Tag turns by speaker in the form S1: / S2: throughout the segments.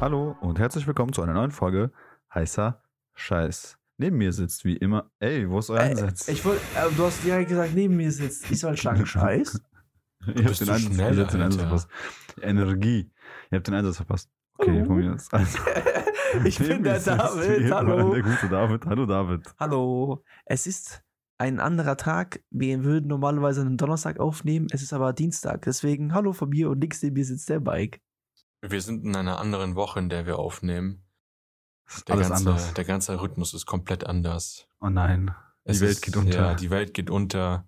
S1: Hallo und herzlich willkommen zu einer neuen Folge heißer Scheiß. Neben mir sitzt wie immer. Ey, wo ist euer
S2: Äh,
S1: Einsatz?
S2: Ich wollt, äh, du hast direkt gesagt, neben mir sitzt. Ich soll schlagen Scheiß.
S1: ihr habt
S3: bist
S1: den
S3: so
S1: Einsatz,
S3: schnell,
S1: ihr habt den Einsatz
S3: Alter.
S1: verpasst. Energie. Ihr habt den Einsatz verpasst. Okay,
S2: Oh.
S1: von mir ist also,
S2: Ich bin
S1: neben
S2: der
S1: mir sitzt wie
S2: David.
S1: immer
S2: Hallo.
S1: Der gute David. Hallo David.
S2: Hallo. Es ist ein anderer Tag. Wir würden normalerweise einen Donnerstag aufnehmen. Es ist aber Dienstag. Deswegen, hallo von mir und links neben mir sitzt der Bike.
S3: Wir sind in einer anderen Woche, in der wir aufnehmen. Der,
S1: Alles
S3: ganze,
S1: anders.
S3: der ganze Rhythmus ist komplett anders.
S1: Oh nein. Die Welt geht unter.
S3: Ja, die Welt geht unter.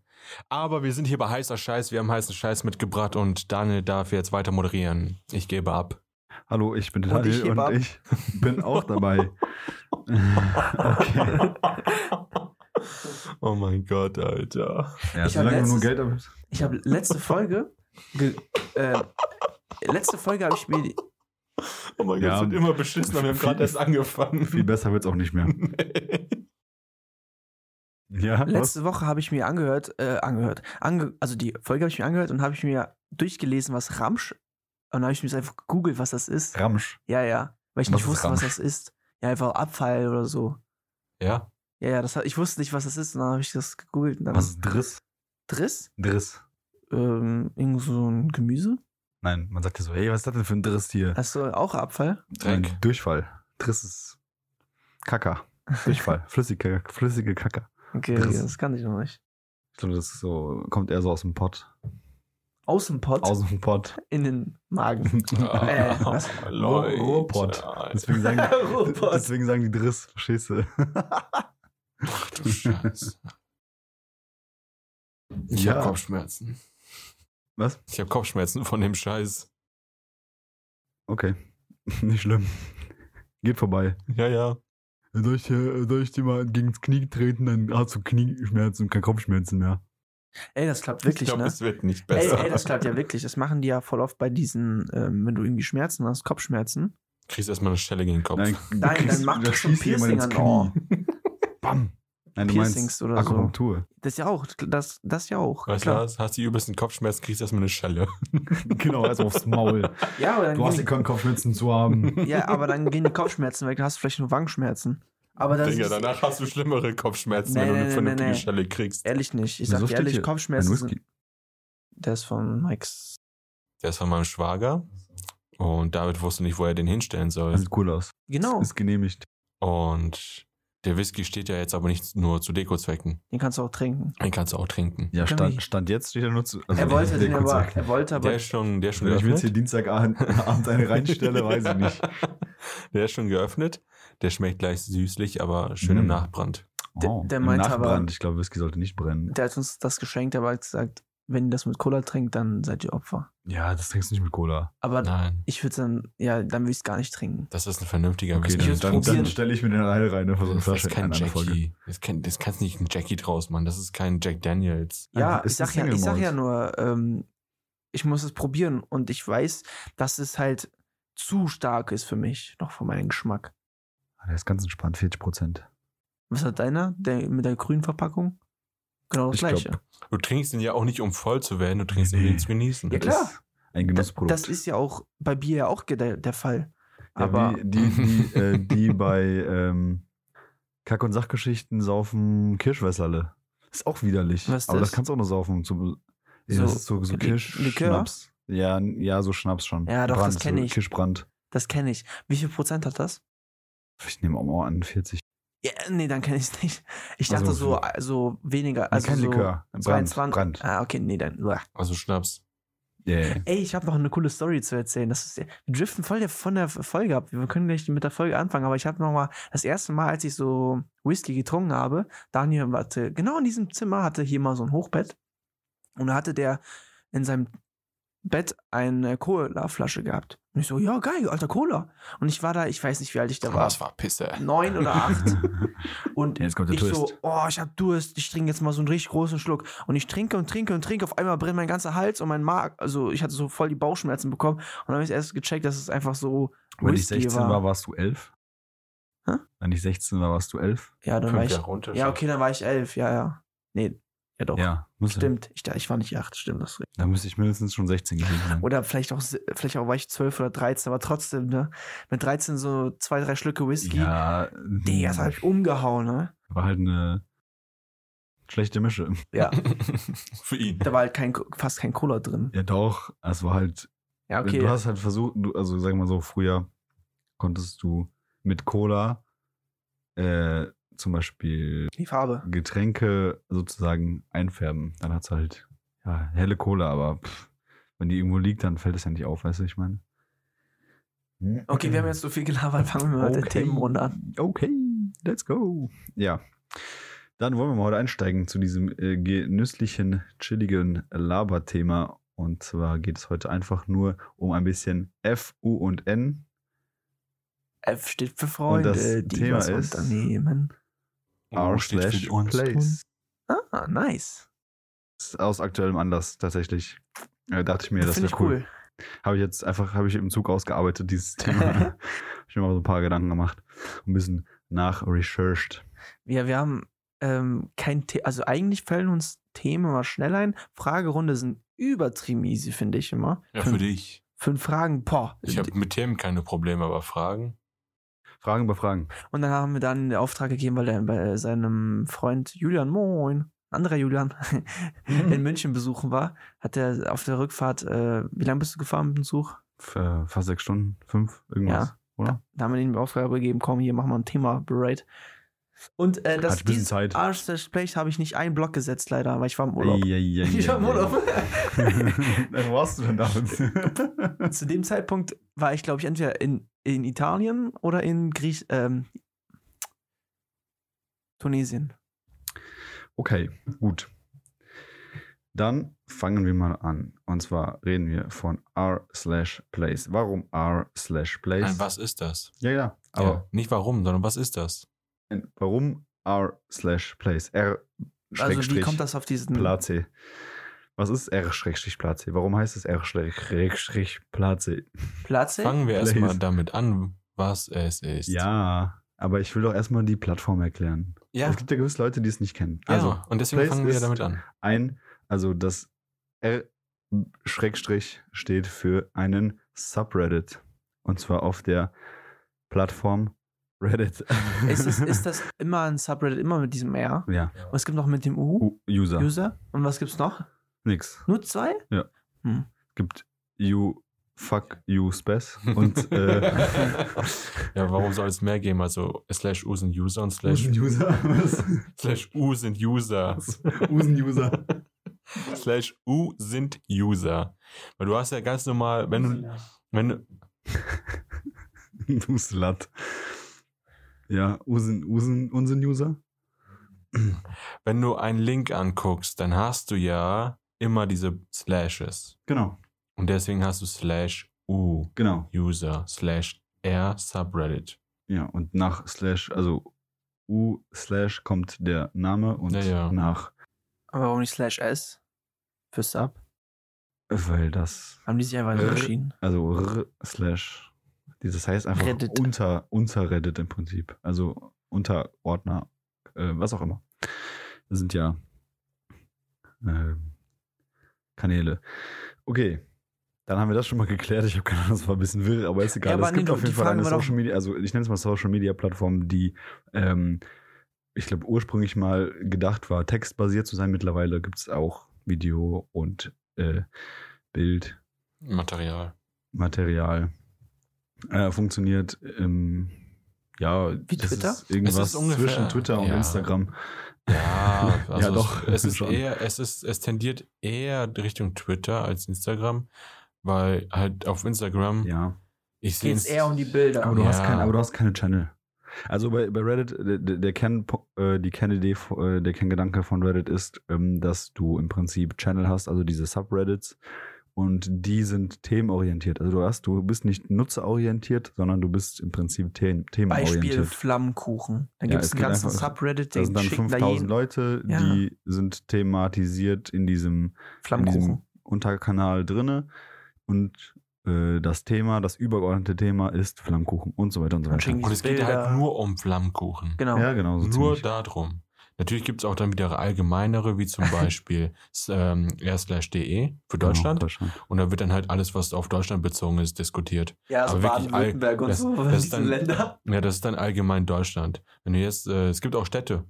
S3: Aber wir sind hier bei heißer Scheiß. Wir haben heißen Scheiß mitgebracht und Daniel darf jetzt weiter moderieren. Ich gebe ab.
S1: Hallo, ich bin der
S2: Und ich
S1: Daniel
S2: heb ab.
S1: und ich bin auch dabei. okay.
S3: oh mein Gott, Alter.
S1: Ja,
S2: Ich hab
S1: solange du nur
S2: letztes-
S1: Geld ab-
S2: Ich habe letzte Folge. Ge äh, letzte Folge habe ich mir. die-
S3: Oh mein
S1: Ja.
S3: Gott, es wird immer beschissen, wir haben
S1: Viel-
S3: gerade erst angefangen.
S1: Viel besser wird's auch nicht mehr. Ja, was?
S2: Letzte Woche habe ich mir angehört, äh, angehört, ange also die Folge habe ich mir angehört und habe ich mir durchgelesen, was Ramsch. Und dann habe ich mir das einfach gegoogelt, was das ist.
S1: Ramsch.
S2: Ja, ja. Weil ich
S1: Was
S2: nicht
S1: ist
S2: wusste,
S1: Ramsch?
S2: was das ist. Ja, einfach Abfall oder so.
S3: ja,
S2: Ja, ja, das, hat- ich wusste nicht, was das ist. Und dann habe ich das gegoogelt. Und dann
S1: Was ist Driss?
S2: Driss?
S1: Driss.
S2: Ähm, irgend so ein Gemüse?
S1: Nein, man sagt ja so, hey, was ist das denn für ein Driss hier?
S2: Achso, auch Abfall?
S3: Dreck.
S1: Nein, Durchfall. Driss ist Kacker. Durchfall. flüssige, flüssige Kacker.
S2: Okay,
S1: Driss.
S2: das kannte ich noch nicht.
S1: Ich glaube, das ist so, kommt eher so aus dem Pott.
S2: Aus dem Pott
S1: Aus dem Pott.
S2: in den Magen.
S3: Ah,
S2: was?
S3: Leute.
S1: Ruhrpott. Deswegen sagen,
S2: Robot.
S1: deswegen sagen die Driss, verstehst du?
S3: Ach du Scheiße. Ich
S1: Ja.
S3: habe Kopfschmerzen.
S1: Was?
S3: Ich habe Kopfschmerzen von dem Scheiß.
S1: Okay. Nicht schlimm. Geht vorbei.
S3: Ja, ja.
S1: Soll ich, dir- soll ich dir mal gegens Knie treten, dann hast du Knieschmerzen und keine Kopfschmerzen mehr.
S2: Ey, das klappt
S3: ich
S2: wirklich,
S3: glaube,
S2: ne?
S3: es wird nicht
S2: Ey,
S3: besser.
S2: ey, das klappt ja wirklich. Das machen die ja voll oft bei diesen, ähm, wenn du irgendwie Schmerzen hast, Kopfschmerzen.
S3: Du kriegst erstmal eine Stelle gegen den Kopf.
S1: du
S2: Nein,
S1: kriegst-
S2: dann mach
S1: da
S2: doch schon
S1: schießt jemand
S2: Piercing
S1: ins
S2: an Oh.
S1: Knie. Bam. Nein, du
S2: Piercings
S1: meinst
S2: oder so.
S1: Akupunktur.
S2: Oh, Das ja auch, das, das ja auch.
S3: Weißt du
S2: klar.
S3: was? Hast die übelsten Kopfschmerzen, kriegst erstmal eine Schelle.
S1: genau, also aufs Maul.
S2: Ja, aber dann
S1: Du hast ja
S2: gehen
S1: keinen Kopfschmerzen zu haben.
S2: die, ja, aber dann gehen die Kopfschmerzen weg, dann hast du vielleicht nur Wangenschmerzen. Aber das
S3: Digga,
S2: ist
S3: danach hast du schlimmere Kopfschmerzen,
S2: Nee,
S3: wenn du
S2: nee,
S3: eine
S2: nee,
S3: vernünftige
S2: nee.
S3: Schelle kriegst.
S2: ehrlich nicht. Ich
S1: Wieso
S2: sag dir
S1: steht
S2: ehrlich,
S1: hier
S2: Kopfschmerzen
S1: ein
S2: sind.
S1: Whisky?
S2: Der ist von Mike's.
S3: Der ist von meinem Schwager. Und David wusste nicht, wo er den hinstellen
S1: Das
S3: soll.
S1: sieht cool aus.
S2: Genau,
S1: Ist genehmigt.
S3: Und der Whisky steht ja jetzt aber nicht nur zu Dekozwecken.
S2: den kannst du auch trinken.
S3: Den kannst du auch trinken.
S1: Ja,
S2: Können wir-
S1: stand, stand jetzt steht er nur zu. also
S2: er wollte
S1: der
S2: den
S1: kurze-
S2: aber, er wollte aber,
S3: Der ist schon, der ist schon
S1: Wenn ich mir jetzt hier
S3: geöffnet.
S1: Dienstagabend Abend eine reinstelle, Äh, weiß ich nicht.
S3: Der ist schon geöffnet. Der schmeckt gleich süßlich, aber schön im
S1: Mm.
S3: Nachbrand.
S2: Der- der
S1: Oh, im
S2: meinte aber-
S1: Nachbrand. Ich glaube, Whisky sollte nicht brennen.
S2: der hat uns das geschenkt, aber hat gesagt, wenn ihr das mit Cola trinkt, dann seid ihr Opfer.
S1: Ja, das trinkst du nicht mit Cola.
S2: Aber
S3: Nein.
S2: ich würde dann, ja, dann würde ich es gar nicht trinken.
S3: Das ist ein vernünftiger
S1: Okay,
S3: Whisky.
S1: dann,
S2: würd's
S1: dann,
S2: probieren.
S1: dann stelle ich mir den alleine rein. ne, für so eine
S3: Das
S1: Flasche
S3: ist kein
S1: in einer Folge.
S3: Jackie. Das, kann, das kannst nicht ein Jackie draus machen. Das ist kein Jack Daniels.
S2: Ja,
S1: Einfach
S2: ich
S1: ist ein
S2: sag ja, ich sag
S1: Single
S2: ja nur, ähm, ich muss es probieren und ich weiß, dass es halt zu stark ist für mich, noch für meinen Geschmack.
S1: Ah, Der ist ganz entspannt, 40 Prozent.
S2: Was hat deiner, der mit der grünen Verpackung? Genau das
S1: Ich
S2: gleiche.
S1: glaub,
S3: Du trinkst ihn ja auch nicht, um voll zu werden. Du trinkst ihn,
S1: Nee.
S3: um ihn zu genießen.
S2: Ja, klar.
S1: Ein
S2: Da-
S1: Genussprodukt.
S2: Das ist ja auch bei Bier ja auch ge- der, der Fall.
S1: Ja,
S2: Aber
S1: wie die, die, äh, die bei ähm, Kack- und Sachgeschichten saufen Kirschwässerle. Ist auch widerlich.
S2: Was ist
S1: Aber das?
S2: das?
S1: kannst du auch noch saufen. Zum, ja,
S2: So
S1: das ist so, so
S2: Li-
S1: Kirsch.
S2: Likör?
S1: Schnaps. Ja, n- ja, so Schnaps schon.
S2: Ja, doch, das kenn
S1: so
S2: ich.
S1: Kirschbrand.
S2: das kenne ich. Wie viel Prozent hat das?
S1: Ich nehme auch mal an, 40.
S2: Ja, nee, dann kenne ich es nicht. Ich dachte
S1: Also,
S2: so, also weniger.
S1: Nee,
S2: Also
S1: kein
S2: so
S1: Likör. Brand.
S2: 22.
S1: Brand.
S2: Ah, okay, nee, dann. uah.
S3: Also Schnaps.
S1: Ja, ja, ja.
S2: Ey, ich habe noch eine coole Story zu erzählen. Das ist, wir driften voll der, von der Folge ab. Wir können gleich mit der Folge anfangen, aber ich habe noch mal das erste Mal, als ich so Whisky getrunken habe, Daniel hatte genau in diesem Zimmer hatte hier mal so ein Hochbett und da hatte der in seinem Bett eine Cola-Flasche gehabt. Und ich so, ja geil, alter Cola. Und ich war da, ich weiß nicht, wie alt ich da war,
S3: Das war Pisse.
S2: neun oder acht. Und
S1: Jetzt kommt der
S2: ich so,
S1: Twist.
S2: oh, ich hab Durst, ich trinke jetzt mal so einen richtig großen Schluck. Und ich trinke und trinke und trinke, auf einmal brennt mein ganzer Hals und mein Magen. Also ich hatte so voll die Bauchschmerzen bekommen. Und dann habe ich erst gecheckt, dass es einfach so
S1: Wenn ich
S2: Whisky
S1: 16 war,
S2: war.
S1: warst du 11.
S2: Hä?
S1: Wenn ich 16 war, warst du 11.
S2: Ja, dann war ich.
S3: runter.
S2: Ja, okay, dann war ich elf, ja, ja. Nee, Ja, doch.
S1: Ja, muss ja.
S2: Stimmt. Ich, ich war nicht acht. Stimmt, das ist richtig.
S1: Da müsste ich mindestens schon 16 gewesen sein.
S2: Oder vielleicht auch, se- vielleicht auch war ich zwölf oder 13, aber trotzdem, ne? Mit 13 so zwei, drei Schlücke Whisky.
S1: ja,
S2: Digga, das hab ich umgehauen, ne?
S1: war halt eine schlechte Mische.
S2: Ja.
S3: Für ihn.
S2: da war halt kein, fast kein Cola drin.
S1: Ja, doch, es war halt
S2: Ja, okay.
S1: Du hast halt versucht, du, also sagen wir mal so, früher konntest du mit Cola äh, zum Beispiel
S2: Die Farbe.
S1: Getränke sozusagen einfärben. Dann hat's halt ja, helle Cola, aber pff, wenn die irgendwo liegt, dann fällt es ja nicht auf, weißt du, ich meine.
S2: Okay, wir haben jetzt so viel gelabert, fangen wir mal mit der
S1: Ähm, Okay.
S2: Themenrunde an.
S1: Okay, let's go. Ja. Dann wollen wir mal heute einsteigen zu diesem äh, genüsslichen, chilligen Laberthema. Und zwar geht es heute einfach nur um ein bisschen F, U und N.
S2: F steht für Freunde,
S1: Und das
S2: die
S1: Thema
S2: was
S1: ist-
S2: unternehmen.
S1: R
S2: Oh,
S3: Wo steht
S1: slash
S3: für uns
S1: Place.
S2: Ah, nice.
S1: Ist Aus aktuellem Anlass tatsächlich. Äh, dachte ich mir, das
S2: Finde
S1: wäre
S2: ich
S1: cool.
S2: cool.
S1: Habe ich jetzt einfach, habe ich im Zug ausgearbeitet, dieses Thema. Habe ich mir mal so ein paar Gedanken gemacht. Ein bisschen nachrecherched.
S2: Ja, wir haben ähm, kein The also eigentlich fällen uns Themen immer schnell ein. Fragerunde sind übertrieben easy, finde ich immer.
S3: Ja, für
S2: fünf,
S3: dich.
S2: fünf Fragen, boah.
S3: Ich habe mit Themen keine Probleme, aber Fragen.
S1: Fragen über Fragen.
S2: Und dann haben wir dann den Auftrag gegeben, weil er bei seinem Freund Julian, moin, anderer Julian, in München besuchen war, hat er auf der Rückfahrt, äh, wie lange bist du gefahren mit dem Zug?
S1: F äh, fast sechs Stunden, fünf, irgendwas.
S2: Ja.
S1: Oder?
S2: Da haben wir ihm die Aufgabe gegeben, komm, hier machen wir ein Thema, berate. Und äh,
S1: Hat
S2: das
S1: ein bisschen
S2: dieses
S1: Zeit.
S2: Arsch-Place habe ich nicht einen Block gesetzt, leider, weil ich war im Urlaub.
S1: Ei, ei, ei,
S2: Ich war im
S1: ei, ei.
S2: Urlaub.
S1: Wo warst du denn damit?
S2: Zu dem Zeitpunkt war ich, glaube ich, entweder in, in Italien oder in Griech ähm, Tunesien.
S1: okay, gut. Dann fangen wir mal an. Und zwar reden wir von R slash Place. Warum R slash Place?
S3: Nein, was ist das?
S1: Ja, ja. Aber
S3: ja, nicht warum, sondern was ist das?
S1: warum R slash Place? R
S2: Also wie
S1: Schrägstrich
S2: kommt das auf diesen
S1: Place. Was ist R schrägstrich Place? Warum heißt es R schrägstrich Place?
S2: Platz?
S3: Fangen wir
S1: Place.
S3: erstmal damit an, was es ist.
S1: Ja, aber ich will doch erstmal die Plattform erklären.
S3: Ja,
S1: Es gibt ja gewisse Leute, die es nicht kennen.
S3: ja.
S1: Also
S3: und deswegen
S1: Place
S3: fangen wir
S1: ist-
S3: damit an.
S1: ein, also das R Schrägstrich steht für einen Subreddit. Und zwar auf der Plattform Reddit.
S2: Ist, es, ist das immer ein Subreddit, immer mit diesem R?
S1: ja,
S2: Und es gibt noch mit dem U,
S1: U User.
S2: User. Und was gibt's noch?
S1: Nix.
S2: Nur zwei?
S1: Gibt You Fuck You Space und äh,
S3: ja, warum soll es mehr geben? Also slash U sind User und slash,
S1: User. Was?
S3: slash U sind User.
S1: Usen User.
S3: slash U sind User. Weil du hast ja ganz normal, wenn du, wenn du,
S1: Du Slut. Ja, Usen, Usen, Usen User.
S3: wenn du einen Link anguckst, dann hast du ja immer diese Slashes.
S1: Genau,
S3: Und deswegen hast du slash U
S1: genau.
S3: User slash R Subreddit.
S1: Ja, und nach Slash, also U Slash kommt der Name und
S3: Ja, ja.
S1: nach,
S2: Aber warum nicht slash S? Für Sub?
S1: weil das,
S2: Haben die sich einfach so
S1: R.
S2: entschieden?
S1: also R Slash, dieses heißt einfach
S2: Reddit.
S1: unter, unter Reddit im Prinzip. Also Unterordner, äh, was auch immer. Das sind ja äh, Kanäle. Okay. Dann haben wir das schon mal geklärt. Ich habe keine Ahnung, das war ein bisschen wirr, aber ist egal.
S2: aber
S1: es gibt
S2: nee,
S1: auf
S2: die
S1: jeden Fall
S2: Frage
S1: eine
S2: war doch-
S1: Social Media, also ich nenne es mal Social Media Plattform, die, ähm, ich glaube, ursprünglich mal gedacht war, textbasiert zu sein. Mittlerweile gibt es auch Video und äh, Bild.
S3: Material.
S1: Material. Äh, funktioniert ähm, ja
S2: Wie
S1: das
S2: Twitter?
S1: Ist irgendwas
S3: Es ist ungefähr-
S1: zwischen Twitter und
S3: ja.
S1: Instagram.
S3: Ja, also
S1: Ja, doch,
S3: Es, es ist
S1: schon.
S3: eher, es ist, es tendiert eher Richtung Twitter als Instagram, weil halt auf Instagram
S1: Ja.
S3: ich sehe
S2: Geht's
S3: Inst-
S2: eher um die Bilder.
S1: Aber du, hast
S3: Ja.
S1: kein, aber du hast keine Channel. Also bei, bei Reddit, der, der Kern, äh, die Kernidee, äh, der Kerngedanke von Reddit ist, ähm, dass du im Prinzip Channel hast, also diese Subreddits, und die sind themenorientiert. Also du hast, du bist nicht nutzerorientiert, sondern du bist im Prinzip the
S2: Beispiel
S1: themenorientiert.
S2: Flammkuchen. Dann
S1: Ja,
S2: gibt's
S1: es
S2: einen
S1: gibt
S2: ganzen
S1: einfach-
S2: Subreddit,
S1: Da
S2: den
S1: sind dann
S2: schicken da
S1: 5000
S2: jeden
S1: Leute,
S2: Ja.
S1: die sind thematisiert in diesem, in diesem
S2: Flammkuchen.
S1: Unterkanal drinne und äh, das Thema, das übergeordnete Thema ist Flammkuchen und so weiter und so
S2: Dann
S1: weiter.
S2: schicken
S3: Und es geht
S2: Bilder.
S3: halt nur um Flammkuchen.
S2: Genau.
S1: Ja, genau. So
S3: nur
S1: ziemlich.
S3: darum. Natürlich gibt es auch dann wieder allgemeinere, wie zum Beispiel s- ähm, r/de für
S1: Genau.
S3: Deutschland.
S1: Deutschland.
S3: Und da wird dann halt alles, was auf Deutschland bezogen ist, diskutiert.
S2: Ja, so
S3: Aber wirklich all-
S2: Baden-Württemberg und
S3: das-
S2: so,
S3: das ist
S2: diese
S3: dann-
S2: Länder.
S3: Ja, das ist dann allgemein Deutschland. Wenn du jetzt, äh, es gibt auch Städte.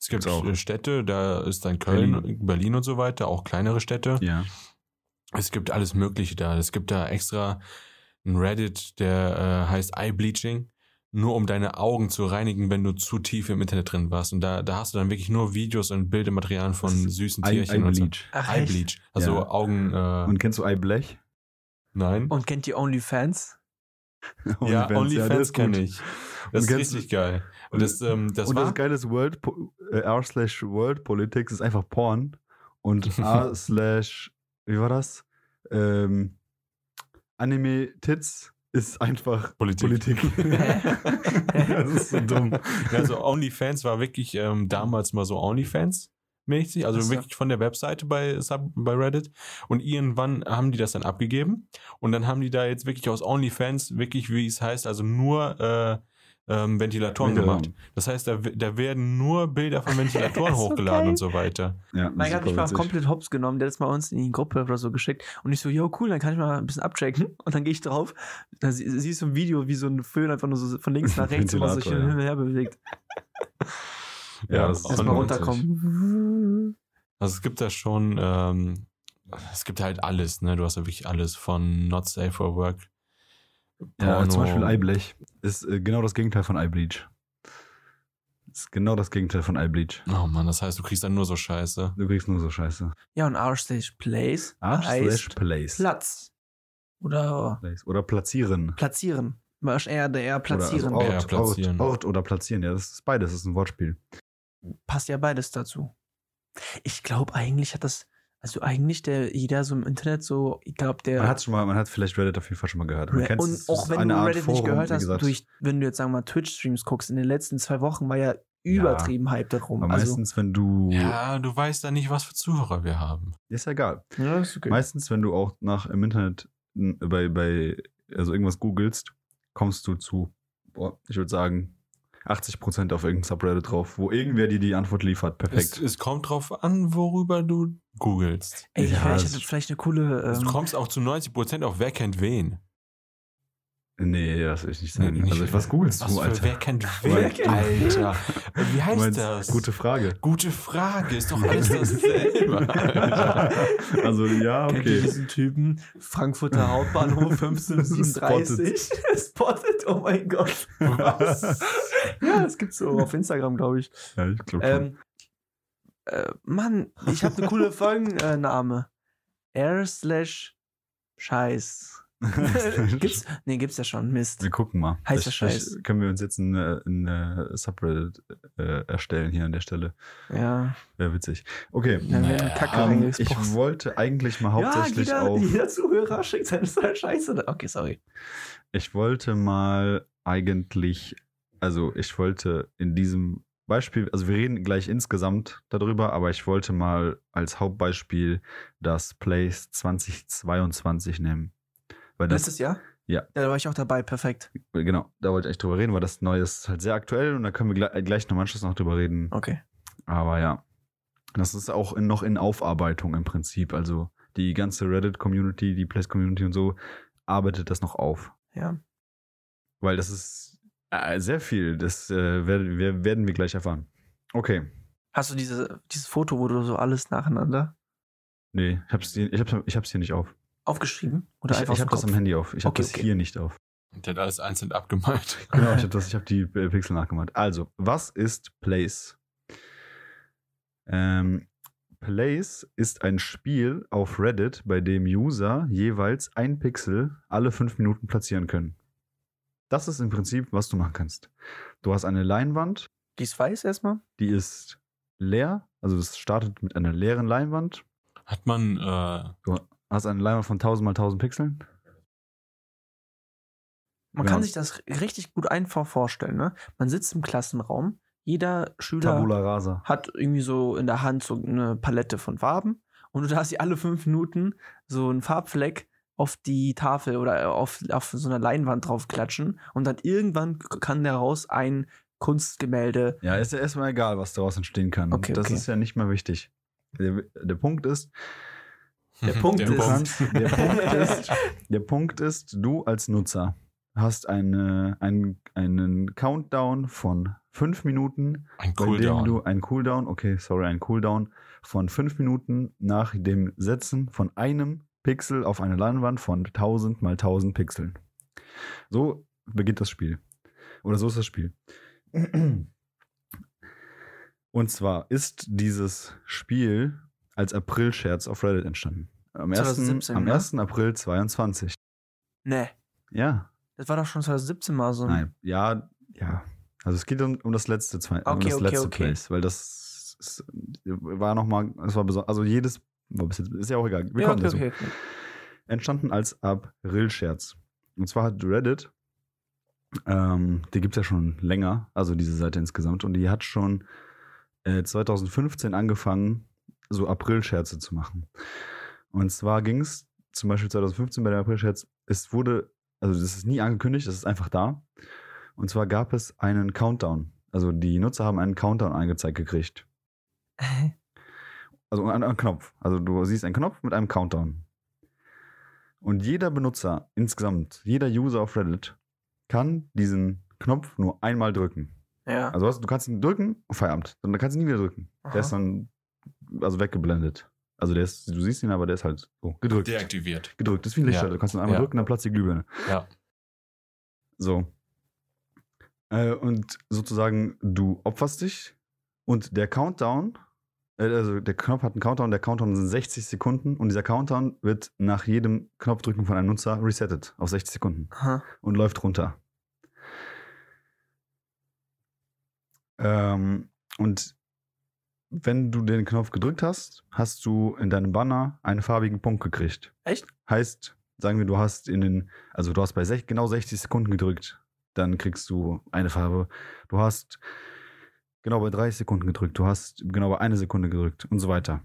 S3: Es gibt
S1: Gibt's auch.
S3: äh, Städte, da ist dann Köln, Berlin. und so weiter, auch kleinere Städte.
S1: Ja.
S3: Es gibt alles Mögliche da. Es gibt da extra ein Reddit, der äh, heißt Eye Bleaching, nur um deine Augen zu reinigen, wenn du zu tief im Internet drin warst. Und da, da hast du dann wirklich nur Videos und Bildematerialien von
S1: Das ist
S3: süßen
S1: Ei,
S3: Tierchen und so.
S1: Bleach.
S2: Ach,
S3: Eye
S2: echt?
S3: Bleach. Also
S1: Ja.
S3: Augen. Äh,
S1: Und kennst du Eiblech?
S3: nein.
S2: Und kennt ihr OnlyFans?
S3: ja, OnlyFans
S1: kenn
S3: kenne ich. Das
S1: Und
S3: ist
S1: kennst du-
S3: richtig geil. Und das, ähm, das
S1: und
S3: war.
S1: das Geile ist, World, Po- äh, r slash World Politics ist einfach Porn. Und r slash, wie war das? Ähm, Anime Tits ist einfach Politik. das ist so dumm.
S3: Also OnlyFans war wirklich ähm, damals mal so OnlyFans. Mäßig, also
S2: Ach so.
S3: wirklich von der Webseite bei, Sub, bei Reddit. Und irgendwann haben die das dann abgegeben. Und dann haben die da jetzt wirklich aus OnlyFans, wirklich, wie es heißt, also nur äh, ähm, Ventilatoren
S1: Ventilatoren.
S3: gemacht. Das heißt, da, w- da werden nur Bilder von
S2: Ist
S3: Ventilatoren
S2: so
S3: hochgeladen
S2: geil.
S3: und so weiter.
S1: Ja,
S2: Mike hat
S1: super
S2: mich mal
S1: witzig.
S2: komplett hops genommen, der hat es mal uns in die Gruppe oder so geschickt. Und ich so, yo, cool, dann kann ich mal ein bisschen abchecken. Und dann gehe ich drauf. Da sie- siehst du ein Video, wie so ein Föhn einfach nur so von links nach rechts immer so schön
S1: Ventilator,
S2: hin
S1: ja.
S2: und her bewegt.
S1: Ja, das ist
S3: auch
S2: Erstmal
S1: witzig.
S2: runterkommen.
S3: Also es gibt da schon, ähm, es gibt halt alles, ne? Du hast ja wirklich alles von Not Safe for Work.
S1: Ja,
S3: Porno.
S1: zum Beispiel Eiblech ist äh, genau das Gegenteil von Eibleach. Ist genau das Gegenteil von Eibleach.
S3: Oh Mann, das heißt, du kriegst dann nur so Scheiße.
S1: Du kriegst nur so Scheiße.
S2: Ja, und R-Stage Place
S1: r slash
S2: heißt
S1: place.
S2: Platz. Oder
S1: Place. Oder platzieren.
S2: platzieren. RDR platzieren.
S1: Oder also
S3: Ja,
S1: Ort,
S3: platzieren.
S1: Ort, Ort oder platzieren. Ja, das ist beides. Das ist ein Wortspiel.
S2: passt ja beides dazu. Ich glaube, eigentlich hat das, also eigentlich der jeder so im Internet so, ich glaube, der.
S1: Man hat schon mal, man hat vielleicht Reddit auf jeden Fall schon mal gehört. Man
S2: Re-
S1: kennt's,
S2: und
S1: es
S2: auch
S1: ist
S2: wenn
S1: eine
S2: du
S1: Art
S2: Reddit nicht
S1: Forum,
S2: gehört
S1: wie
S2: hast,
S1: gesagt.
S2: durch, wenn du jetzt sagen wir mal Twitch-Streams guckst, in den letzten zwei Wochen war ja übertrieben Hype darum.
S1: Aber
S2: also,
S1: meistens, wenn du.
S3: Ja, du weißt ja nicht, was für Zuhörer wir haben.
S1: Ist ja egal.
S2: ja, ne, ist okay.
S1: Meistens, wenn du auch nach im Internet n, bei, bei also irgendwas googelst, kommst du zu, boah, ich würde sagen, 80% auf irgendein Subreddit drauf, wo irgendwer dir die Antwort liefert.
S3: Es,
S1: Perfekt.
S3: es kommt drauf an, worüber du googelst.
S2: Ey,
S1: Ja,
S2: vielleicht
S1: das-
S2: hätte vielleicht eine coole.
S3: Du
S2: Ähm,
S3: kommst auch zu 90% auf Wer kennt wen.
S1: Nee, das will ich nicht
S3: Nee,
S1: sagen.
S3: nicht-
S1: also, was googelst
S3: Was
S1: du,
S3: für
S1: Alter?
S3: Wer kennt
S1: Wer
S3: wen,
S1: kennt
S3: Alter. Wie heißt
S1: Du meinst,
S3: das?
S1: Gute Frage.
S3: Gute Frage. Ist doch alles dasselbe. Alter.
S1: also, ja,
S2: Kennt ihr
S1: okay.
S2: diesen Typen? Frankfurter Hauptbahnhof 1537. Spotted, oh mein Gott.
S3: Was?
S2: Ja, das gibt's so auf Instagram, glaube ich.
S1: Ja, ich glaube schon.
S2: Ähm, äh, Mann, ich habe eine coole Folgenname. R slash Scheiß. gibt's? Nee, gibt's ja schon. Mist.
S1: Wir gucken mal.
S2: Heißer
S1: Vielleicht-
S2: Scheiß.
S1: vielleicht Können wir uns jetzt ein, äh, ein äh, Subreddit äh, erstellen hier an der Stelle?
S2: Ja.
S1: Wäre witzig. Okay.
S2: Dann werden wir
S3: Ah,
S2: Kacke
S1: Ähm, ich
S2: reingesprochen.
S1: wollte eigentlich mal hauptsächlich
S2: ja, jeder,
S1: auf.
S2: jeder Zuhörer schickt seine Scheiße. da- Okay, sorry.
S1: Ich wollte mal eigentlich, also ich wollte in diesem Beispiel, also wir reden gleich insgesamt darüber, aber ich wollte mal als Hauptbeispiel das Place 2022 nehmen. Weil das,
S2: Letztes Jahr?
S1: Ja.
S2: Ja, da war ich auch dabei. Perfekt.
S1: genau, da wollte ich echt drüber reden, weil das neue ist halt sehr aktuell und da können wir gleich, gleich noch im Anschluss noch drüber reden.
S2: Okay.
S1: Aber ja, das ist auch in, noch in Aufarbeitung im Prinzip. Also die ganze Reddit-Community, die Place-Community und so arbeitet das noch auf.
S2: Ja.
S1: Weil das ist äh, sehr viel. Das äh, werden, wir, werden wir gleich erfahren. Okay.
S2: Hast du diese, dieses Foto, wo du so alles nacheinander
S1: Nee, ich hab's, hier- ich hab's, ich hab's hier nicht auf.
S2: aufgeschrieben? Oder
S1: Ich,
S2: einfach
S1: ich
S2: aus
S1: hab
S2: dem
S1: das am
S2: Kopf?
S1: Handy auf. Ich hab
S2: Okay,
S1: das
S2: okay.
S1: hier nicht auf.
S3: Der hat alles einzeln abgemalt.
S1: Genau, ich habe das, ich hab die äh, Pixel nachgemacht. Also, was ist Place? Ähm, Place ist ein Spiel auf Reddit, bei dem User jeweils ein Pixel alle fünf Minuten platzieren können. Das ist im Prinzip, was du machen kannst. Du hast eine Leinwand,
S2: Die ist weiß erstmal.
S1: die ist leer, also das startet mit einer leeren Leinwand.
S3: Hat man, äh,
S1: Hast eine Leinwand von 1000 mal 1000 Pixeln.
S2: Man
S1: Genau.
S2: kann sich das richtig gut einfach vorstellen. Ne? Man sitzt im Klassenraum. Jeder Schüler
S1: Tabula rasa.
S2: hat irgendwie so in der Hand so eine Palette von Farben und du hast sie alle fünf Minuten so einen Farbfleck auf die Tafel oder auf, auf so einer Leinwand drauf klatschen und dann irgendwann k- kann daraus ein Kunstgemälde.
S1: Ja, ist ja erstmal egal, was daraus entstehen kann.
S2: Okay,
S1: das
S2: okay.
S1: ist ja nicht mehr wichtig. Der, der Punkt ist,
S3: hm, Der
S2: Punkt
S1: du
S2: ist-
S1: kannst, der, Punkt ist, der Punkt ist, du als Nutzer hast eine, ein, einen Countdown von fünf Minuten,
S3: Ein
S1: bei dem
S3: Cooldown.
S1: du einen Cooldown, okay, sorry, einen Cooldown von fünf Minuten nach dem Setzen von einem Pixel auf eine Leinwand von 1000 mal 1000 Pixeln. So beginnt das Spiel. Oder so ist das Spiel. Und zwar ist dieses Spiel als April-Scherz auf Reddit entstanden. Am 1.
S2: 2017,
S1: Am
S2: ne?
S1: 1. April 22.
S2: Ne,
S1: Ja,
S2: das war doch schon 2017 mal so. ein-
S1: nein, ja, ja. Also es geht um, um das letzte zwei, um
S2: Okay,
S1: das
S2: okay,
S1: letzte
S2: okay.
S1: Place, weil das ist, war noch mal, es war besonders, also jedes war bis jetzt, ist ja auch egal. Wir
S2: ja,
S1: kommen
S2: okay,
S1: dazu.
S2: okay, okay.
S1: Entstanden als April-Scherz. Und zwar hat Reddit, ähm, die gibt es ja schon länger, also diese Seite insgesamt, und die hat schon äh, 2015 angefangen, so April-Scherze zu machen. Und zwar ging es zum Beispiel 2015 bei der April-Scherz, es wurde, also das ist nie angekündigt, es ist einfach da. Und zwar gab es einen Countdown. Also die Nutzer haben einen Countdown angezeigt gekriegt. Also einen, einen Knopf. Also du siehst einen Knopf mit einem Countdown. Und jeder Benutzer insgesamt, jeder User auf Reddit kann diesen Knopf nur einmal drücken.
S2: Ja.
S1: Also hast, du kannst ihn drücken, Feierabend. Und dann kannst du ihn nie wieder drücken.
S2: Aha.
S1: Der ist dann also weggeblendet. Also der ist, du siehst ihn, aber der ist halt so gedrückt.
S3: Deaktiviert.
S1: Gedrückt. Das ist wie ein Lichtschalter.
S3: Ja.
S1: Du kannst ihn einmal
S3: Ja.
S1: drücken, dann platzt die Glühbirne.
S3: Ja.
S1: So. Äh, und sozusagen, du opferst dich und der Countdown, äh, also der Knopf hat einen Countdown, der Countdown sind 60 Sekunden und dieser Countdown wird nach jedem Knopfdrücken von einem Nutzer resettet auf 60 Sekunden
S2: Aha.
S1: und läuft runter. Ähm, und wenn du den Knopf gedrückt hast, hast du in deinem Banner einen farbigen Punkt gekriegt.
S2: Echt?
S1: Heißt, sagen wir, du hast in den, also du hast bei sech, genau 60 Sekunden gedrückt, dann kriegst du eine Farbe. Du hast genau bei 30 Sekunden gedrückt, du hast genau bei einer Sekunde gedrückt und so weiter.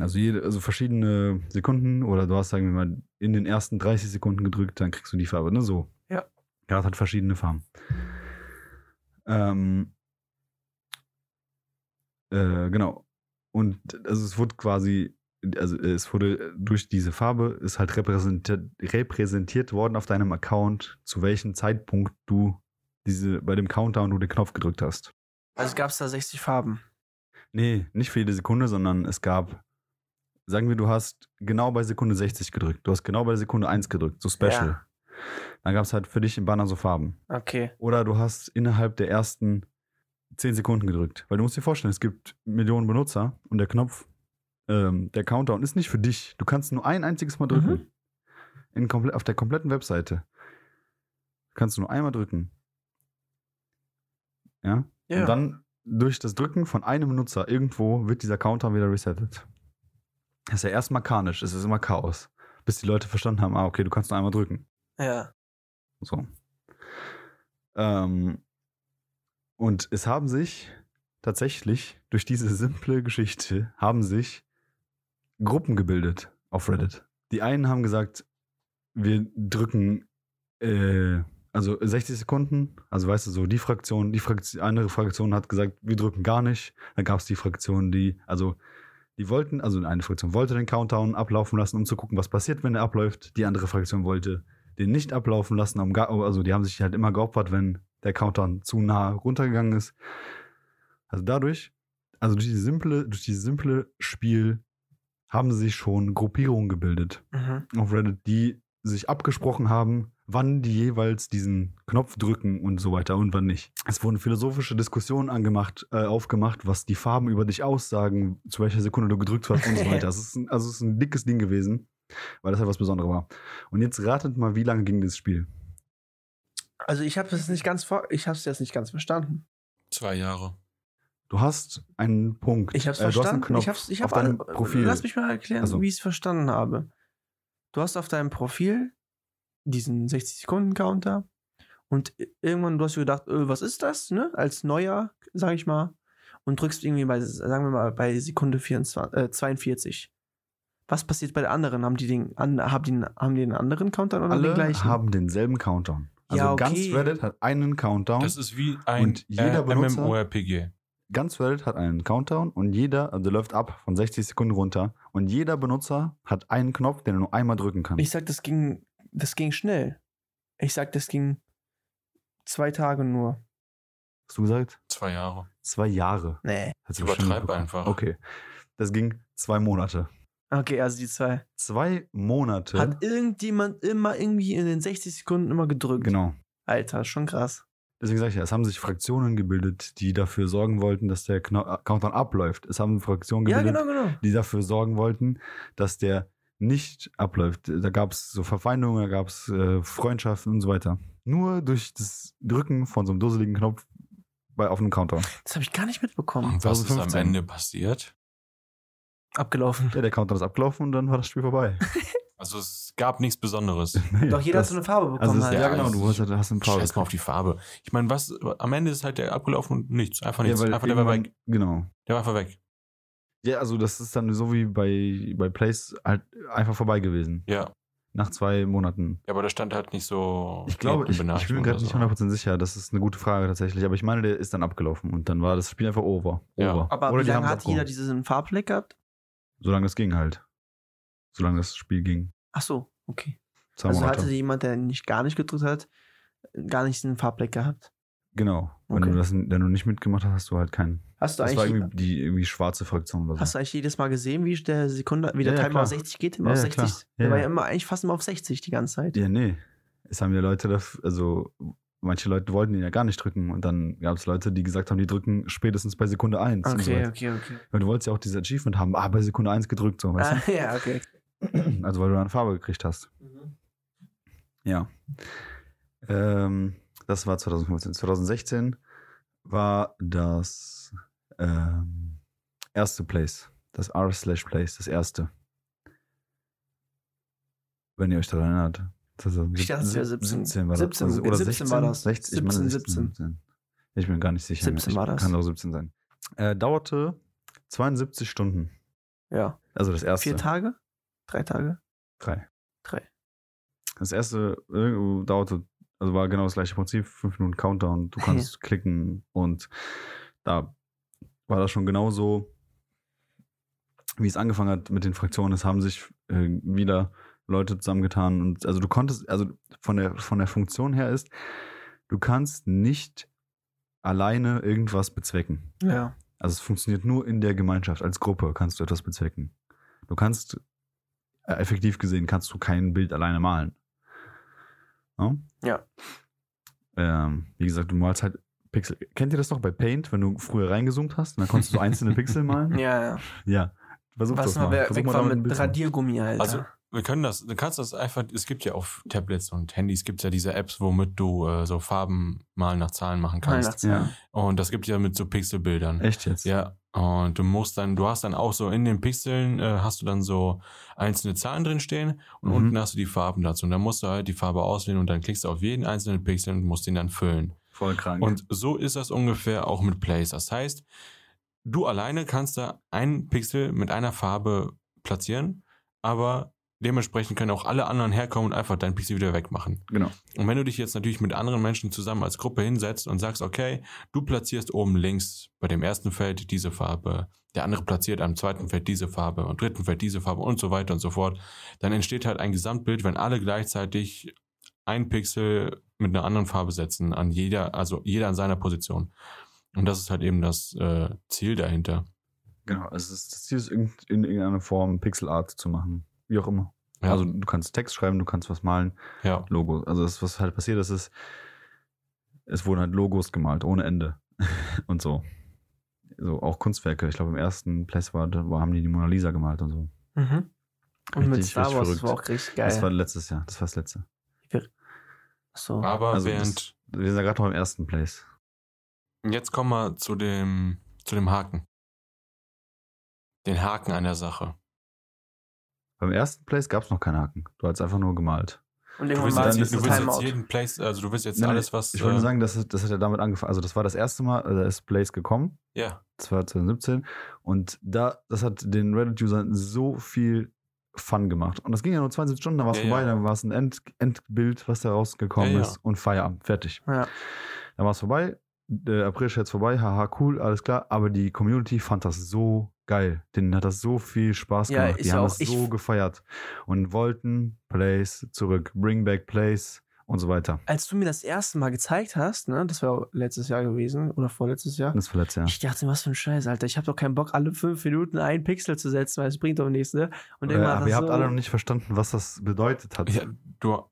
S1: Also, jede, also verschiedene Sekunden oder du hast, sagen wir mal, in den ersten 30 Sekunden gedrückt, dann kriegst du die Farbe, ne? So.
S2: Ja.
S1: Gerade hat halt verschiedene Farben. Ähm, äh, genau. Und also es wurde quasi, also es wurde durch diese Farbe ist halt repräsentiert, repräsentiert worden auf deinem Account, zu welchem Zeitpunkt du diese, bei dem Countdown du den Knopf gedrückt hast.
S2: Also gab es da 60 Farben.
S1: Nee, nicht für jede Sekunde, sondern es gab, sagen wir, du hast genau bei Sekunde 60 gedrückt. Du hast genau bei Sekunde 1 gedrückt, so Special. Dann gab es halt für dich im Banner so Farben.
S2: Okay.
S1: Oder du hast innerhalb der ersten 10 Sekunden gedrückt. Weil du musst dir vorstellen, es gibt Millionen Benutzer und der Knopf, ähm, der Countdown ist nicht für dich. Du kannst nur ein einziges Mal drücken.
S2: Mhm.
S1: In komple auf der kompletten Webseite. Kannst du nur einmal drücken. Ja?
S2: Ja.
S1: Und dann durch das Drücken von einem Nutzer irgendwo wird dieser Countdown wieder resettet. Das ist ja erstmal karnisch, es ist immer Chaos. Bis die Leute verstanden haben, ah, okay, du kannst nur einmal drücken.
S2: ja.
S1: So. Ähm, und es haben sich tatsächlich durch diese simple Geschichte haben sich Gruppen gebildet auf Reddit. Die einen haben gesagt, wir drücken äh, also 60 Sekunden, also weißt du so, die Fraktion, die Fraktion, andere Fraktion hat gesagt, wir drücken gar nicht. Dann gab es die Fraktion, die, also die wollten, also eine Fraktion wollte den Countdown ablaufen lassen, um zu gucken, was passiert, wenn er abläuft. Die andere Fraktion wollte den nicht ablaufen lassen. um gar- Also die haben sich halt immer geopfert, wenn der Countdown zu nah runtergegangen ist. Also dadurch, also durch dieses simple, durch dieses simple Spiel haben sich schon Gruppierungen gebildet
S2: Mhm.
S1: auf Reddit, die sich abgesprochen haben, wann die jeweils diesen Knopf drücken und so weiter und wann nicht. Es wurden philosophische Diskussionen angemacht, äh, aufgemacht, was die Farben über dich aussagen, zu welcher Sekunde du gedrückt hast und so weiter. Es ist ein, also es ist ein dickes Ding gewesen, weil das halt was Besonderes war. Und jetzt ratet mal, wie lange ging das Spiel?
S2: Also ich habe es nicht ganz vor, ich habe es jetzt nicht ganz verstanden.
S3: Zwei Jahre.
S1: Du hast einen Punkt.
S2: Ich habe es
S1: äh, du hast einen
S2: verstanden.
S1: Knopf
S2: Ich hab's, ich
S1: auf
S2: hab
S1: deinem
S2: alle-
S1: Profil.
S2: Lass mich mal erklären,
S1: Also-
S2: wie ich es verstanden habe. Du hast auf deinem Profil diesen 60 Sekunden Counter und irgendwann du hast dir gedacht, äh, was ist das, ne? Als neuer, sag ich mal, und drückst irgendwie bei sagen wir mal bei Sekunde 24, äh, 42. Was passiert bei den anderen? Haben die den an, haben den haben die einen anderen Counter oder den
S1: Alle
S2: gleichen?
S1: haben denselben Countdown. Also
S2: Ja, okay.
S1: ganz Reddit hat einen Countdown.
S3: Das ist wie ein
S1: Und jeder
S3: äh,
S1: Benutzer-
S3: MMORPG.
S1: ganz Reddit hat einen Countdown und jeder, also läuft ab von 60 Sekunden runter und jeder Benutzer hat einen Knopf, den er nur einmal drücken kann.
S2: Ich sag, das ging, das ging schnell. Ich sag, das ging zwei Tage nur.
S1: Hast du gesagt?
S3: Zwei Jahre.
S1: Zwei Jahre.
S2: Nee.
S1: Hat sie
S3: Übertreib
S1: bestimmt bekommen.
S3: einfach.
S1: Okay. Das ging zwei Monate.
S2: Okay, also die zwei.
S1: Zwei Monate.
S2: Hat irgendjemand immer irgendwie in den 60 Sekunden immer gedrückt.
S1: genau.
S2: Alter, schon krass.
S1: Deswegen sage ich ja, es haben sich Fraktionen gebildet, die dafür sorgen wollten, dass der Kno- Countdown abläuft. Es haben Fraktionen
S2: Ja,
S1: gebildet,
S2: genau, genau.
S1: die dafür sorgen wollten, dass der nicht abläuft. Da gab es so Verfeindungen, da gab es äh, Freundschaften und so weiter. Nur durch das Drücken von so einem dusseligen Knopf bei, auf einem Countdown.
S2: Das habe ich gar nicht mitbekommen.
S3: Und was ist am
S1: 2015.
S3: Ende passiert?
S2: Abgelaufen.
S1: Ja, der Countdown ist abgelaufen und dann war das Spiel vorbei.
S3: Also es gab nichts Besonderes.
S2: Doch jeder
S1: das,
S2: hat so eine Farbe bekommen.
S1: also das,
S2: halt.
S1: ja,
S3: Ja,
S1: genau,
S3: also
S1: du hast, hast einen Power.
S3: Scheiß mal auf die Farbe. Ich meine, was am Ende ist halt der abgelaufen und nichts. Einfach
S1: ja,
S3: nichts.
S1: weil
S3: einfach der war
S1: irgendwann-
S3: weg.
S1: Genau.
S3: Der war einfach weg.
S1: Ja, also das ist dann so wie bei, bei Place halt einfach vorbei gewesen.
S3: Ja. ja,
S1: Nach zwei Monaten.
S3: aber da stand halt nicht so.
S1: Ich glaube, ich, ich bin mir
S3: Benachrichtigung
S1: gerade
S3: oder
S1: nicht
S3: so.
S1: 100% sicher. Das ist eine gute Frage tatsächlich. Aber ich meine, der ist dann abgelaufen und dann war das Spiel einfach over.
S3: Ja.
S1: over.
S2: Aber wie
S1: die
S2: lange
S1: haben's
S2: hat jeder
S1: abgehoben.
S2: diesen Farbfleck gehabt?
S1: Solange es ging halt. Solange das Spiel ging.
S2: Ach so, okay.
S1: Zwei
S2: also
S1: Monate.
S2: hatte jemand, der nicht gar nicht gedrückt hat, gar nicht diesen Farbfleck gehabt.
S1: genau. Wenn,
S2: Okay.
S1: du das, wenn du nicht mitgemacht hast, hast du halt keinen.
S2: Hast du
S1: Das war
S2: eigentlich
S1: irgendwie die irgendwie schwarze Fraktion oder so.
S2: hast du eigentlich jedes Mal gesehen, wie der Sekunde, wie der
S1: Also. Ja, ja,
S2: Timer
S1: klar.
S2: auf 60 geht? Immer
S1: Ja,
S2: auf
S1: ja,
S2: 60.
S1: klar. Ja,
S2: der war
S1: ja.
S2: ja immer eigentlich fast immer auf 60 die ganze Zeit.
S1: ja, nee. Es haben ja Leute, daf- also manche Leute wollten ihn ja gar nicht drücken und dann gab es Leute, die gesagt haben, die drücken spätestens bei Sekunde 1. und so
S2: Okay,
S1: weiter.
S2: okay, okay.
S1: Weil du wolltest ja auch dieses Achievement haben, ah, bei Sekunde 1 gedrückt, so, weißt
S2: Ah, ja, okay.
S1: du? Also weil du dann Farbe gekriegt hast.
S2: Mhm.
S1: Ja. Ähm, das war 2015. 2016 war das ähm, erste Place. Das R slash Place, das erste. Wenn ihr euch daran erinnert. Das war
S2: Ich dachte, es wäre 17.
S1: 17 war das.
S2: 17,
S1: Also, oder
S2: 17
S1: 16
S2: war das.
S1: 16, ich meine
S2: 17,
S1: 16, 17. Ich bin mir gar nicht sicher.
S2: 17
S1: ich
S2: war das.
S1: Kann auch 17 sein. Äh, dauerte 72 Stunden.
S2: Ja.
S1: Also das erste.
S2: Vier Tage? Drei Tage?
S1: Drei.
S2: Drei.
S1: Das erste äh, dauerte, also war genau das gleiche Prinzip, fünf Minuten Countdown, du kannst klicken und da war das schon genauso, wie es angefangen hat mit den Fraktionen. Es haben sich äh, wieder Leute zusammengetan und also du konntest, also von der, von der Funktion her ist, du kannst nicht alleine irgendwas bezwecken.
S2: Ja.
S1: Also es funktioniert nur in der Gemeinschaft. Als Gruppe kannst du etwas bezwecken. Du kannst, äh, effektiv gesehen, kannst du kein Bild alleine malen. Ne?
S2: Ja.
S1: Ähm, wie gesagt, du malst halt Pixel. Kennt ihr das noch bei Paint, wenn du früher reingezoomt hast? Und dann konntest du so einzelne Pixel malen?
S2: Ja, ja.
S1: Ja. Versuch
S2: Was
S1: das
S2: mal
S1: mal.
S2: wer
S1: Versuch
S2: weg
S1: mal
S2: war
S1: damit ein
S2: mit
S1: Bild zu machen.
S2: Radiergummi, halt, ne? Alter.
S3: Also, wir können das, du kannst das einfach, es gibt ja auf Tablets und Handys gibt es ja diese Apps, womit du äh, so Farben mal nach Zahlen machen kannst.
S2: Weihnachtszeit.
S3: Und das gibt ja mit so Pixelbildern.
S1: Ja, echt jetzt.
S3: Ja, und du musst dann, du hast dann auch so in den Pixeln, äh, hast du dann so einzelne Zahlen drin stehen und
S1: Mhm.
S3: unten hast du die Farben dazu. Und dann musst du halt die Farbe auswählen und dann klickst du auf jeden einzelnen Pixel und musst den dann füllen.
S1: Voll krank.
S3: Und so ist das ungefähr auch mit Plays. Das heißt, du alleine kannst da einen Pixel mit einer Farbe platzieren, aber dementsprechend können auch alle anderen herkommen und einfach deinen Pixel wieder wegmachen.
S1: genau.
S3: Und wenn du dich jetzt natürlich mit anderen Menschen zusammen als Gruppe hinsetzt und sagst, okay, du platzierst oben links bei dem ersten Feld diese Farbe, der andere platziert am zweiten Feld diese Farbe, am dritten Feld diese Farbe und so weiter und so fort, dann entsteht halt ein Gesamtbild, wenn alle gleichzeitig ein Pixel mit einer anderen Farbe setzen, an jeder, also jeder an seiner Position. Und das ist halt eben das äh, Ziel dahinter.
S1: Genau. Es ist, das Ziel ist, irgend- in irgendeiner Form Pixelart zu machen. Wie auch immer.
S3: Ja,
S1: Also du kannst Text schreiben, du kannst was malen.
S3: ja.
S1: Logo. Also das, was halt passiert ist, ist, es wurden halt Logos gemalt, ohne Ende. und so. So, auch Kunstwerke. Ich glaube, im ersten Place war, da haben die die Mona Lisa gemalt und so.
S2: Mhm. Und mit
S1: Richtig,
S2: Star
S1: richtig
S2: Wars das
S1: verrückt.
S2: war auch richtig geil.
S1: Das war letztes Jahr. Das war das letzte.
S2: so.
S3: Aber
S1: Also
S3: während,
S1: Wir sind gerade noch im ersten Place.
S3: jetzt kommen wir zu dem, zu dem Haken. Den Haken an der Sache.
S1: Beim ersten Place gab es noch keinen Haken. Du hast einfach nur gemalt.
S2: Und
S3: Du
S2: irgendwann
S3: willst
S1: mal
S2: war
S1: dann
S3: jetzt,
S2: es
S1: ist
S3: nicht-
S2: ein
S1: das
S3: du willst jetzt
S2: Timeout.
S3: jeden Place, also du willst jetzt
S1: Nein, nein,
S3: alles, was.
S1: Ich wollte
S3: äh,
S1: nur sagen, das, das hat ja damit angefangen. Also das war das erste Mal, also das Place gekommen.
S3: Ja,
S1: Das war 2017. Und da, das hat den Reddit-Usern so viel Fun gemacht. Und das ging ja nur 20 Stunden, dann war es
S3: Ja,
S1: vorbei,
S3: ja.
S1: dann war es ein End, Endbild, was da rausgekommen
S3: Ja, ja.
S1: ist und Feierabend, fertig.
S2: Ja.
S1: Dann war es vorbei, der April-Scherz vorbei, haha, cool, alles klar, aber die Community fand das so geil. Denen hat das so viel Spaß
S2: Ja,
S1: gemacht.
S2: ich
S1: die haben
S2: auch.
S1: das
S2: Ich-
S1: so gefeiert und wollten Plays zurück, bring back Plays und so weiter.
S2: Als du mir das erste Mal gezeigt hast, ne, das war letztes Jahr gewesen oder vorletztes Jahr,
S1: Das verletzt ja.
S2: ich dachte, was für ein Scheiß, Alter. Ich habe doch keinen Bock, alle fünf Minuten einen Pixel zu setzen, weil es bringt doch nichts, ne? Und
S1: Äh,
S2: irgendwann hat
S1: aber ihr
S2: das
S1: habt
S2: so-
S1: alle noch nicht verstanden, was das bedeutet hat.
S3: Ja, du,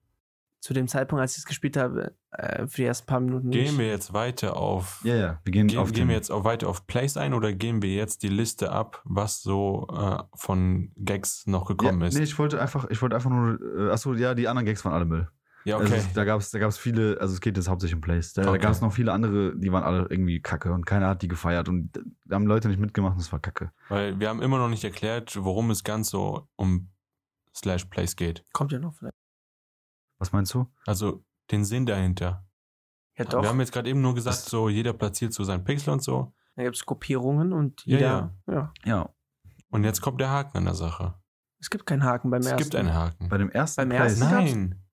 S2: zu dem Zeitpunkt, als ich es gespielt habe, äh, für die ersten paar Minuten
S3: gehen
S2: nicht.
S3: wir jetzt weiter auf.
S1: Ja, ja, wir gehen
S3: Gehen,
S1: auf
S3: gehen
S1: den-
S3: wir jetzt auch weiter auf Plays ein oder gehen wir jetzt die Liste ab, was so äh, von Gags noch gekommen
S1: ja,
S3: ist?
S1: Nee, ich wollte einfach, ich wollte einfach nur, äh, achso, ja, die anderen Gags waren alle Müll.
S3: ja,
S1: Also,
S3: okay.
S1: es- da gab es da gab's viele, also es geht jetzt hauptsächlich um Plays. Da, da
S3: Okay.
S1: gab es noch viele andere, die waren alle irgendwie kacke und keiner hat die gefeiert und da haben Leute nicht mitgemacht und es war kacke.
S3: Weil wir haben immer noch nicht erklärt, worum es ganz so um Slash Plays geht.
S2: Kommt ja noch vielleicht.
S1: Was meinst du?
S3: Also den Sinn dahinter.
S2: Ja, doch.
S3: Wir haben
S2: Dann
S3: jetzt gerade eben nur gesagt,
S1: Das-
S3: so jeder platziert so seinen Pixel und so.
S2: gibt es Gruppierungen und
S3: Ja,
S2: jeder. Ja,
S1: Ja,
S3: Und jetzt kommt der Haken an der Sache.
S2: Es gibt keinen Haken beim
S3: es
S2: ersten.
S3: gibt einen Haken.
S1: bei dem ersten
S2: Beim
S1: Plays.
S2: ersten?
S3: Nein.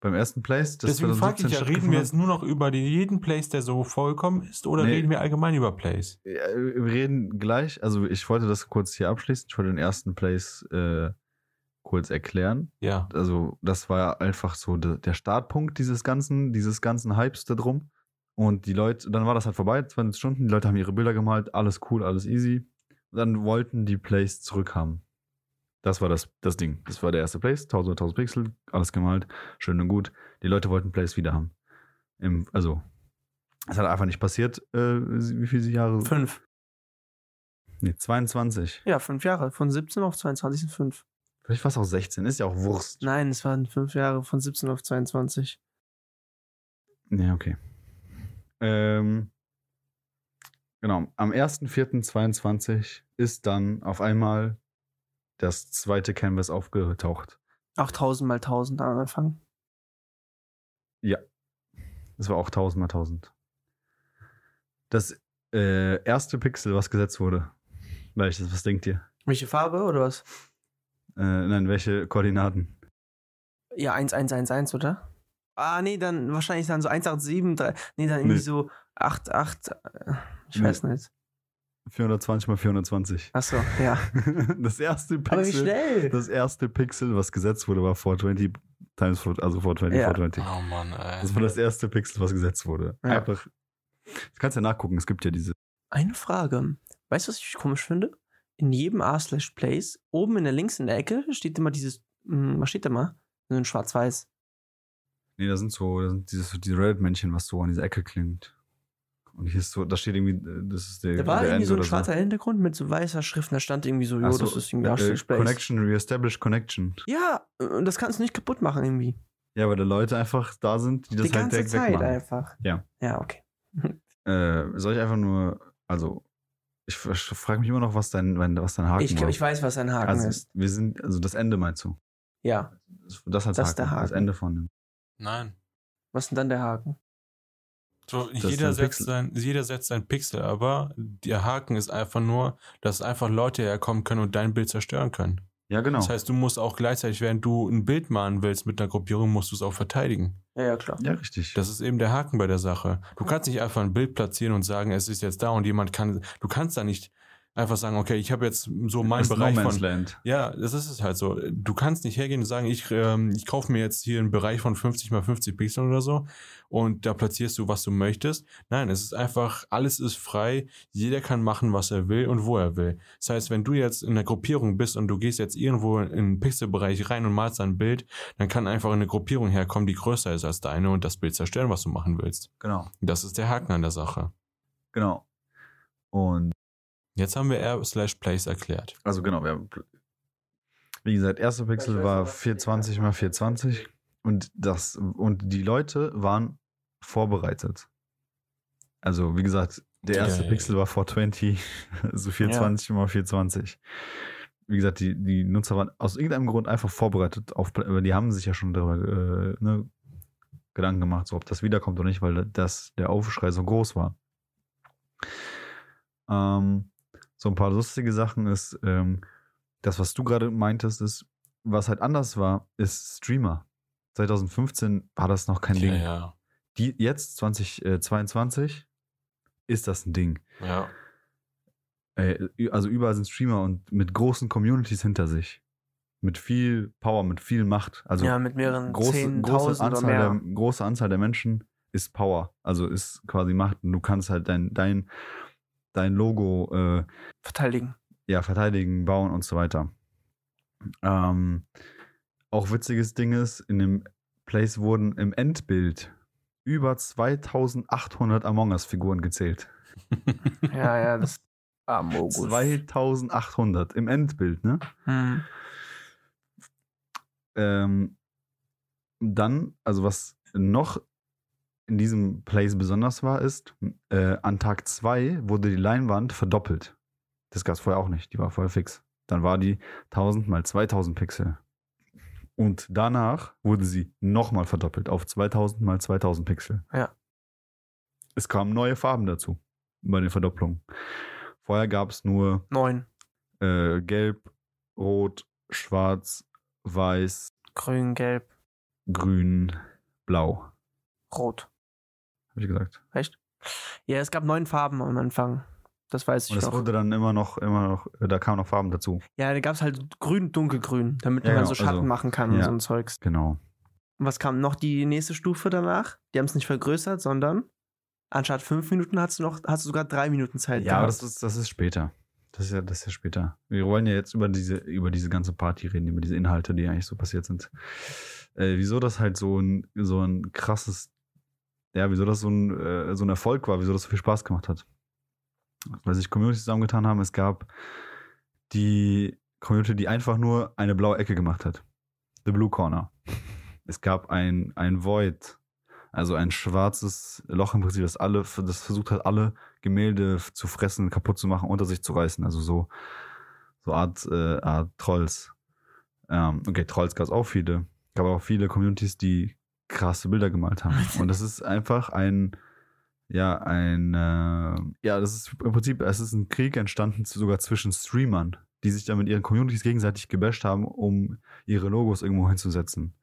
S1: Beim ersten Plays, das
S3: Deswegen frage ich
S1: 2017
S3: ja, reden wir jetzt
S1: stattgefunden
S3: nur noch über die, jeden Place, der so vollkommen ist, oder
S1: Nee.
S3: reden wir allgemein über Plays?
S1: hat. Ja, wir reden gleich, also ich wollte das kurz hier abschließen. Ich wollte den ersten Plays äh, kurz erklären.
S3: Ja.
S1: also das war ja einfach so de, der Startpunkt dieses ganzen, dieses ganzen Hypes da drum. Und die Leute, dann war das halt vorbei, 20 Stunden, die Leute haben ihre Bilder gemalt, alles cool, alles easy. Und dann wollten die Plays zurückhaben. Das war das, das Ding. Das war der erste Place, 1000 1000 Pixel, alles gemalt, schön und gut. Die Leute wollten Plays wieder haben. Im, also, es hat einfach nicht passiert, äh, wie viele Jahre?
S2: Fünf.
S1: Nee, 22.
S2: Ja, fünf Jahre. Von 17 auf 22 sind fünf.
S1: Vielleicht war es auch 16, ist ja auch Wurst.
S2: Nein, es waren fünf Jahre von 17 auf 22.
S1: Ja, okay. Ähm, genau, am 1.4.22 ist dann auf einmal das zweite Canvas aufgetaucht.
S2: Auch 1000 mal 1000 am Anfang.
S1: Das war auch 1000 mal 1000. Das äh, erste Pixel, was gesetzt wurde. Welches, was denkt ihr?
S2: Welche Farbe oder was?
S1: Äh, nein, welche Koordinaten?
S2: Ja, 1111, oder? Ah, nee, dann wahrscheinlich dann so 187. drei- Nee, dann irgendwie
S1: Nee.
S2: so 88. äh, Ich
S1: Nee.
S2: weiß nicht.
S1: 420 mal 420.
S2: Achso, ja.
S1: Das erste Pixel.
S2: Aber wie schnell?
S1: Das erste Pixel, was gesetzt wurde, war 420 times 4, also 420,
S2: Ja.
S1: 420.
S3: Oh Mann, ey.
S1: Das war das erste Pixel, was gesetzt wurde.
S2: Ähm. Ja.
S1: Einfach. Du kannst ja nachgucken, es gibt ja diese.
S2: Eine Frage. Weißt du, was ich komisch finde? In jedem R/Plays, oben in der links in der Ecke, steht immer dieses, hm, was steht da mal? So ein Schwarz-Weiß.
S1: Nee, da sind so, da sind dieses, diese Reddit-Männchen, was so an dieser Ecke klingt. Und hier ist so, da steht irgendwie, äh, das ist der.
S2: Da war
S1: der
S2: irgendwie
S1: End
S2: so ein
S1: oder
S2: schwarzer Hintergrund mit so weißer Schrift und da stand irgendwie so, jo,
S1: Ach so,
S2: das ist irgendwie
S1: äh,
S2: R/Place.
S1: Connection, reestablish Connection.
S2: Ja, und das kannst du nicht kaputt machen irgendwie.
S1: Ja, weil da Leute einfach da sind, die das
S2: Die
S1: halt
S2: ganze
S1: direkt
S2: Zeit
S1: wegmachen.
S2: einfach.
S1: Ja.
S2: Ja, okay.
S1: Äh, soll ich einfach nur, also, ich frage mich immer noch, was dein, wenn- was dein Haken
S2: Ich,
S1: war.
S2: ich weiß, was ein Haken
S1: also,
S2: ist.
S1: wir sind, also das Ende meinst du?
S2: Ja.
S1: Das als
S2: Das
S1: Haken,
S2: ist der
S1: das
S2: Haken.
S1: Ende von dem.
S3: Nein.
S2: Was ist denn dann der Haken?
S3: So,
S1: ist
S3: jeder,
S1: ein
S3: setzt
S1: Pixel.
S3: sein, jeder setzt sein Pixel, aber der Haken ist einfach nur, dass einfach Leute herkommen können und dein Bild zerstören können.
S1: Ja, genau.
S3: Das heißt, du musst auch gleichzeitig, während du ein Bild malen willst mit einer Gruppierung, musst du es auch verteidigen.
S2: Ja, ja, klar.
S1: ja, richtig.
S3: Das ist eben der Haken bei der Sache. Du kannst nicht einfach ein Bild platzieren und sagen, es ist jetzt da und jemand kann. Du kannst da nicht einfach sagen, okay, ich habe jetzt so meinen
S1: Das ist
S3: Bereich
S1: no Man's
S3: von.
S1: Land.
S3: Ja, das ist es halt so. Du kannst nicht hergehen und sagen, ich, ähm, ich kaufe mir jetzt hier einen Bereich von 50 mal 50 Pixeln oder so und da platzierst du, was du möchtest. Nein, es ist einfach, alles ist frei, jeder kann machen, was er will und wo er will. Das heißt, wenn du jetzt in einer Gruppierung bist und du gehst jetzt irgendwo in den Pixelbereich rein und malst ein Bild, dann kann einfach eine Gruppierung herkommen, die größer ist als deine und das Bild zerstören, was du machen willst.
S1: Genau,
S3: Das ist der Haken an der Sache.
S1: genau. Und
S3: Jetzt haben wir R slash Place erklärt.
S1: also genau, wir haben, wie gesagt, erster Pixel war 420 mal 420 und das und die Leute waren vorbereitet. Also wie gesagt, der erste
S3: Geil.
S1: Pixel war 420, also 420 mal 420. Wie gesagt, die, die Nutzer waren aus irgendeinem Grund einfach vorbereitet auf, aber die haben sich ja schon darüber äh, ne, Gedanken gemacht, so ob das wiederkommt oder nicht, weil das der Aufschrei so groß war. Ähm, so ein paar lustige Sachen ist, ähm, das, was du gerade meintest, ist, was halt anders war, ist Streamer. 2015 war das noch kein
S3: Ja,
S1: Ding.
S3: ja.
S1: Die, jetzt, 2022, ist das ein Ding.
S3: ja.
S1: Äh, ü- also überall sind Streamer und mit großen Communities hinter sich. Mit viel Power, mit viel Macht. Also
S2: ja, mit mehreren
S1: große, große,
S2: 10.000 oder
S1: Anzahl
S2: mehr.
S1: der, große Anzahl der Menschen ist Power. Also ist quasi Macht. Und du kannst halt dein, dein, dein Logo äh,
S2: verteidigen.
S1: ja, verteidigen, bauen und so weiter. Ähm, auch witziges Ding ist, in dem Place wurden im Endbild über 2800 Among Us-Figuren gezählt.
S2: Ja, ja, das. Amogus.
S1: 2800 im Endbild, ne?
S2: Hm.
S1: Ähm, dann, also was noch in diesem Place besonders war, ist, äh, an Tag 2 wurde die Leinwand verdoppelt. Das gab es vorher auch nicht, die war vorher fix. Dann war die 1000 mal 2000 Pixel. Und danach wurde sie nochmal verdoppelt auf 2000 mal 2000 Pixel.
S2: Ja.
S1: Es kamen neue Farben dazu bei den Verdopplungen. Vorher gab es nur
S2: Neun.
S1: äh, gelb, rot, schwarz, weiß,
S2: Grün, gelb,
S1: grün, blau.
S2: rot.
S1: Habe ich gesagt.
S2: Ja, es gab neun Farben am Anfang. Das weiß
S1: Und
S2: ich
S1: es
S2: noch.
S1: wurde dann immer noch, immer noch, äh, da kamen noch Farben dazu.
S2: Ja, da gab es halt grün, dunkelgrün, damit
S1: Ja,
S2: man
S1: genau,
S2: so Schatten
S1: also-
S2: machen kann und
S1: ja.
S2: so ein Zeugs.
S1: Genau.
S2: Und was kam noch die nächste Stufe danach? Die haben es nicht vergrößert, sondern anstatt fünf Minuten hast du noch, hast du sogar drei Minuten Zeit.
S1: Ja, aber
S2: gehabt.
S1: das ist, das ist später. Das ist ja, das ist ja später. Wir wollen ja jetzt über diese, über diese ganze Party reden, über diese Inhalte, die eigentlich so passiert sind. Äh, wieso das halt so ein, so ein krasses, ja, wieso das so ein, äh, so ein Erfolg war, wieso das so viel Spaß gemacht hat. Weil sich Communities zusammengetan haben, es gab die Community, die einfach nur eine blaue Ecke gemacht hat. The Blue Corner. Es gab ein, ein Void, also ein schwarzes Loch im Prinzip, das alle, das versucht hat, alle Gemälde f- zu fressen, kaputt zu machen, unter sich zu reißen. Also so, so Art, äh, Art Trolls. Ähm, okay, Trolls gab es auch viele. Gab auch viele Communities, die krasse Bilder gemalt haben. Und das ist einfach ein, ja, ein, äh, ja, das ist im Prinzip, es ist ein Krieg entstanden zu- sogar zwischen Streamern, die sich dann mit ihren Communities gegenseitig gebasht haben, um ihre Logos irgendwo hinzusetzen.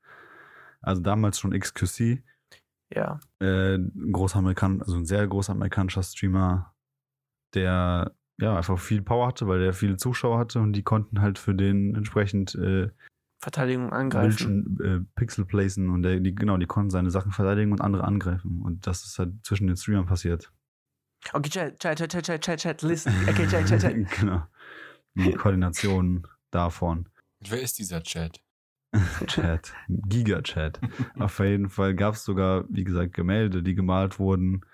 S1: Also damals schon XQC,
S2: ja.
S1: äh, ein großer Amerikan also ein sehr großer amerikanischer Streamer, der ja einfach viel Power hatte, weil der viele Zuschauer hatte und die konnten halt für den entsprechend äh,
S2: Verteidigung angreifen.
S1: Bildschirm, äh, Pixel placen und der, die, genau, die konnten seine Sachen verteidigen und andere angreifen. Und das ist halt zwischen den Streamern passiert.
S2: Okay, chat, chat, chat, chat, chat, chat, chat, listen. Okay, chat, chat, chat.
S1: genau. Die Koordination davon.
S3: Wer ist dieser Chat?
S1: Chat, Giga-Chat. Auf jeden Fall gab es sogar, wie gesagt, Gemälde, die gemalt wurden.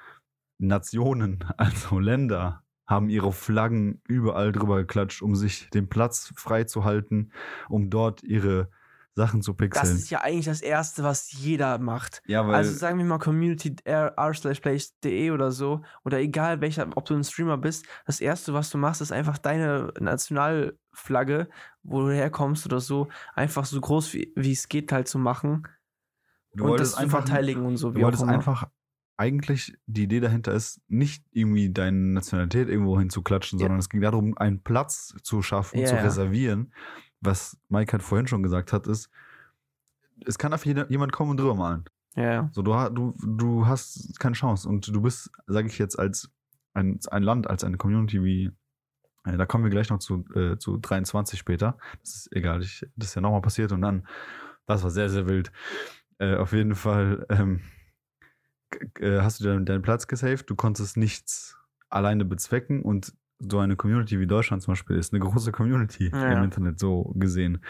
S1: Nationen, also Länder, haben ihre Flaggen überall drüber geklatscht, um sich den Platz freizuhalten, um dort ihre Sachen zu
S2: Das
S1: pixeln.
S2: ist ja eigentlich das Erste, was jeder macht.
S1: Ja, weil
S2: also sagen wir mal Community äh, r/place.de oder so oder egal welcher, ob du ein Streamer bist, das erste, was du machst, ist einfach deine Nationalflagge, wo du herkommst oder so, einfach so groß wie wie es geht halt zu machen
S1: du
S2: und das
S1: wolltest
S2: zu
S1: einfach,
S2: verteidigen und so.
S1: du wolltest einfach, eigentlich die Idee dahinter ist, nicht irgendwie deine Nationalität irgendwo hinzuklatschen,
S2: Ja.
S1: sondern es ging darum, einen Platz zu schaffen,
S2: Ja,
S1: zu
S2: ja.
S1: reservieren. Was Mike halt vorhin schon gesagt hat, ist, es kann einfach jeder, jemand kommen und drüber malen.
S2: Ja, ja.
S1: So, du, ha- du, du hast keine Chance und du bist, sage ich jetzt, als ein, ein Land, als eine Community wie, äh, da kommen wir gleich noch zu, äh, zu 23 später. Das ist egal, ich, das ist ja nochmal passiert und dann, das war sehr, sehr wild. Äh, auf jeden Fall ähm, k- k- äh, hast du deinen, deinen Platz gesaved, du konntest nichts alleine bezwecken und so eine Community wie Deutschland zum Beispiel ist eine große Community
S2: Ja, ja.
S1: im Internet so gesehen.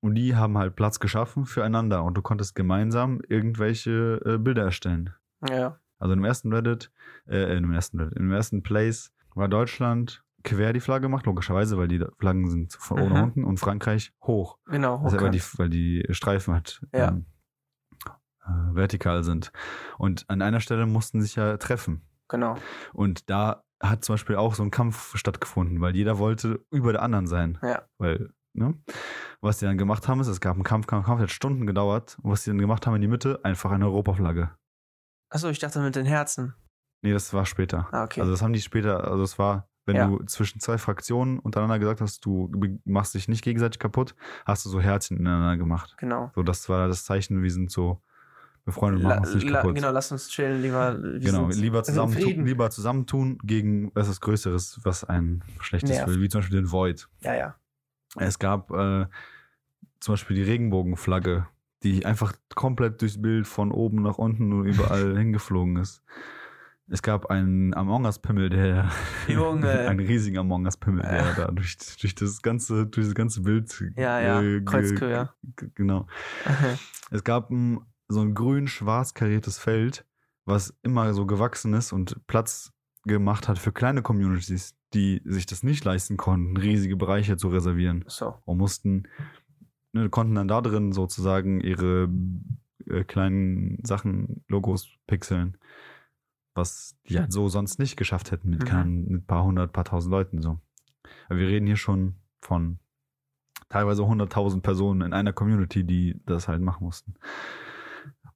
S1: Und die haben halt Platz geschaffen füreinander und du konntest gemeinsam irgendwelche äh, Bilder erstellen.
S2: ja, ja.
S1: Also im ersten Reddit, äh, im ersten Reddit, im ersten Place war Deutschland quer die Flagge gemacht, logischerweise, weil die Flaggen sind von oben
S2: Mhm.
S1: nach unten und Frankreich hoch.
S2: genau.
S1: Also weil,
S2: hochkant.
S1: die, weil die Streifen halt
S2: Ja.
S1: ähm, äh, vertikal sind. Und an einer Stelle mussten sich ja treffen.
S2: genau.
S1: Und da hat zum Beispiel auch so ein Kampf stattgefunden, weil jeder wollte über der anderen sein.
S2: Ja.
S1: Weil, ne? Was die dann gemacht haben, ist, es gab einen Kampf, Kampf, Kampf, der hat Stunden gedauert. Und was die dann gemacht haben in die Mitte, einfach eine Europaflagge.
S2: Achso, ich dachte mit den Herzen.
S1: Nee, das war später.
S2: Ah, okay.
S1: Also das haben die später, also es war Wenn
S2: Ja.
S1: du zwischen zwei Fraktionen untereinander gesagt hast, du be- machst dich nicht gegenseitig kaputt, hast du so Herzchen ineinander gemacht.
S2: Genau.
S1: So, das war das Zeichen, wir sind so befreundet und
S2: La,
S1: machen uns nicht
S2: la,
S1: kaputt.
S2: genau, lass uns chillen, lieber. wir
S1: Genau,
S2: sind-
S1: lieber,
S2: sind
S1: zusammen
S2: Frieden.
S1: lieber zusammentun gegen etwas Größeres, was ein schlechtes
S2: Nervt.
S1: will, wie zum Beispiel den Void.
S2: Ja, ja.
S1: Es gab äh, zum Beispiel die Regenbogenflagge, die einfach komplett durchs Bild von oben nach unten und überall hingeflogen ist. Es gab einen Among Us-Pimmel, der.
S2: Junge.
S1: einen riesigen Among Us-Pimmel, der
S2: Ja.
S1: da durch, durch, das ganze, durch das ganze Bild.
S2: Ja, ja.
S1: äh, ge-
S2: Kreuzkühe.
S1: g- Genau. Es gab ein, so ein grün-schwarz kariertes Feld, was immer so gewachsen ist und Platz gemacht hat für kleine Communities, die sich das nicht leisten konnten, riesige Bereiche zu reservieren
S2: so.
S1: und mussten, ne, konnten dann da drin sozusagen ihre äh, kleinen Sachen, Logos pixeln, was die halt so sonst nicht geschafft hätten mit,
S2: Mhm.
S1: keinem, mit paar hundert, paar tausend Leuten so. Aber wir reden hier schon von teilweise hunderttausend Personen in einer Community, die das halt machen mussten.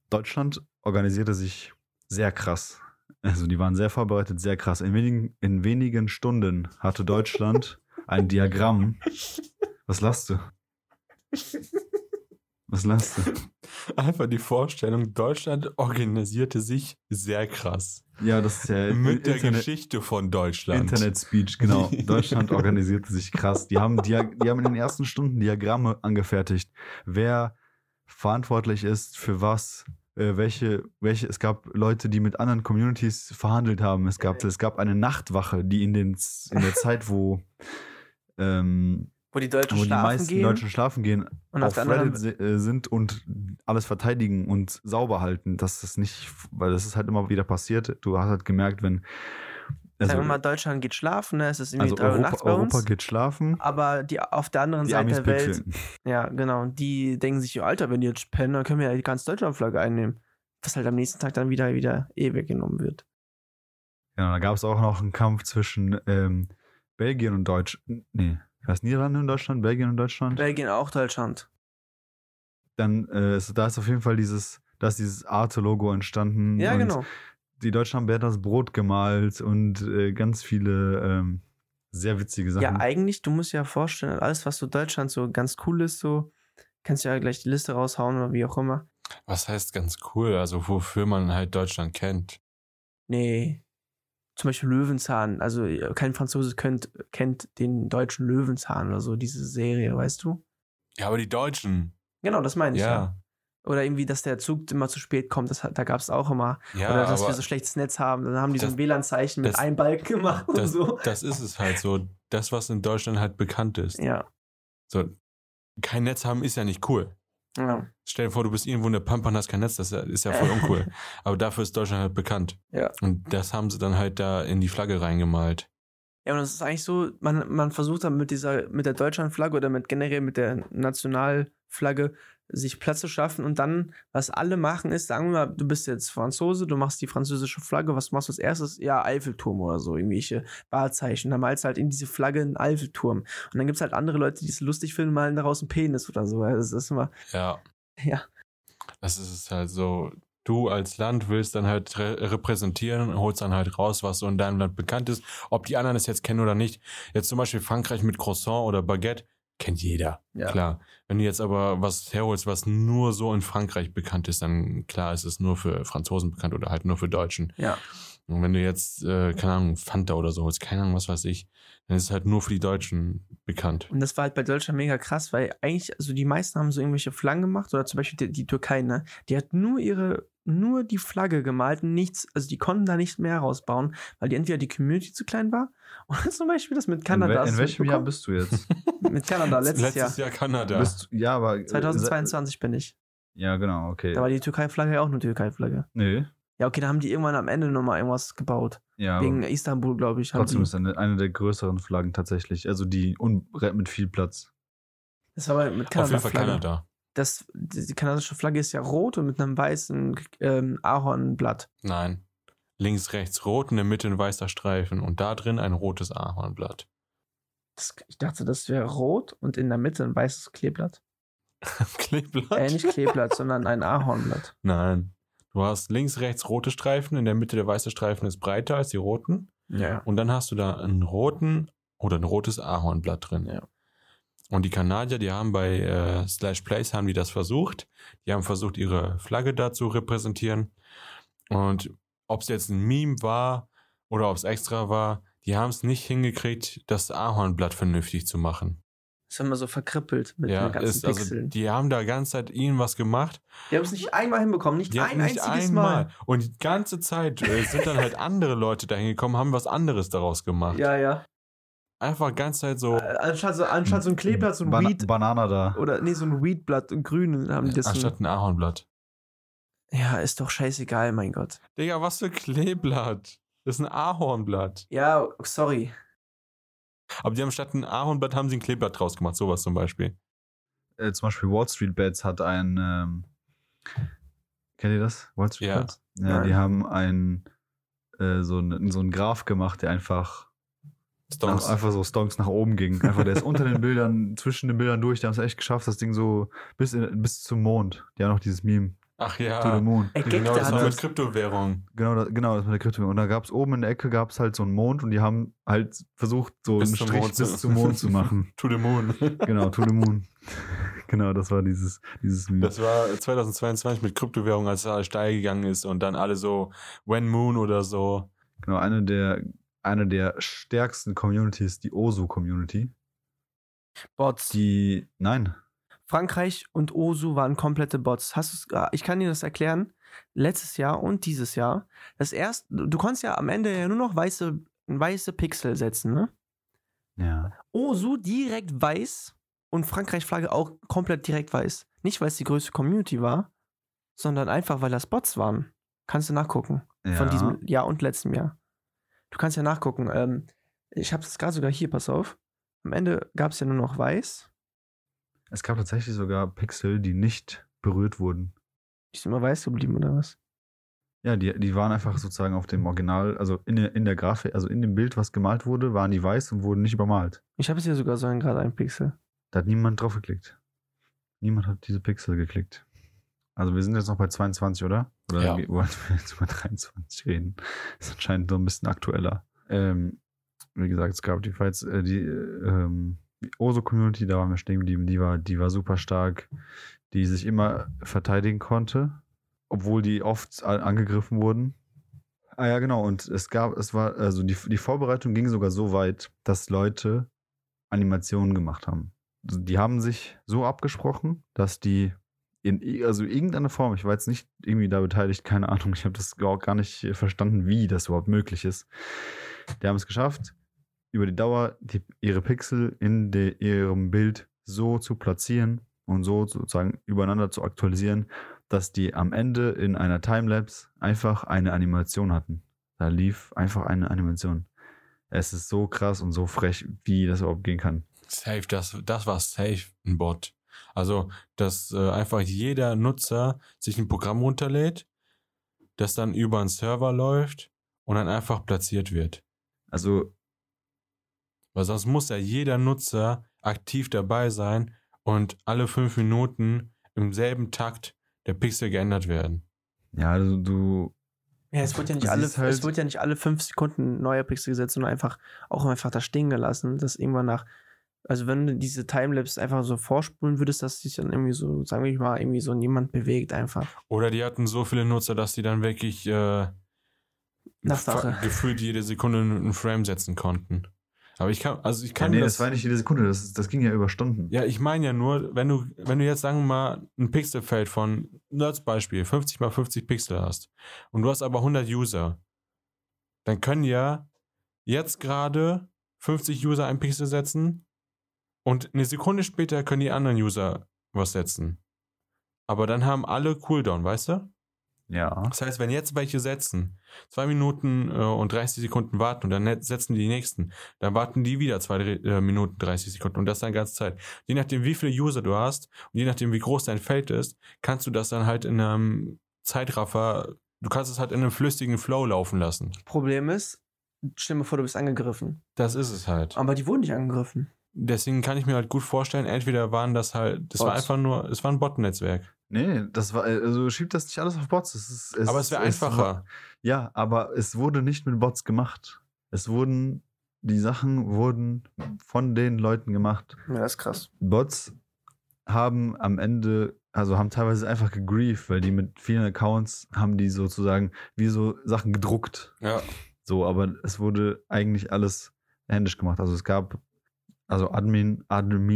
S1: Deutschland organisierte sich sehr krass. Also die waren sehr vorbereitet, sehr krass. In wenigen, in wenigen Stunden hatte Deutschland ein Diagramm. Was lachst du? Was lachst du?
S3: Einfach die Vorstellung, Deutschland organisierte sich sehr krass.
S1: Ja, das ist
S2: Äh,
S1: ja
S3: Mit der
S1: Internet-
S3: Geschichte von Deutschland.
S1: Internet-Speech, genau. Deutschland organisierte sich krass. Die haben, Dia die haben in den ersten Stunden Diagramme angefertigt. Wer verantwortlich ist für was, äh, welche, welche, es gab Leute, die mit anderen Communities verhandelt haben. Es gab, es gab eine Nachtwache, die in, den, Z- in der Zeit, wo, ähm,
S2: Wo die Deutschen
S1: wo die
S2: schlafen
S1: meisten
S2: gehen
S1: Deutschen schlafen gehen,
S2: und auf
S1: auf
S2: der anderen
S1: Reddit se- äh, sind und alles verteidigen und sauber halten, dass das nicht, weil das ist halt immer wieder passiert. Du hast halt gemerkt, wenn also,
S2: sagen wir mal, Deutschland geht schlafen, ne? es ist irgendwie
S1: also
S2: 3 Uhr nachts
S1: Europa,
S2: bei uns.
S1: Europa geht schlafen,
S2: aber die auf der anderen
S1: die
S2: Seite
S1: Amis
S2: der Welt,
S1: pixeln.
S2: ja, genau, die denken sich, ja, Alter, wenn die jetzt pennen, dann können wir ja die ganze Deutschlandflagge einnehmen. Was halt am nächsten Tag dann wieder, wieder eh weggenommen wird.
S1: Genau, da gab es auch noch einen Kampf zwischen ähm, Belgien und Deutsch. Nee, was Niederlande und Deutschland, Belgien und Deutschland.
S2: Belgien auch Deutschland.
S1: Dann äh, ist, da ist auf jeden Fall dieses, da ist dieses Arte-Logo entstanden.
S2: Ja,
S1: und
S2: genau.
S1: Die Deutschen haben das Brot gemalt und äh, ganz viele ähm, sehr witzige Sachen.
S2: Ja, eigentlich, du musst ja vorstellen, alles, was so Deutschland so ganz cool ist, so, kannst du ja gleich die Liste raushauen oder wie auch immer.
S3: Was heißt ganz cool? Also wofür man halt Deutschland kennt.
S2: Nee. Zum Beispiel Löwenzahn. Also äh, kein Franzose könnt, kennt den deutschen Löwenzahn oder so, diese Serie, weißt du?
S3: Ja, aber die Deutschen.
S2: Genau, das meine ich ja.
S3: Ja.
S2: Oder irgendwie, dass der Zug immer zu spät kommt, das, hat- da gab es auch immer.
S3: Ja,
S2: Oder dass wir
S3: aber
S2: so schlechtes Netz haben, dann haben die so
S3: Das-
S2: ein WLAN-Zeichen mit
S3: das-
S2: einem Balken gemacht und
S3: das,
S2: so.
S3: das ist es halt so. Das, was in Deutschland halt bekannt ist.
S2: Ja.
S3: So, kein Netz haben ist ja nicht cool.
S2: ja.
S3: Stell dir vor, du bist irgendwo in der Pampa und hast kein Netz, das ist ja- ist ja voll uncool. Aber dafür ist Deutschland halt bekannt.
S2: Ja.
S3: Und das haben sie dann halt da in die Flagge reingemalt.
S2: Ja, und es ist eigentlich so, man, man versucht dann mit dieser, mit der Deutschlandflagge oder mit generell mit der Nationalflagge sich Platz zu schaffen und dann, was alle machen, ist, sagen wir mal, du bist jetzt Franzose, du machst die französische Flagge, was machst du als erstes? Ja, Eiffelturm oder so, irgendwelche Wahrzeichen. Dann malst du halt in diese Flagge einen Eiffelturm. Und dann gibt es halt andere Leute, die es lustig finden, malen daraus einen Penis oder so. Also das ist immer,
S3: Ja.
S2: Ja.
S3: Das ist es halt so. Du als Land willst dann halt re repräsentieren und holst dann halt raus, was so in deinem Land bekannt ist. Ob die anderen es jetzt kennen oder nicht. Jetzt zum Beispiel Frankreich mit Croissant oder Baguette, kennt jeder.
S2: Ja.
S3: Klar. Wenn du jetzt aber was herholst, was nur so in Frankreich bekannt ist, dann klar ist es nur für Franzosen bekannt oder halt nur für Deutschen.
S2: ja.
S3: Und wenn du jetzt, äh, keine Ahnung, Fanta oder so holst, keine Ahnung, was weiß ich, dann ist es halt nur für die Deutschen bekannt.
S2: Und das war halt bei Deutschland mega krass, weil eigentlich, also die meisten haben so irgendwelche Flaggen gemacht, oder zum Beispiel die, die Türkei, ne? Die hat nur ihre, nur die Flagge gemalt, nichts, also die konnten da nicht mehr rausbauen, weil die entweder die Community zu klein war, oder zum Beispiel das mit
S1: in,
S2: Kanada.
S1: wel-
S2: hast
S1: in
S2: du
S1: welchem Jahr
S2: mitbekommen?
S1: bist du jetzt?
S2: Mit Kanada, letztes, Jahr.
S3: Jahr Kanada.
S1: Bist du, ja, aber. äh,
S2: 2022 bin ich.
S1: Ja, genau, okay.
S2: Da war die Türkei-Flagge ja auch eine Türkei-Flagge.
S1: nee.
S2: Ja, okay, da haben die irgendwann am Ende nochmal irgendwas gebaut.
S1: Ja,
S2: Wegen
S1: aber
S2: Istanbul, glaube ich. haben
S1: trotzdem
S2: die-
S1: ist eine, eine der größeren Flaggen tatsächlich. Also die un mit viel Platz.
S2: Das war aber mit Kanada.
S3: Auf jeden Fall Kanada.
S2: Das, die kanadische Flagge ist ja rot und mit einem weißen ähm, Ahornblatt.
S3: Nein. Links, rechts rot, in der Mitte ein weißer Streifen und da drin ein rotes Ahornblatt.
S2: Das, ich dachte, das wäre rot und in der Mitte ein weißes Kleeblatt.
S3: Kleeblatt?
S2: Äh, nicht Kleeblatt, sondern ein Ahornblatt.
S3: Nein. Du hast links, rechts rote Streifen, in der Mitte der weiße Streifen ist breiter als die roten
S2: Ja.
S3: Und dann hast du da einen roten oder ein rotes Ahornblatt drin.
S2: Ja.
S3: Und die Kanadier, die haben bei äh, Slash Place haben die das versucht. Die haben versucht, ihre Flagge da zu repräsentieren. Und ob es jetzt ein Meme war oder ob es extra war, die haben es nicht hingekriegt, das Ahornblatt vernünftig zu machen.
S2: Ist immer so verkrippelt mit
S3: ja,
S2: den ganzen
S3: ist, also,
S2: Pixeln.
S3: die haben da ganze Zeit irgendwas gemacht.
S2: Die haben es nicht einmal hinbekommen, nicht
S3: Die
S2: ein
S3: hatten nicht
S2: einziges
S3: einmal.
S2: Mal.
S3: Und die ganze Zeit äh, sind dann halt andere Leute da hingekommen, haben was anderes daraus gemacht.
S2: Ja, ja.
S3: Einfach ganze Zeit so.
S2: Äh, Anstatt so, anstatt so ein Kleeblatt, so ein
S1: Bana-
S2: Weed.
S1: Banana da.
S2: Oder nee, so ein Weedblatt, ein grün haben die das.
S3: Äh, Anstatt ein Ahornblatt.
S2: ja, ist doch scheißegal, mein Gott.
S3: Digga, was für Kleeblatt? Das ist ein Ahornblatt.
S2: Ja, sorry.
S3: Aber die haben statt ein Ahornblatt haben sie ein Kleeblatt draus gemacht, sowas zum Beispiel.
S1: äh, zum Beispiel Wall Street Bets hat ein, ähm, kennt ihr das? Wall Street
S3: Ja.
S1: Bets? Ja, die
S2: Nein.
S1: haben ein, äh, so einen so einen Graph gemacht, der einfach,
S3: Stonks.
S1: einfach so Stonks nach oben ging. Einfach, der ist unter den Bildern, zwischen den Bildern durch. Die haben es echt geschafft, das Ding so bis, in, bis zum Mond. Die haben noch dieses Meme,
S3: Ach
S1: to the
S3: ja.
S1: moon.
S2: Ey,
S3: Genau,
S2: Gekte
S3: das
S2: hat
S3: noch mit
S2: das.
S3: Kryptowährung.
S1: Genau das, genau das mit der Kryptowährung. Und da gab es oben in der Ecke gab es halt so einen Mond und die haben halt versucht, so
S3: Bis
S1: einen
S3: zum
S1: Strich
S3: Mond zu-
S1: bis zum Mond zu machen.
S3: To the Moon.
S1: Genau, to the moon. genau, das war dieses, dieses Meme.
S3: Das war 2022 mit Kryptowährung, als es steil gegangen ist und dann alle so When Moon oder so.
S1: Genau, eine der, eine der stärksten Communities, die Osu-Community.
S2: Bots.
S1: Die, nein,
S2: Frankreich und Osu waren komplette Bots. Hast du's, ah, ich kann dir das erklären. Letztes Jahr und dieses Jahr. Das erste, du konntest ja am Ende ja nur noch weiße, weiße Pixel setzen, ne?
S1: ja,
S2: Osu direkt weiß und Frankreich Flagge auch komplett direkt weiß. Nicht, weil es die größte Community war, sondern einfach, weil das Bots waren. Kannst du nachgucken.
S1: ja.
S2: Von diesem Jahr und letztem Jahr. Du kannst ja nachgucken. Ähm, ich habe es gerade sogar hier, pass auf. Am Ende gab es ja nur noch weiß.
S1: Es gab tatsächlich sogar Pixel, die nicht berührt wurden.
S2: Ist immer weiß geblieben, oder was?
S1: Ja, die, die waren einfach sozusagen auf dem Original, also in der, in der Grafik, also in dem Bild, was gemalt wurde, waren die weiß und wurden nicht übermalt.
S2: Ich habe es hier sogar so einen gerade ein Pixel.
S1: Da hat niemand drauf geklickt. Niemand hat diese Pixel geklickt. Also wir sind jetzt noch bei 22, oder? Oder
S3: Ja.
S1: wollen wir jetzt über 23 reden? Ist anscheinend so ein bisschen aktueller. Ähm, wie gesagt, es gab die Fights, äh, die, äh, ähm, die Oso-Community, da waren wir stehen geblieben, die war, die war super stark, die sich immer verteidigen konnte, obwohl die oft a- angegriffen wurden. Ah ja, genau, und es gab, es war, also die, die Vorbereitung ging sogar so weit, dass Leute Animationen gemacht haben. Die haben sich so abgesprochen, dass die in i- also irgendeiner Form, ich war jetzt nicht irgendwie da beteiligt, keine Ahnung, ich habe das auch gar nicht äh, verstanden, wie das überhaupt möglich ist. Die haben es geschafft, über die Dauer die, ihre Pixel in de, ihrem Bild so zu platzieren und so sozusagen übereinander zu aktualisieren, dass die am Ende in einer Timelapse einfach eine Animation hatten. Da lief einfach eine Animation. Es ist so krass und so frech, wie das überhaupt gehen kann.
S3: Safe, das, das war safe ein Bot. Also, dass äh, einfach jeder Nutzer sich ein Programm runterlädt, das dann über einen Server läuft und dann einfach platziert wird.
S1: Also,
S3: Weil sonst muss ja jeder Nutzer aktiv dabei sein und alle fünf Minuten im selben Takt der Pixel geändert werden.
S1: ja, also du,
S2: Ja, es wurde ja nicht
S1: Das
S2: alle,
S1: ist halt-
S2: es wurde ja nicht alle fünf Sekunden ein neuer Pixel gesetzt, sondern einfach auch einfach da stehen gelassen, dass irgendwann nach, also wenn du diese Timelapse einfach so vorspulen würdest, dass sich dann irgendwie so, sagen wir mal, irgendwie so niemand bewegt einfach.
S3: Oder die hatten so viele Nutzer, dass die dann wirklich äh,
S2: Nach Sache.
S3: fa- gefühlt jede Sekunde einen Frame setzen konnten. Aber ich kann, also ich
S1: ja,
S3: kann
S1: nee,
S3: das,
S1: das war nicht jede Sekunde, das, das ging ja über Stunden.
S3: Ja, ich meine ja nur, wenn du, wenn du jetzt, sagen wir mal, ein Pixelfeld von, nur als Beispiel, 50 mal 50 Pixel hast und du hast aber 100 User, dann können ja jetzt gerade 50 User ein Pixel setzen und eine Sekunde später können die anderen User was setzen. Aber dann haben alle Cooldown, weißt du?
S1: Ja.
S3: Das heißt, wenn jetzt welche setzen, zwei Minuten äh, und 30 Sekunden warten und dann net- setzen die nächsten, dann warten die wieder zwei Dre- äh, Minuten 30 Sekunden und das dann ganze Zeit. Je nachdem, wie viele User du hast und je nachdem, wie groß dein Feld ist, kannst du das dann halt in einem Zeitraffer, du kannst es halt in einem flüssigen Flow laufen lassen.
S2: Problem ist, stell dir vor, du bist angegriffen.
S3: Das ist es halt.
S2: Aber die wurden nicht angegriffen.
S3: Deswegen kann ich mir halt gut vorstellen, entweder waren das halt, das war
S2: Bots.
S3: einfach nur, es war ein Bot-Netzwerk.
S1: Nee, das war, also schiebt das nicht alles auf Bots. Es ist, es,
S3: Aber es wäre
S1: war-
S3: einfacher.
S1: ja, aber es wurde nicht mit Bots gemacht. Es wurden, die Sachen wurden von den Leuten gemacht.
S4: Ja, das ist krass.
S1: Bots haben am Ende, also haben teilweise einfach gegrieft, weil die mit vielen Accounts haben die sozusagen wie so Sachen gedruckt.
S3: Ja.
S1: So, aber es wurde eigentlich alles händisch gemacht. Also es gab also Admin,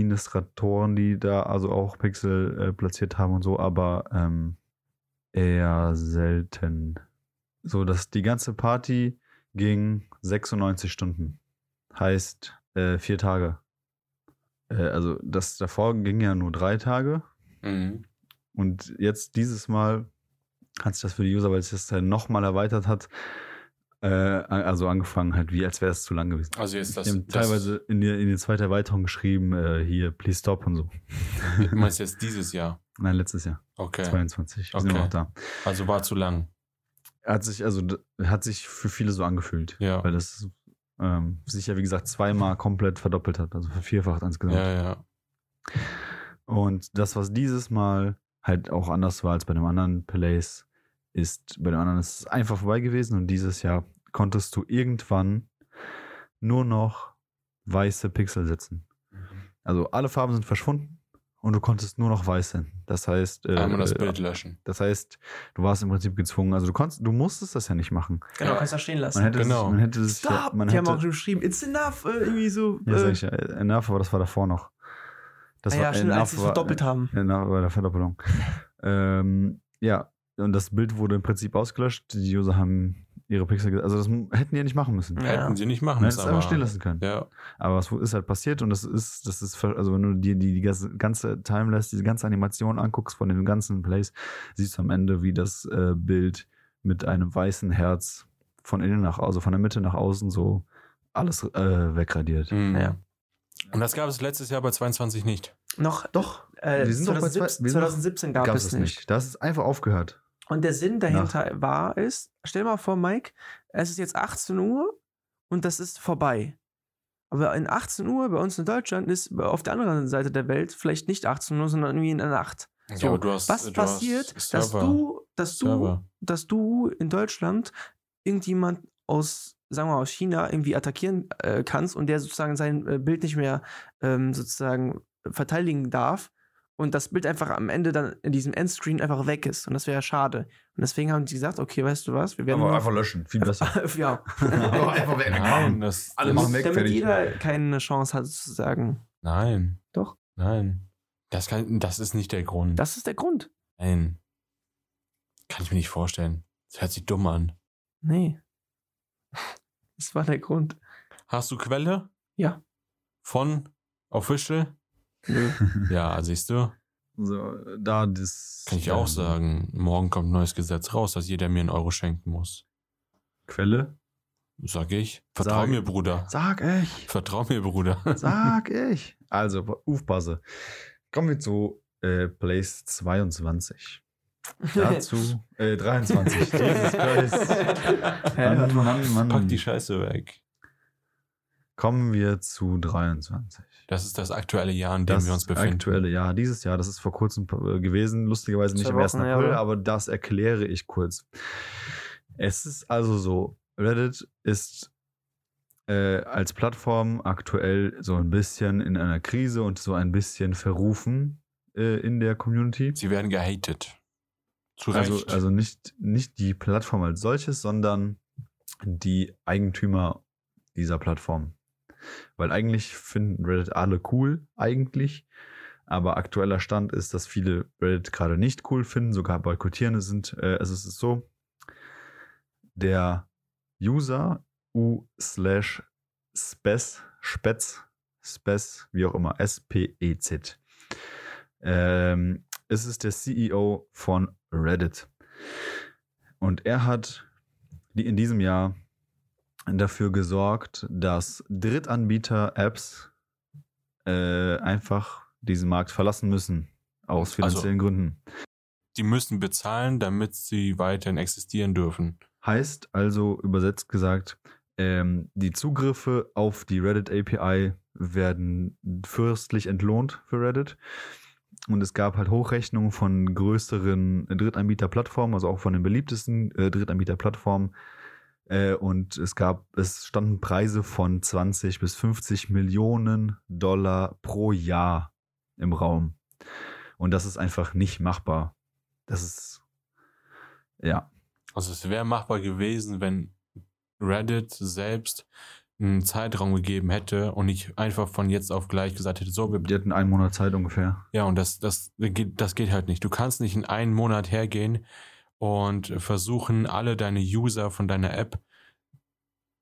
S1: Administratoren, die da also auch Pixel äh, platziert haben und so, aber ähm, eher selten. So, dass die ganze Party ging 96 Stunden. Heißt äh, vier Tage. Äh, also das davor ging ja nur drei Tage.
S3: Mhm.
S1: Und jetzt dieses Mal hat sich das für die User, weil es das dann nochmal erweitert hat, äh, also angefangen halt, wie als wäre es zu lang gewesen.
S3: Also jetzt das.
S1: die haben
S3: das-
S1: teilweise in die, in die zweite Erweiterung geschrieben, äh, hier, please stop und so.
S3: Du meinst jetzt dieses Jahr.
S1: Nein, letztes Jahr,
S3: Okay.
S1: 22. Wir sind
S3: Okay.
S1: immer noch da.
S3: Also war zu lang.
S1: Hat sich, also, d- hat sich für viele so angefühlt.
S3: Ja.
S1: Weil das ähm, sich ja, wie gesagt, zweimal komplett verdoppelt hat, also vervierfacht insgesamt.
S3: Ja, ja.
S1: Und das, was dieses Mal halt auch anders war als bei dem anderen Plays, ist, bei dem anderen ist es einfach vorbei gewesen und dieses Jahr konntest du irgendwann nur noch weiße Pixel setzen.
S2: Mhm.
S1: Also alle Farben sind verschwunden und du konntest nur noch weiß sein. Das heißt, äh,
S3: Einmal das
S1: äh,
S3: Bild löschen.
S1: das heißt, du warst im Prinzip gezwungen. Also du konntest, du musstest das ja nicht machen.
S2: Genau,
S3: Ja.
S2: kannst du da stehen
S1: Man
S2: lassen.
S1: hätte
S3: Genau.
S1: das, man hätte das ja,
S2: Stop!
S1: man
S2: die
S1: hätte,
S2: haben auch geschrieben, it's enough, äh, irgendwie so.
S1: ja, sag
S2: äh,
S1: ich ja, enough, aber das war davor noch. Das
S2: ah ja, stimmt, als
S1: enough
S2: sie es
S1: war- äh,
S2: verdoppelt haben.
S1: Ja, nach Genau, bei der Verdoppelung. ähm, ja, und das Bild wurde im Prinzip ausgelöscht. Die User haben ihre Pixel, ge- also das m- hätten die ja nicht machen müssen.
S2: Ja.
S1: Ja.
S3: Hätten sie nicht machen
S1: Man hätte
S3: müssen.
S1: es einfach
S3: aber-
S1: stehen lassen können.
S3: Ja.
S1: Aber es ist halt passiert und das ist, das ist, ver- also wenn du dir die, die ganze- ganze Timeless, diese ganze Animation anguckst von den ganzen Plays, siehst du am Ende, wie das äh, Bild mit einem weißen Herz von innen nach, also von der Mitte nach außen so alles äh, wegradiert.
S3: Mhm.
S2: Ja.
S3: Und das gab es letztes Jahr bei 22 nicht.
S2: Noch,
S1: Doch,
S2: äh,
S1: wir sind doch bei
S2: 2017,
S1: zwei- wir sind doch-
S2: 2017 gab es nicht.
S1: Das ist einfach aufgehört.
S2: Und der Sinn dahinter war, ist, stell mal vor, Mike, es ist jetzt 18 Uhr und das ist vorbei. Aber in 18 Uhr bei uns in Deutschland ist auf der anderen Seite der Welt vielleicht nicht 18 Uhr, sondern irgendwie in der Nacht. So,
S3: aber du hast,
S2: Was
S3: du
S2: passiert,
S3: hast
S2: dass
S3: Server.
S2: du, dass du,
S3: Server.
S2: dass du in Deutschland irgendjemand aus, sagen wir mal, aus China irgendwie attackieren äh, kannst und der sozusagen sein äh, Bild nicht mehr ähm, sozusagen verteidigen darf und das Bild einfach am Ende dann in diesem Endscreen einfach weg ist. Und das wäre ja schade. Und deswegen haben die gesagt, okay, weißt du was, wir werden nur noch-
S1: löschen, viel besser.
S2: ja,
S1: Aber einfach weg.
S3: Nein, das,
S1: Alle
S3: das,
S1: machen weg,
S2: damit
S1: fertig.
S2: jeder keine Chance hat sozusagen.
S3: Nein.
S2: Doch.
S3: Nein. Das, kann, das ist nicht der Grund.
S2: Das ist der Grund.
S3: Nein. Kann ich mir nicht vorstellen. Das hört sich dumm an.
S2: Nee. Das war der Grund.
S3: Hast du Quelle?
S2: Ja.
S3: Von Official?
S2: Nö.
S3: Ja, siehst du.
S1: So, da das ähm,
S3: Kann ich auch sagen. Morgen kommt ein neues Gesetz raus, dass jeder mir einen Euro schenken muss.
S1: Quelle?
S3: Sag ich. Vertrau
S1: Sag-
S3: mir, Bruder.
S1: Sag ich. Hm.
S3: Vertrau mir, Bruder.
S1: Sag ich. Also, Ufbase. Kommen wir zu äh, Place 22. Dazu äh, 23. Jesus Christ. Mann, Mann, Mann.
S3: Pack die Scheiße weg.
S1: Kommen wir zu 23.
S3: Das ist das aktuelle Jahr, in dem
S1: das
S3: wir uns befinden.
S1: aktuelle Jahr, dieses Jahr, das ist vor kurzem äh, gewesen, lustigerweise nicht
S2: Zwei
S1: am 1.
S2: Wochen, ja,
S1: April,
S2: oder?
S1: aber das erkläre ich kurz. Es ist also so, Reddit ist äh, als Plattform aktuell so ein bisschen in einer Krise und so ein bisschen verrufen äh, in der Community.
S3: Sie werden gehatet. Zu Recht.
S1: Also, also nicht, nicht die Plattform als solches, sondern die Eigentümer dieser Plattform. Weil eigentlich finden Reddit alle cool, eigentlich. Aber aktueller Stand ist, dass viele Reddit gerade nicht cool finden, sogar boykottierende sind. Äh, also es ist so, der User u slash spez, spez, spez, wie auch immer, S-P-E-Z. Ähm, es ist der CEO von Reddit. Und er hat die- in diesem Jahr dafür gesorgt, dass Drittanbieter-Apps äh, einfach diesen Markt verlassen müssen. Aus finanziellen Gründen.
S3: die müssen bezahlen, damit sie weiterhin existieren dürfen.
S1: Heißt also übersetzt gesagt, ähm, die Zugriffe auf die Reddit API werden fürstlich entlohnt für Reddit. Und es gab halt Hochrechnungen von größeren Drittanbieterplattformen, also auch von den beliebtesten äh, Drittanbieterplattformen, äh, Äh, und es gab, es standen Preise von 20 bis 50 Millionen Dollar pro Jahr im Raum. Und das ist einfach nicht machbar. Das ist, ja.
S3: Also es wäre machbar gewesen, wenn Reddit selbst einen Zeitraum gegeben hätte und nicht einfach von jetzt auf gleich gesagt hätte, so, wir,
S1: Die hatten Oh, einen Monat Zeit ungefähr.
S3: ja, und das, das, geht, das geht halt nicht. Du kannst nicht in einen Monat hergehen und versuchen, alle deine User von deiner App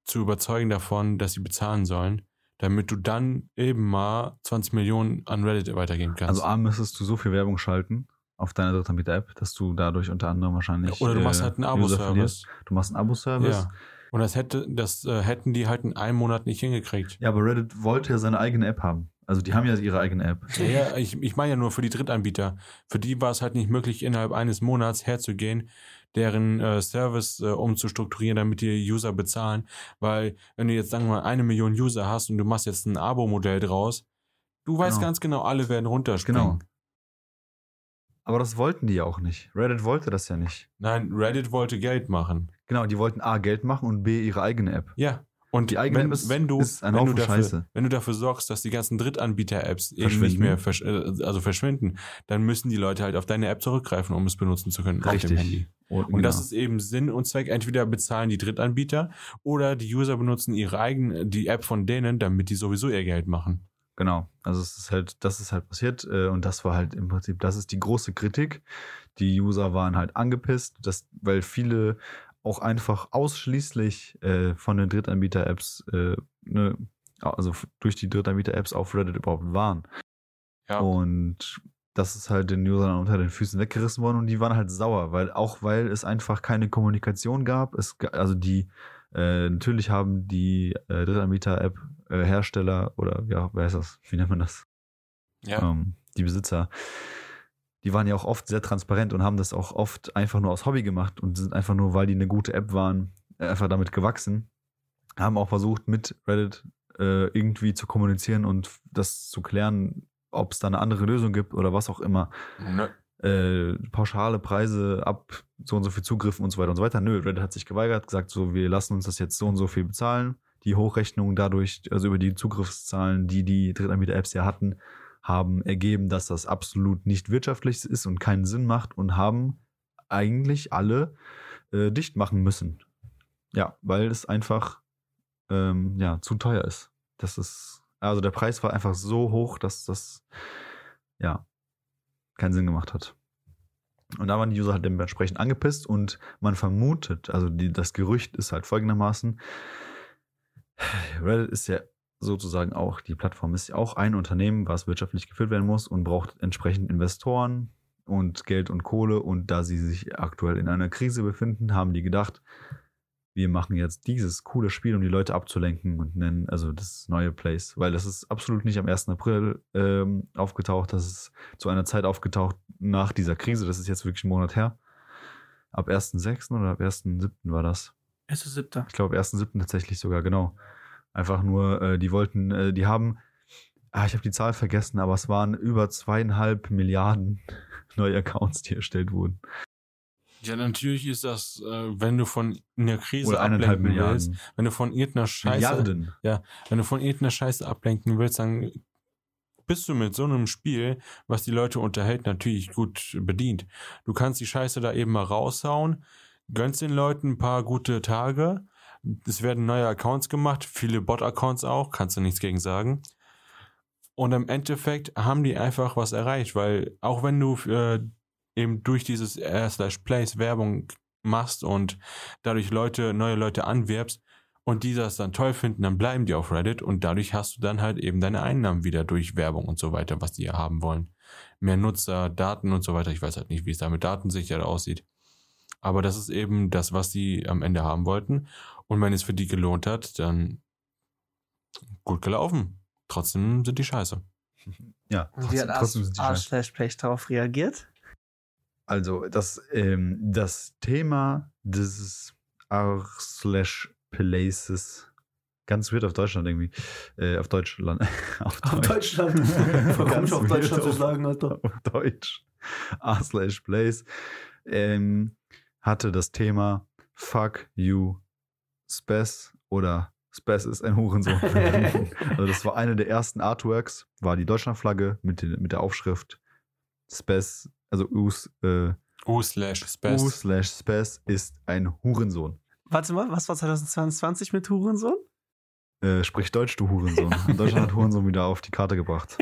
S3: zu überzeugen davon, dass sie bezahlen sollen, damit du dann eben mal 20 Millionen an Reddit weitergeben kannst.
S1: Also A müsstest du so viel Werbung schalten auf deiner Drittanbieter-App, dass du dadurch unter anderem wahrscheinlich.
S3: Oder du
S1: äh,
S3: machst halt einen
S1: User
S3: Abo-Service.
S1: verlierst. Du machst einen Abo-Service.
S3: Ja. Und das hätte, das äh, hätten die halt in einem Monat nicht hingekriegt.
S1: Ja, aber Reddit wollte ja seine eigene App haben. Also die haben ja ihre eigene App.
S3: Ja, ja ich, ich meine ja nur für die Drittanbieter. Für die war es halt nicht möglich, innerhalb eines Monats herzugehen, deren äh, Service äh, umzustrukturieren, damit die User bezahlen. Weil, wenn du jetzt, sagen wir mal, eine Million User hast und du machst jetzt ein Abo-Modell draus, du weißt
S1: Genau.
S3: ganz genau, alle werden runterspringen.
S1: Genau. Aber das wollten die ja auch nicht. Reddit wollte das ja nicht.
S3: Nein, Reddit wollte Geld machen.
S1: Genau, die wollten A Geld machen und B ihre eigene App.
S3: Ja. Und
S1: Die eigene
S3: wenn,
S1: App ist-
S3: wenn du,
S1: ist ein
S3: wenn, du
S1: Haufen
S3: dafür,
S1: Scheiße.
S3: wenn du dafür sorgst, dass die ganzen Drittanbieter-Apps eben nicht
S1: Verschwinden.
S3: mehr versch äh, also verschwinden, dann müssen die Leute halt auf deine App zurückgreifen, um es benutzen zu können auf dem Handy.
S1: Und, genau.
S3: Und das ist eben Sinn und Zweck. Entweder bezahlen die Drittanbieter oder die User benutzen ihre eigene, die App von denen, damit die sowieso ihr Geld machen.
S1: Genau, also es ist halt, das ist halt passiert äh, und das war halt im Prinzip, das ist die große Kritik. Die User waren halt angepisst, dass, weil viele auch einfach ausschließlich äh, von den Drittanbieter-Apps, äh, ne, also f- durch die Drittanbieter-Apps auf Reddit überhaupt waren.
S3: Ja.
S1: Oh. Und das ist halt den Usern unter den Füßen weggerissen worden und die waren halt sauer, weil auch weil es einfach keine Kommunikation gab. Es, ga- also die, äh, natürlich haben die äh, Drittanbieter-App-Hersteller oder ja, wer ist das? Wie nennt man das?
S3: ja.
S1: Ähm, die Besitzer. Die waren ja auch oft sehr transparent und haben das auch oft einfach nur aus Hobby gemacht und sind einfach nur, weil die eine gute App waren, äh, einfach damit gewachsen. Haben auch versucht, mit Reddit äh, irgendwie zu kommunizieren und das zu klären, ob es da eine andere Lösung gibt oder was auch immer
S3: Ne.
S1: äh, pauschale Preise ab so und so viel Zugriffen und so weiter und so weiter. Nö, Reddit hat sich geweigert, gesagt, so, wir lassen uns das jetzt so und so viel bezahlen. Die Hochrechnung dadurch, also über die Zugriffszahlen, die die Drittanbieter-Apps ja hatten, haben ergeben, dass das absolut nicht wirtschaftlich ist und keinen Sinn macht und haben eigentlich alle äh, dicht machen müssen. Ja, weil es einfach ähm, ja, zu teuer ist. Das ist, also der Preis war einfach so hoch, dass das ja keinen Sinn gemacht hat. Und da waren die User halt dementsprechend angepisst und man vermutet, also die, das Gerücht ist halt folgendermaßen, Reddit ist ja sozusagen auch, die Plattform ist ja auch ein Unternehmen, was wirtschaftlich geführt werden muss und braucht entsprechend Investoren und Geld und Kohle. Und da sie sich aktuell in einer Krise befinden, haben die gedacht, wir machen jetzt dieses coole Spiel, um die Leute abzulenken und nennen also das neue Place. Weil das ist absolut nicht am 1. April ähm, aufgetaucht, das ist zu einer Zeit aufgetaucht nach dieser Krise. Das ist jetzt wirklich ein Monat her. Ab 1.6. oder ab 1.7. war das.
S2: Es ist siebter.
S1: Ich glaube, 1.7. tatsächlich sogar, genau. Einfach nur, äh, die wollten, äh, die haben, ah, ich habe die Zahl vergessen, aber es waren über zweieinhalb Milliarden neue Accounts, die erstellt wurden.
S3: ja, natürlich ist das, äh, wenn du von einer Krise
S1: Oder eineinhalb
S3: ablenken willst,
S1: Milliarden.
S3: wenn du von irgendeiner Scheiße,
S1: Milliarden.
S3: wenn du von irgendeiner Scheiße ablenken willst, dann bist du mit so einem Spiel, was die Leute unterhält, natürlich gut bedient. Du kannst die Scheiße da eben mal raushauen, gönnst den Leuten ein paar gute Tage. Es werden neue Accounts gemacht, viele Bot-Accounts auch, kannst du nichts gegen sagen. Und im Endeffekt haben die einfach was erreicht, weil auch wenn du äh, eben durch dieses äh, slash Plays Werbung machst und dadurch Leute, neue Leute anwirbst und die das dann toll finden, dann bleiben die auf Reddit und dadurch hast du dann halt eben deine Einnahmen wieder durch Werbung und so weiter, was die ja haben wollen. Mehr Nutzer, Daten und so weiter. Ich weiß halt nicht, wie es da mit Datensicherheit aussieht. Aber das ist eben das, was die am Ende haben wollten. Und wenn es für die gelohnt hat, dann gut gelaufen. Trotzdem sind die scheiße.
S1: Ja,
S2: Und wie
S1: trotzdem,
S2: hat
S1: trotzdem sind die
S2: Arsch
S1: scheiße.
S2: slash Pech darauf reagiert?
S1: Also das, ähm, das Thema dieses R/Places, ganz wird auf Deutschland irgendwie, äh, auf Deutschland, auf, Deutsch.
S2: Deutschland.
S1: Ganz
S2: ich
S1: weird auf-
S2: Alter?
S1: auf Deutsch, R/Place, ähm, hatte das Thema Fuck you Spaz oder Spaz ist ein Hurensohn. also das war eine der ersten Artworks, war die Deutschlandflagge mit, den, mit der Aufschrift Spaz, also Us, äh,
S3: U slash Spaz.
S1: U slash Spaz ist ein Hurensohn.
S2: Warte mal, was war 2022 mit Hurensohn?
S1: Äh, sprich Deutsch, du Hurensohn. Deutschland hat Hurensohn wieder auf die Karte gebracht.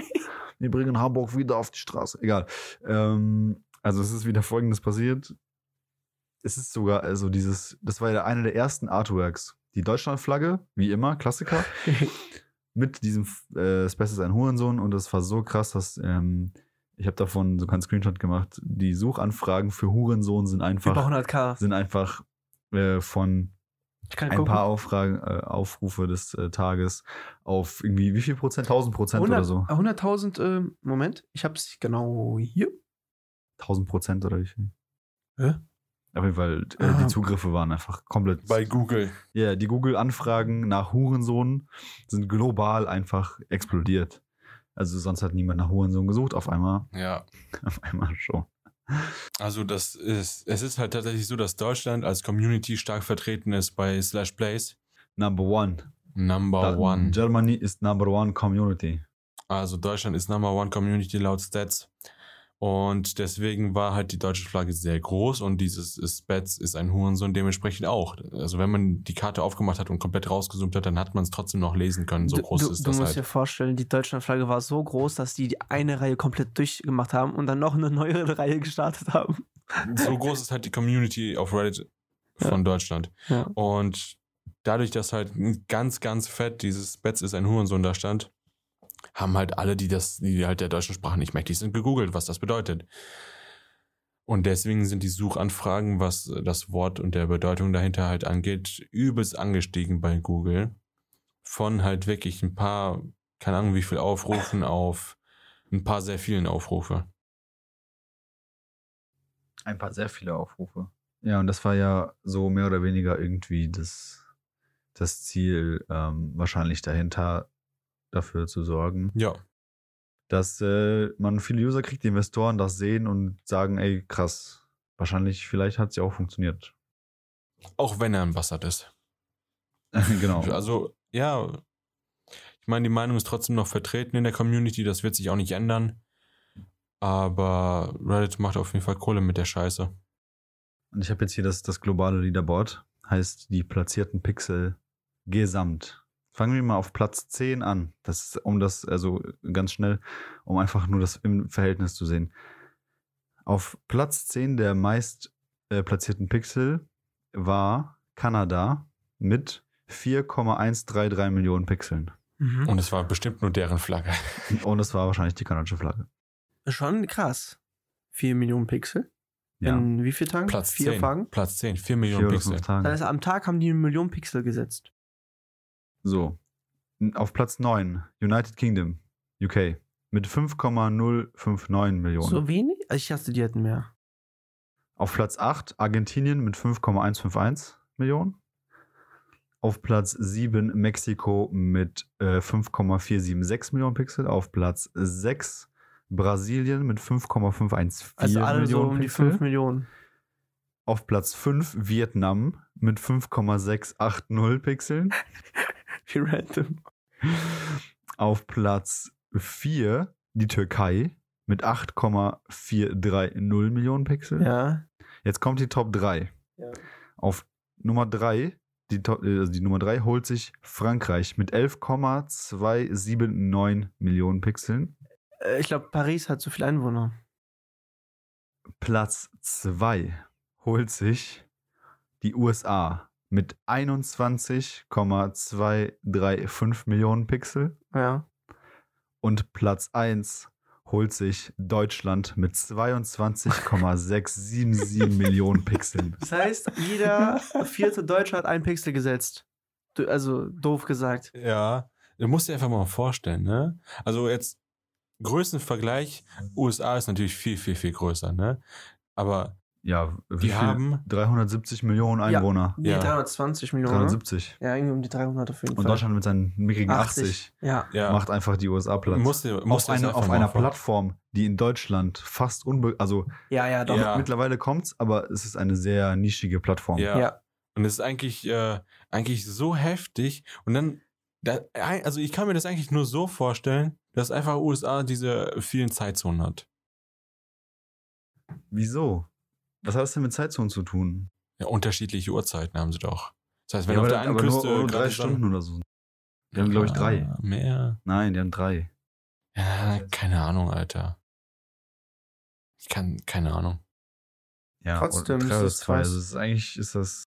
S1: Wir bringen Hamburg wieder auf die Straße. Egal. Ähm, also es ist wieder folgendes passiert. Es ist sogar, also dieses, das war ja eine der ersten Artworks. Die Deutschlandflagge, wie immer, Klassiker, mit diesem äh, Space ist ein Hurensohn und das war so krass, dass ähm, ich habe davon sogar einen Screenshot gemacht. Die Suchanfragen für Hurensohn sind
S2: Über
S1: einfach,
S2: 100k.
S1: sind einfach äh, von
S2: halt Ich kann
S1: ein
S2: gucken.
S1: paar Aufragen, äh, Aufrufe des äh, Tages auf irgendwie wie viel Prozent? 1000 Prozent
S2: 100
S1: oder so.
S2: 100.000, ähm, Moment, ich hab's genau hier.
S1: 1000 Prozent oder wie viel?
S2: Hä?
S1: Auf jeden Fall, äh,
S2: Ah.
S1: die Zugriffe waren einfach komplett.
S3: Bei Google.
S1: Ja, die Google-Anfragen nach Hurensohn sind global einfach explodiert. Also sonst hat niemand nach Hurensohn gesucht, auf einmal,
S3: Ja.
S1: auf einmal schon.
S3: Also das ist, es ist halt tatsächlich so, dass Deutschland als Community stark vertreten ist bei Slash Plays.
S1: Number one.
S3: Number
S1: Da-
S3: one.
S1: Germany ist number one community.
S3: Also Deutschland ist Number One Community laut Stats. Und deswegen war halt die deutsche Flagge sehr groß und dieses Spats ist ein Hurensohn dementsprechend auch. Also wenn man die Karte aufgemacht hat und komplett rausgezoomt hat, dann hat man es trotzdem noch lesen können. So
S2: Du-
S3: groß
S2: du,
S3: ist
S2: du
S3: das
S2: musst dir
S3: halt.
S2: vorstellen, die Deutschlandflagge war so groß, dass die die eine Reihe komplett durchgemacht haben und dann noch eine neue Reihe gestartet haben.
S3: So groß ist halt die Community auf Reddit
S2: Ja.
S3: von Deutschland.
S2: Ja.
S3: Und dadurch, dass halt ganz, ganz fett dieses Spats ist ein Hurensohn da stand, haben halt alle, die das, die halt der deutschen Sprache nicht mächtig sind, gegoogelt, was das bedeutet. Und deswegen sind die Suchanfragen, was das Wort und der Bedeutung dahinter halt angeht, übelst angestiegen bei Google. Von halt wirklich ein paar, keine Ahnung wie viel Aufrufen auf ein paar sehr vielen Aufrufe.
S1: Ein paar sehr viele Aufrufe. Ja, und das war ja so mehr oder weniger irgendwie das, das Ziel, ähm, wahrscheinlich dahinter dafür zu sorgen,
S3: Ja,
S1: dass äh, man viele User kriegt, die Investoren das sehen und sagen, ey, krass, wahrscheinlich, vielleicht hat es ja auch funktioniert.
S3: auch wenn er im Wasser ist.
S1: genau.
S3: Also, ja. Ich meine, die Meinung ist trotzdem noch vertreten in der Community, das wird sich auch nicht ändern. Aber Reddit macht auf jeden Fall Kohle mit der Scheiße.
S1: Und ich habe jetzt hier das, das globale Leaderboard, heißt die platzierten Pixel gesamt. Fangen wir mal auf Platz 10 an. Das ist, um das, also ganz schnell, um einfach nur das im Verhältnis zu sehen. Auf Platz 10 der meist äh, platzierten Pixel war Kanada mit 4,133 Millionen Pixeln.
S2: Mhm.
S1: Hm?
S3: Und es war bestimmt nur deren Flagge.
S1: Und das war wahrscheinlich die kanadische Flagge.
S2: Schon krass. 4 Millionen Pixel.
S1: Ja.
S2: In wie vielen Tagen?
S3: Platz
S2: Vier
S3: 10.
S2: Tagen.
S3: Platz 10, 4
S1: Vier
S3: Millionen
S1: oder
S3: Pixel.
S1: fünf Tage.
S2: Das heißt, am Tag haben die eine Million Pixel gesetzt.
S1: So. N- Auf Platz 9, United Kingdom, UK, mit 5,059 Millionen.
S2: So wenig? Also ich dachte, die hätten mehr.
S1: Auf Platz 8, Argentinien mit 5,151 Millionen. Auf Platz 7, Mexiko mit äh, 5,476 Millionen Pixel. Auf Platz 6, Brasilien mit 5,514
S2: Also alle
S1: Millionen
S2: so um die
S1: Pixel.
S2: 5 Millionen.
S1: Auf Platz 5, Vietnam mit 5,680 Pixeln.
S2: Wie random.
S1: Auf Platz 4 die Türkei mit 8,430 Millionen Pixel.
S2: Ja.
S1: Jetzt kommt die Top 3.
S2: Ja.
S1: Auf Nummer 3, die, To- äh, also die Nummer 3 holt sich Frankreich mit 11,279 Millionen Pixeln.
S2: Äh, Ich glaube, Paris hat so viele Einwohner.
S1: Platz 2 holt sich die USA mit 21,235 Millionen Pixel.
S2: Ja.
S1: Und Platz 1 holt sich Deutschland mit 22,677 Millionen Pixeln.
S2: Das heißt, jeder vierte Deutsche hat einen Pixel gesetzt. Du- Also doof gesagt.
S3: Ja, du musst dir einfach mal vorstellen, ne? Also jetzt Größenvergleich, USA ist natürlich viel, viel, viel größer, ne? Aber
S1: Ja, wie
S3: die haben,
S1: 370 Millionen Einwohner.
S2: Nee,
S3: Ja.
S2: 320 Millionen. ne?
S1: 370.
S2: Ja, irgendwie um die 300 auf jeden
S1: Und
S2: Fall.
S1: Deutschland mit seinen mickrigen 80,
S2: 80. Ja.
S3: ja,
S1: macht einfach die USA platt.
S3: musst dir, musst
S1: auf
S3: dir das
S1: eine,
S3: einfach
S1: auf
S3: mal
S1: einer
S3: vor-
S1: Plattform, die in Deutschland fast unbe... Also
S2: ja, ja, doch.
S3: Ja.
S1: mittlerweile kommt's, aber es ist eine sehr nischige Plattform.
S3: Ja.
S2: Ja.
S3: Und das ist eigentlich, äh, eigentlich so heftig. Und dann, da, ein- also ich kann mir das eigentlich nur so vorstellen, dass einfach USA diese vielen Zeitzonen hat.
S1: Wieso? Was hat das denn mit Zeitzonen zu tun?
S3: Ja, unterschiedliche Uhrzeiten haben sie doch. Das heißt, wenn
S1: Ja,
S3: auf
S1: aber
S3: der
S1: dann-
S3: einen
S1: aber
S3: Küste
S1: nur, nur
S3: gerade
S1: drei
S3: die
S1: Stunden
S3: Sonne-
S1: oder so. Die haben, glaub ich, drei.
S3: Ja, Mehr.
S1: Nein, die haben drei.
S3: Ja, keine Ahnung, Alter. Ich kann, keine Ahnung.
S1: Ja,
S2: Trotzdem
S1: oder
S2: ist
S1: drei oder zwei.
S2: es krass.
S1: Also es ist eigentlich ist das.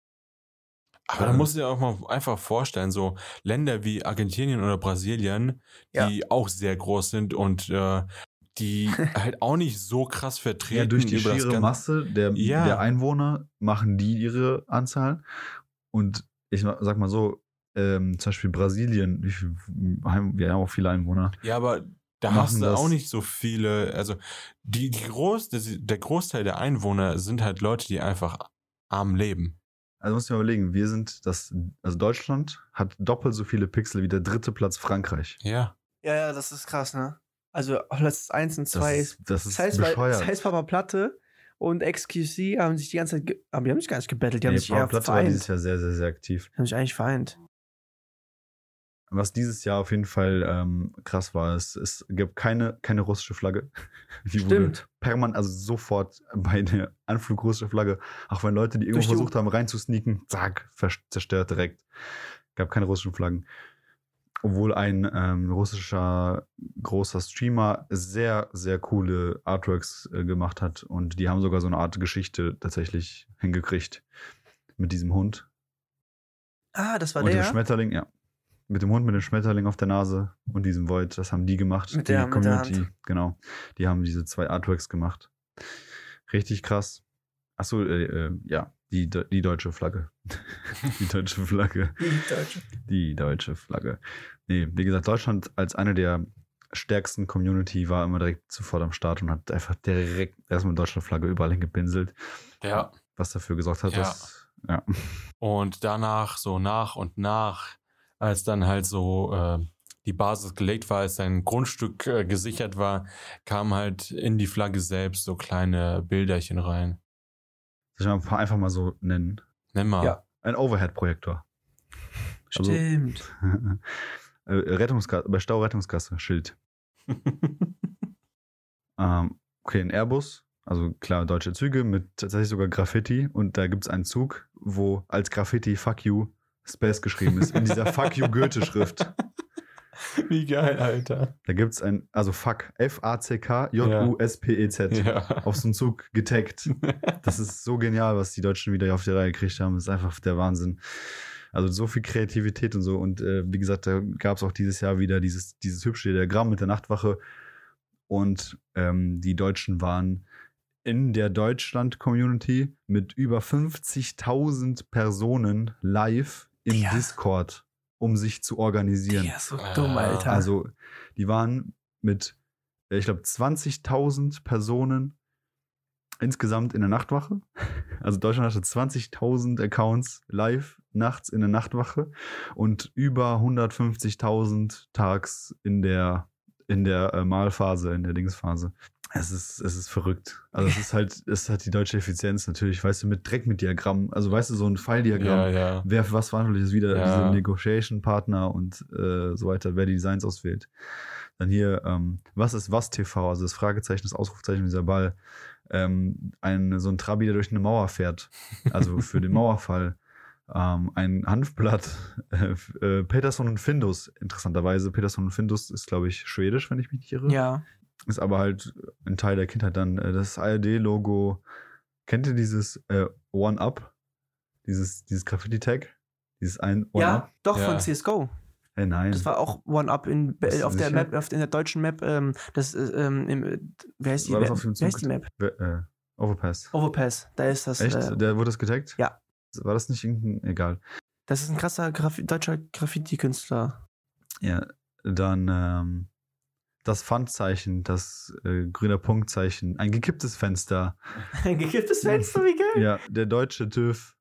S3: Aber da
S1: Ähm.
S3: musst du dir auch mal einfach vorstellen, so Länder wie Argentinien oder Brasilien,
S2: Ja.
S3: die auch sehr groß sind und äh, die halt auch nicht so krass vertreten.
S1: Ja, durch die
S3: über das
S1: schiere
S3: Ganze.
S1: Masse der,
S3: Ja.
S1: der Einwohner machen die ihre Anzahl. Und ich ma- sag mal so, ähm, zum Beispiel Brasilien, wie viel, Heim- wir haben auch viele Einwohner.
S3: Ja, aber da
S1: Machen
S3: hast du
S1: das.
S3: auch nicht so viele. Also die, die Groß, der, der Großteil der Einwohner sind halt Leute, die einfach arm leben.
S1: Also musst du dir mal überlegen, wir sind das, also Deutschland hat doppelt so viele Pixel wie der dritte Platz Frankreich.
S3: Ja.
S2: Ja, ja, das ist krass, ne? Also Platz 1 und
S1: Das
S2: 2 ist
S1: ist, das ist
S2: Das heißt, bei,
S1: bescheuert.
S2: das heißt Papa Platte und XQC haben sich die ganze Zeit, ge- aber die haben sich gar nicht gebettelt, die haben
S1: nee,
S2: sich
S1: Frau
S2: eher
S1: Platte war
S2: vereint.
S1: dieses
S2: Die
S1: Jahr sehr, sehr, sehr aktiv.
S2: haben sich eigentlich vereint.
S1: Was dieses Jahr auf jeden Fall ähm, krass war, ist, es gibt keine, keine russische Flagge. Die wurde
S2: Stimmt.
S1: permanent, also sofort bei der Anflug russischer Flagge, auch wenn Leute, die irgendwo
S2: Durch die
S1: versucht haben reinzusneaken, zack, vers- zerstört direkt. Gab keine russischen Flaggen. Obwohl ein ähm, russischer großer Streamer sehr, sehr coole Artworks äh, gemacht hat und die haben sogar so eine Art Geschichte tatsächlich hingekriegt mit diesem Hund
S2: Ah, das war
S1: und dem
S2: der.
S1: Schmetterling, ja. Mit dem Hund, mit dem Schmetterling auf der Nase und diesem Void, das haben die gemacht.
S2: Mit
S1: die
S2: der- mit der Hand.
S1: genau. Die haben diese zwei Artworks gemacht. Richtig krass. Achso, äh, äh, ja, die, de- die deutsche Flagge. die deutsche Flagge. Die deutsche Flagge. Nee, wie gesagt, Deutschland als eine der stärksten Community war immer direkt sofort am Start und hat einfach direkt erstmal die deutsche Flagge überall hingepinselt,
S3: Ja.
S1: was dafür gesorgt hat,
S3: Ja.
S1: dass. Ja.
S3: Und danach, so nach und nach, als dann halt so äh, die Basis gelegt war, als sein Grundstück äh, gesichert war, kamen halt in die Flagge selbst so kleine Bilderchen rein.
S1: Soll ich mal ein paar einfach mal so nennen?
S3: Nimm mal.
S2: Ja.
S1: Ein Overhead-Projektor. Also-
S2: Stimmt.
S1: Äh, Rettungskasse, bei Staurettungskasse, Schild. Ähm, okay, ein Airbus, also klar, deutsche Züge mit tatsächlich sogar Graffiti und da gibt es einen Zug, wo als Graffiti Fuck you Space geschrieben ist, in dieser Fuck you Goethe-Schrift.
S3: Wie geil, Alter.
S1: Da gibt es ein, also Fuck, F-A-C-K-J-U-S-P-E-Z.
S3: Ja.
S1: Auf so einen Zug getaggt. Das ist so genial, was die Deutschen wieder auf die Reihe gekriegt haben. Das ist einfach der Wahnsinn. Also so viel Kreativität und so. Und äh, wie gesagt, da gab es auch dieses Jahr wieder dieses, dieses hübsche Diagramm mit der Nachtwache. Und ähm, die Deutschen waren in der Deutschland-Community mit über 50.000 Personen live im
S2: Ja.
S1: Discord, um sich zu
S2: Der
S1: organisieren.
S2: ist so dumm, Alter.
S1: Also, die waren mit, äh, ich glaube, 20.000 Personen insgesamt in der Nachtwache. Also, Deutschland hatte 20.000 Accounts live nachts in der Nachtwache und über 150.000 tags in der, in der äh, Mahlphase, in der Dingsphase. Es ist, es ist verrückt. Also, es ist halt, es hat die deutsche Effizienz natürlich, weißt du, mit Dreck mit Diagrammen. Also, weißt du, so ein Pfeildiagramm
S3: ja, ja.
S1: wer für was verantwortlich ist, wieder
S3: Ja.
S1: diese Negotiation-Partner und äh, so weiter, wer die Designs auswählt. Dann hier, ähm, was ist was TV? Also das Fragezeichen, das Ausrufzeichen, dieser Ball. Ähm, ein, so ein Trabi, der durch eine Mauer fährt, also für den Mauerfall. Ähm, ein Hanfblatt, äh, f- äh, Peterson und Findus, interessanterweise. Peterson und Findus ist, glaube ich, schwedisch, wenn ich mich nicht irre
S2: ja.
S1: ist aber halt ein Teil der Kindheit dann. äh, Das ARD-Logo. Kennt ihr dieses äh, One-Up? Dieses, dieses Graffiti-Tag? Dieses ein One-Up?
S2: ja, doch
S3: Ja.
S2: von CSGO.
S1: Hey, nein.
S2: Das war auch One-Up in,
S1: Bist du
S2: auf der
S1: sicher?
S2: Map, auf, in der deutschen Map. Ähm, das, äh, ähm, im, äh, wer heißt die,
S1: War das
S2: Map?
S1: auf dem
S2: wer heißt
S1: Zug?
S2: die Map?
S1: Be- äh, Overpass.
S2: Overpass. Da ist das.
S1: Echt?
S2: Äh,
S1: Der wurde das getaggt?
S2: ja.
S1: War das nicht irgendein. Egal.
S2: das ist ein krasser Graf deutscher Graffiti-Künstler.
S1: Ja. Dann ähm, das Pfandzeichen, das äh, grüne Punktzeichen, ein gekipptes Fenster.
S2: Ein gekipptes Fenster, wie geil.
S1: Ja, der deutsche TÜV.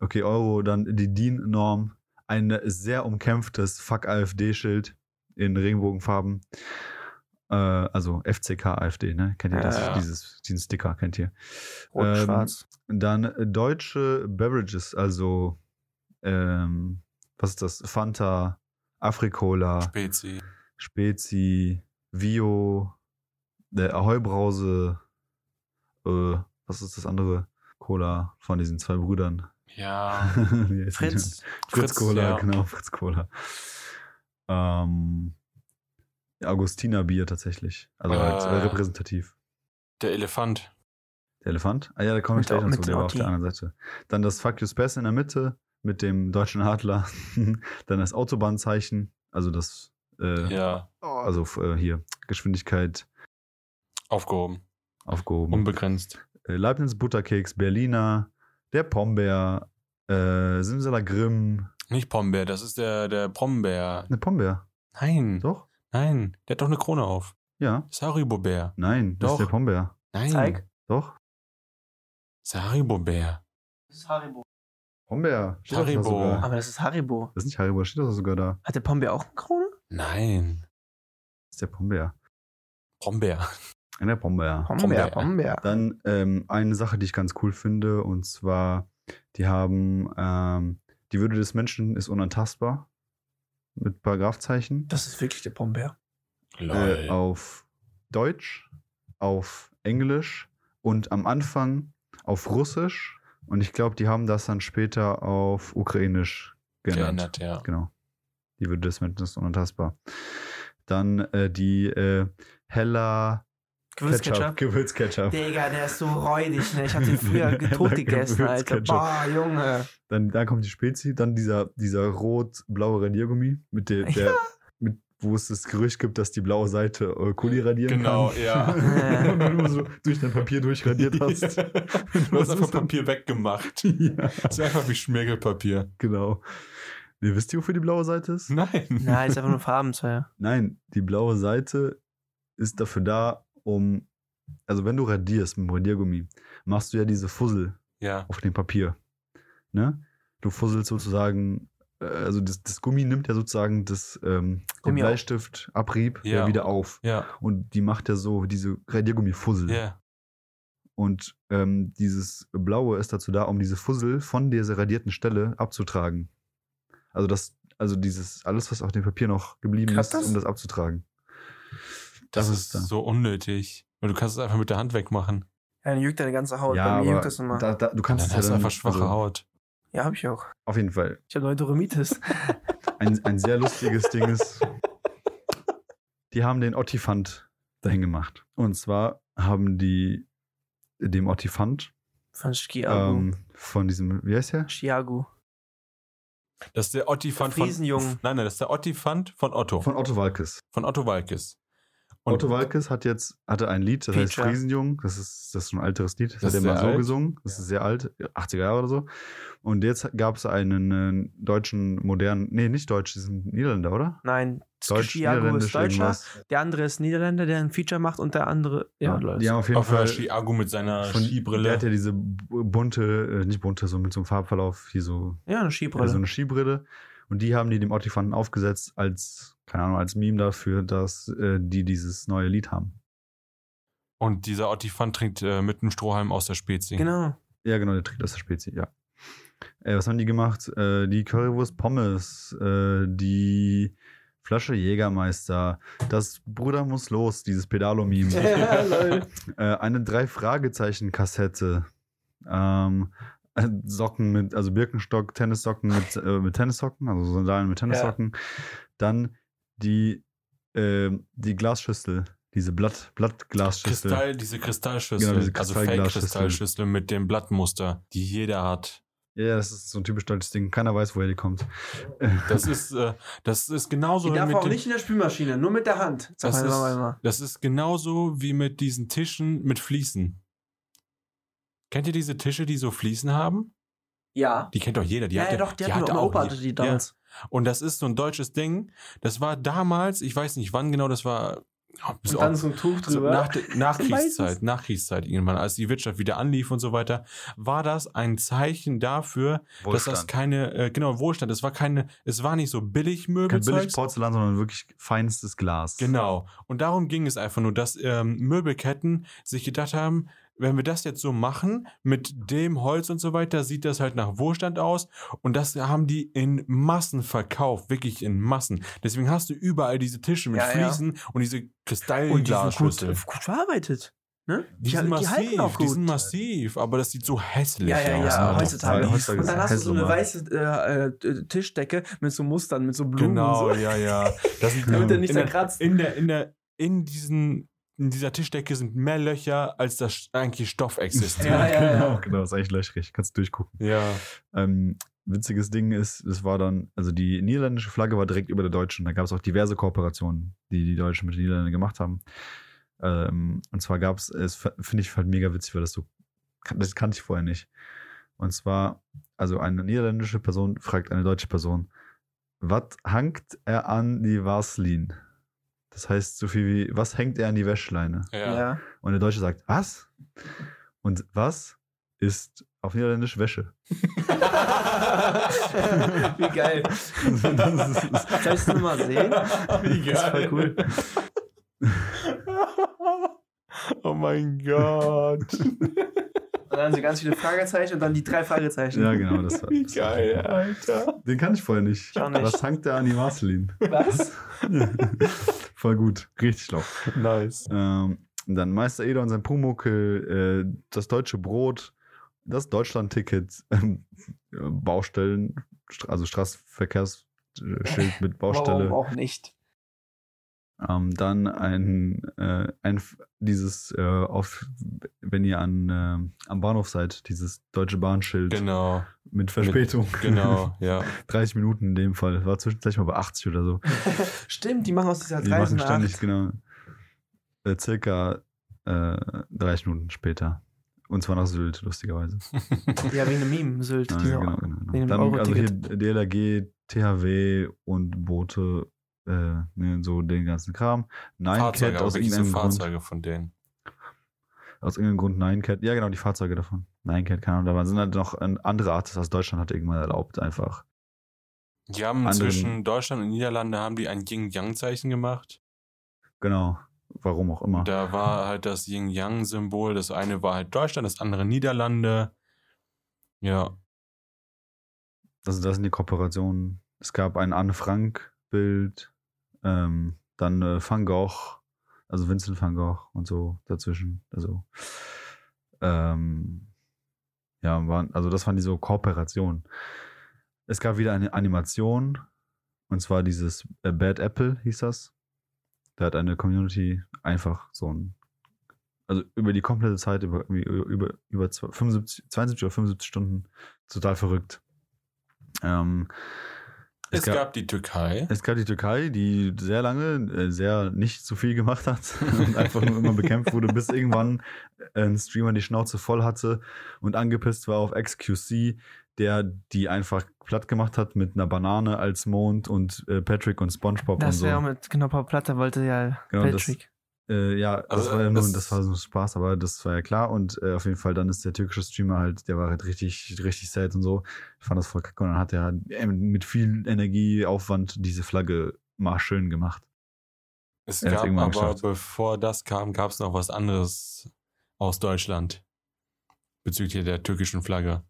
S1: Okay, Euro, dann die DIN-Norm. Ein sehr umkämpftes Fuck AfD-Schild in Regenbogenfarben. äh, also FCK AfD, ne? Kennt ihr
S2: Ja,
S1: das?
S2: ja.
S1: Dieses, diesen Sticker kennt ihr.
S2: Rot,
S1: Ähm,
S2: schwarz.
S1: Dann deutsche Beverages, also ähm, was ist das? Fanta, Afrikola,
S3: Spezi.
S1: Spezi, Vio, der Ahoi Brause, äh, was ist das andere? Cola von diesen zwei Brüdern.
S3: Ja.
S1: Wie heißen die?
S2: Ah, Fritz.
S1: Fritz,
S3: Fritz,
S1: Cola,
S3: ja.
S1: genau, Fritz Cola. Ähm, Augustiner Bier tatsächlich.
S2: Ah.
S1: Also halt, äh,
S3: Äh.
S1: repräsentativ.
S3: Der Elefant.
S1: Der Elefant? Ah ja, da komme ich
S2: Mit
S1: gleich
S2: der-
S1: dazu, der
S2: mit der
S1: war auf
S2: Otti.
S1: der anderen Seite. Dann das Fuck You Space in der Mitte mit dem deutschen Adler. Dann das Autobahnzeichen, also das, äh,
S3: Ja.
S1: also äh, hier, Geschwindigkeit
S3: Aufgehoben.
S1: aufgehoben.
S3: Unbegrenzt.
S1: äh, Leibniz Butterkeks, Berliner, der Pombeer, äh, Simsalagrim,
S3: Nicht Pombeer, das ist der, der Brombeer.
S1: ne Pombeer,
S3: Nein,
S1: doch?
S3: nein. Der hat doch eine Krone auf.
S1: Ja.
S3: Saribobär.
S1: Nein, das
S3: Doch.
S1: ist der Pombeer.
S3: Nein.
S2: Zeig.
S1: Doch?
S3: Saribobär.
S2: Das ist Haribo.
S1: Pombeer. steht doch da
S3: Haribo.
S1: sogar.
S2: Aber das ist Haribo.
S1: Das ist nicht Haribo, steht doch sogar da.
S2: Hat der Pombeer auch eine Krone?
S3: Nein.
S1: Das ist der Pombeer.
S3: Brombeer.
S1: Ja, Der Pombeer.
S3: Pombeer.
S2: Pombeer.
S1: Dann ähm, eine Sache, die ich ganz cool finde, und zwar, die haben, ähm, die Würde des Menschen ist unantastbar. Mit Paragraphzeichen.
S2: Das ist wirklich der Pombeer.
S1: äh, auf Deutsch, auf Englisch und am Anfang auf Russisch. Und ich glaube, die haben das dann später auf Ukrainisch geändert.
S3: Geändert, ja.
S1: Genau. Die Würde des Menschen ist unantastbar. Dann äh, die äh, Hella Ketchup.
S2: Gewürzketchup.
S1: Gewürzketchup.
S2: Digga, der ist so räudig, ne? Ich hab den früher
S1: Der
S2: tot gegessen, Alter.
S1: Gewürzketchup.
S2: Boah, Junge.
S1: Dann, dann kommt die Spezi, dann dieser, dieser rot-blaue Radiergummi, mit der, der mit, wo es das Gerücht gibt, dass die blaue Seite äh, Kuli radieren
S3: Genau,
S1: kann.
S3: ja.
S1: Wenn du so durch dein Papier durchradiert hast.
S3: du hast
S1: Was
S3: einfach
S1: ist denn-
S3: Papier weggemacht.
S1: ja,
S3: Das ist einfach wie Schmirgelpapier.
S1: genau. Ihr wisst ihr, wofür die blaue Seite ist?
S3: Nein.
S2: Nein, ist einfach nur Farbenzeuer.
S1: Nein, die blaue Seite ist dafür da, um. Also, wenn du radierst mit dem Radiergummi, machst du ja diese Fussel
S3: Ja.
S1: auf dem Papier. Ne? Du fusselst sozusagen, äh, also das, das Gummi nimmt ja sozusagen das, ähm, den
S2: Gummi auf.
S1: Bleistiftabrieb
S3: Ja.
S1: ja. wieder auf.
S3: Ja.
S1: Und die macht ja so diese Radiergummifussel.
S3: Ja.
S1: Und ähm, dieses Blaue ist dazu da, um diese Fussel von dieser radierten Stelle abzutragen. Also das, also dieses, alles, was auf dem Papier noch geblieben
S2: Krass.
S1: ist, um das abzutragen. Das
S3: Das, ist
S1: ist da.
S3: so unnötig. Weil du kannst es einfach mit der Hand wegmachen.
S2: Ja, dann juckt deine ganze Haut.
S1: ja,
S2: Oh, Bei mir
S1: aber
S2: juckt das immer.
S1: da, da, du
S3: Dann
S1: kannst es ja
S3: hast du
S1: dann,
S3: einfach schwache
S1: also,
S3: Haut.
S2: ja, hab ich auch.
S1: Auf jeden Fall.
S2: Ich habe Neurodermitis.
S1: Ein, ein sehr lustiges Ding ist, die haben den Ottifant dahin gemacht. Und zwar haben die dem Ottifant
S2: Von Schiago.
S1: ähm, von diesem, wie heißt der?
S2: Schiago.
S3: Das ist der Ottifant
S2: Der
S3: von.
S2: Friesenjungen.
S3: Nein, nein, das ist der Ottifant von Otto. Von,
S1: Von Otto Walkes.
S3: Otto Walkes. Und
S1: Otto Walkes hat jetzt hatte ein Lied, das
S2: Feature.
S1: heißt Friesenjung. Das ist, das ist so ein alteres Lied. Das,
S3: Das
S1: hat er
S3: ist
S1: mal
S3: sehr
S1: so
S3: alt.
S1: gesungen. Das ist sehr alt, 80er Jahre oder so. Und jetzt gab es einen, äh, deutschen, modernen, nee, nicht deutsch, diesen Niederländer, oder?
S2: Nein,
S1: Deutsch,
S2: Schiago ist
S1: niederländisch,
S2: Deutscher.
S1: irgendwas.
S2: Der andere ist Niederländer, der ein Feature macht und der andere. Ja,
S1: Ja,
S2: läuft.
S1: die haben auf jeden
S3: Auf
S1: Fall
S3: Chiago mit seiner
S1: Von- Der hat
S3: Skibrille.
S1: ja diese bu- bunte, äh, nicht bunte, so mit so einem Farbverlauf, hier so,
S2: ja eine
S1: äh,
S2: Skibrille.
S1: so eine Skibrille. Und die haben die dem Ottifanten aufgesetzt als, keine Ahnung, als Meme dafür, dass äh, die dieses neue Lied haben.
S3: Und dieser Ottifant trinkt äh, mit einem Strohhalm aus der Spezi.
S2: genau.
S1: Ja, genau, der trägt das der Spezi, ja. Äh, was haben die gemacht? Äh, die Currywurst Pommes, äh, die Flasche Jägermeister, das Bruder muss los, dieses Pedalo-Meme.
S2: Ja, lol.
S1: Äh, eine Drei-Fragezeichen-Kassette. Ähm, äh, Socken mit, also Birkenstock, Tennissocken mit, äh, mit Tennissocken, also Sandalen mit Tennissocken. Dann die, ähm, die Glasschüssel, diese Blatt, Blattglasschüssel.
S3: Kristall, diese Kristallschüssel,
S1: Genau, diese
S3: also
S1: Kristallglasschüssel.
S3: Fake-Kristallschüssel mit dem Blattmuster, die jeder hat.
S1: Ja, das ist so ein typisch deutsches Ding. Keiner weiß, woher die kommt.
S3: Das ist, äh, das ist
S2: Die
S3: genauso wie
S2: darf
S3: mit
S2: auch
S3: dem,
S2: nicht in der Spülmaschine, nur mit der Hand. Sag
S3: Das
S2: mal, sag mal,
S3: ist-
S2: mal.
S3: Das ist genauso wie mit diesen Tischen mit Fliesen. Kennt ihr diese Tische, die so Fliesen haben?
S2: Ja.
S3: Die kennt doch jeder. Die
S2: ja,
S3: hat
S2: ja, doch, die, hatten hat
S3: hatte
S2: mein
S3: auch
S2: Opa
S3: je-
S2: hatte die damals.
S3: Ja. Und das ist so ein deutsches Ding. Das war damals, ich weiß nicht wann genau, das war bis
S4: Und
S3: auch-
S4: dann so ein Tuch
S3: also
S4: drüber.
S3: nach, Nachkriegszeit,
S4: Meistens.
S3: Nachkriegszeit irgendwann, als die Wirtschaft wieder anlief und so weiter, war das ein Zeichen dafür, dass das
S1: Wohlstand.
S3: keine, äh, genau, Wohlstand, es war keine, es war nicht so billig
S1: Kein billig
S3: Möbelzeug.
S1: Porzellan, sondern wirklich feinstes Glas.
S3: Genau. Und darum ging es einfach nur, dass ähm, Möbelketten sich gedacht haben, wenn wir das jetzt so machen, mit dem Holz und so weiter, sieht das halt nach Wohlstand aus. Und das haben die in Massen verkauft, wirklich in Massen. Deswegen hast du überall diese Tische mit
S2: Ja, ja.
S3: Fliesen
S2: Und
S3: und diese
S2: die sind gut,
S3: Kristallglasschüssel.
S2: gut verarbeitet. Ne?
S3: Die sind massiv, die, sind massiv, aber das sieht so hässlich
S2: Ja, ja,
S3: aus. ne?
S2: ja,
S3: Alter.
S2: heutzutage.
S1: Heutzutage
S2: Und
S1: ist
S2: dann
S1: das
S2: hast du so eine
S1: Hässler.
S2: weiße äh, äh, Tischdecke mit so Mustern, mit so Blumen.
S3: Genau,
S2: und so.
S3: ja, ja. Das sind,
S1: Genau.
S2: Damit er
S3: in,
S2: nicht
S3: der,
S2: zerkratzt.
S3: in der, in der, in diesen, in dieser Tischdecke sind mehr Löcher, als das eigentlich Stoff existiert.
S2: Ja, ja, ja.
S1: genau, genau, ist eigentlich löchrig. Kannst du durchgucken.
S3: Ja.
S1: Ähm, witziges Ding ist, es war dann, also die niederländische Flagge war direkt über der deutschen. Da gab es auch diverse Kooperationen, die die Deutschen mit den Niederländern gemacht haben. Ähm, und zwar gab es, es f- finde ich halt mega witzig, weil das so, kan- das kannte ich vorher nicht. Und zwar, also eine niederländische Person fragt eine deutsche Person, was hangt er an die Waslin? Das heißt so viel wie, was hängt er an die Wäschleine?
S3: Ja.
S1: Und der Deutsche sagt, was? Und was ist auf Niederländisch Wäsche?
S2: Wie geil.
S1: Also das ist, das
S2: Soll ich es nochmal sehen?
S3: Wie
S2: Das ist voll cool.
S3: Oh mein Gott.
S2: Und dann so ganz viele Fragezeichen und dann die drei Fragezeichen.
S1: ja, genau, das war.
S3: Wie
S1: das war-
S3: geil, Alter.
S1: Den kann ich vorher nicht.
S2: Ich auch nicht.
S1: Was tankt der an die Marcelin?
S2: Was?
S1: Voll gut, richtig schlau.
S3: Nice.
S1: Ähm, dann Meister Eder und sein Pumuckel, äh, das deutsche Brot, das Deutschland-Ticket, ähm, Baustellen, Stra- also Straßenverkehrsschild mit Baustelle.
S2: Warum auch nicht?
S1: Ähm, dann ein, äh, ein dieses äh, auf, wenn ihr an, äh, am Bahnhof seid, dieses deutsche Bahnschild
S3: Genau,
S1: mit Verspätung.
S3: genau, ja.
S1: 30 Minuten in dem Fall. War zwischenzeitlich mal bei 80 oder so.
S2: Stimmt, die machen aus dieser
S1: Die
S2: 3
S1: machen
S2: eine
S1: ständig,
S2: 8.
S1: genau. Äh, circa äh, 30 Minuten später. Und zwar nach Sylt, lustigerweise.
S2: Ja, wegen dem Meme, Sylt.
S1: Ja,
S2: die sind
S1: genau,
S2: auch-
S1: genau, genau.
S2: wegen dem
S1: Dann, also hier
S2: Euro-Ticket.
S1: DLRG, THW und Boote, äh, ne, so den ganzen Kram. Nein,
S3: Fahrzeuge,
S1: Cat
S3: auch
S1: aus
S3: wirklich so
S1: irgendeinem Grund.
S3: Fahrzeuge von denen.
S1: Aus irgendeinem Grund Ninecat. Ja, genau, die Fahrzeuge davon. Ninecat, keine Ahnung. Da waren- sind halt noch äh, andere Artists aus Deutschland, hat irgendwann erlaubt, einfach.
S3: Die haben
S1: Anderen-
S3: zwischen Deutschland und Niederlande haben die ein Yin-Yang-Zeichen gemacht.
S1: Genau. Warum auch immer.
S3: Da war halt das Yin-Yang-Symbol. Das eine war halt Deutschland, das andere Niederlande. Ja.
S1: Also, das sind die Kooperationen. Es gab ein Anne Frank-Bild, ähm, dann äh, Van Gogh, also Vincent van Gogh und so dazwischen. Also, ähm, ja, waren, also das waren die so Kooperationen. Es gab wieder eine Animation, und zwar dieses äh, Bad Apple hieß das. Da hat eine Community einfach so ein, also über die komplette Zeit, über, irgendwie über, über zw- 75, 72 oder 75 Stunden, total verrückt. Ähm,
S3: Es, gab, die Türkei.
S1: es gab die Türkei, die sehr lange äh, sehr nicht so viel gemacht hat und einfach nur immer bekämpft wurde, bis irgendwann äh, ein Streamer die Schnauze voll hatte und angepisst war auf XQC, der die einfach platt gemacht hat mit einer Banane als Mond und äh, Patrick und SpongeBob
S2: Das
S1: und
S2: wäre
S1: so.
S2: auch mit Knopper Platte wollte ja
S1: Genau, das-
S2: Patrick.
S1: Äh, ja, das
S3: Also,
S1: war ja
S3: äh,
S1: nur,
S3: das-
S1: das, war so Spaß, aber das war ja klar. Und äh, auf jeden Fall, dann ist der türkische Streamer halt, der war halt richtig, richtig sad und so. Ich fand das voll kacke. Und dann hat er halt, äh, mit viel Energieaufwand diese Flagge mal schön gemacht.
S3: Es
S1: Er hat's
S3: gab
S1: irgendwann
S3: aber,
S1: geschafft.
S3: bevor das kam, gab es noch was anderes aus Deutschland. Bezüglich der türkischen Flagge.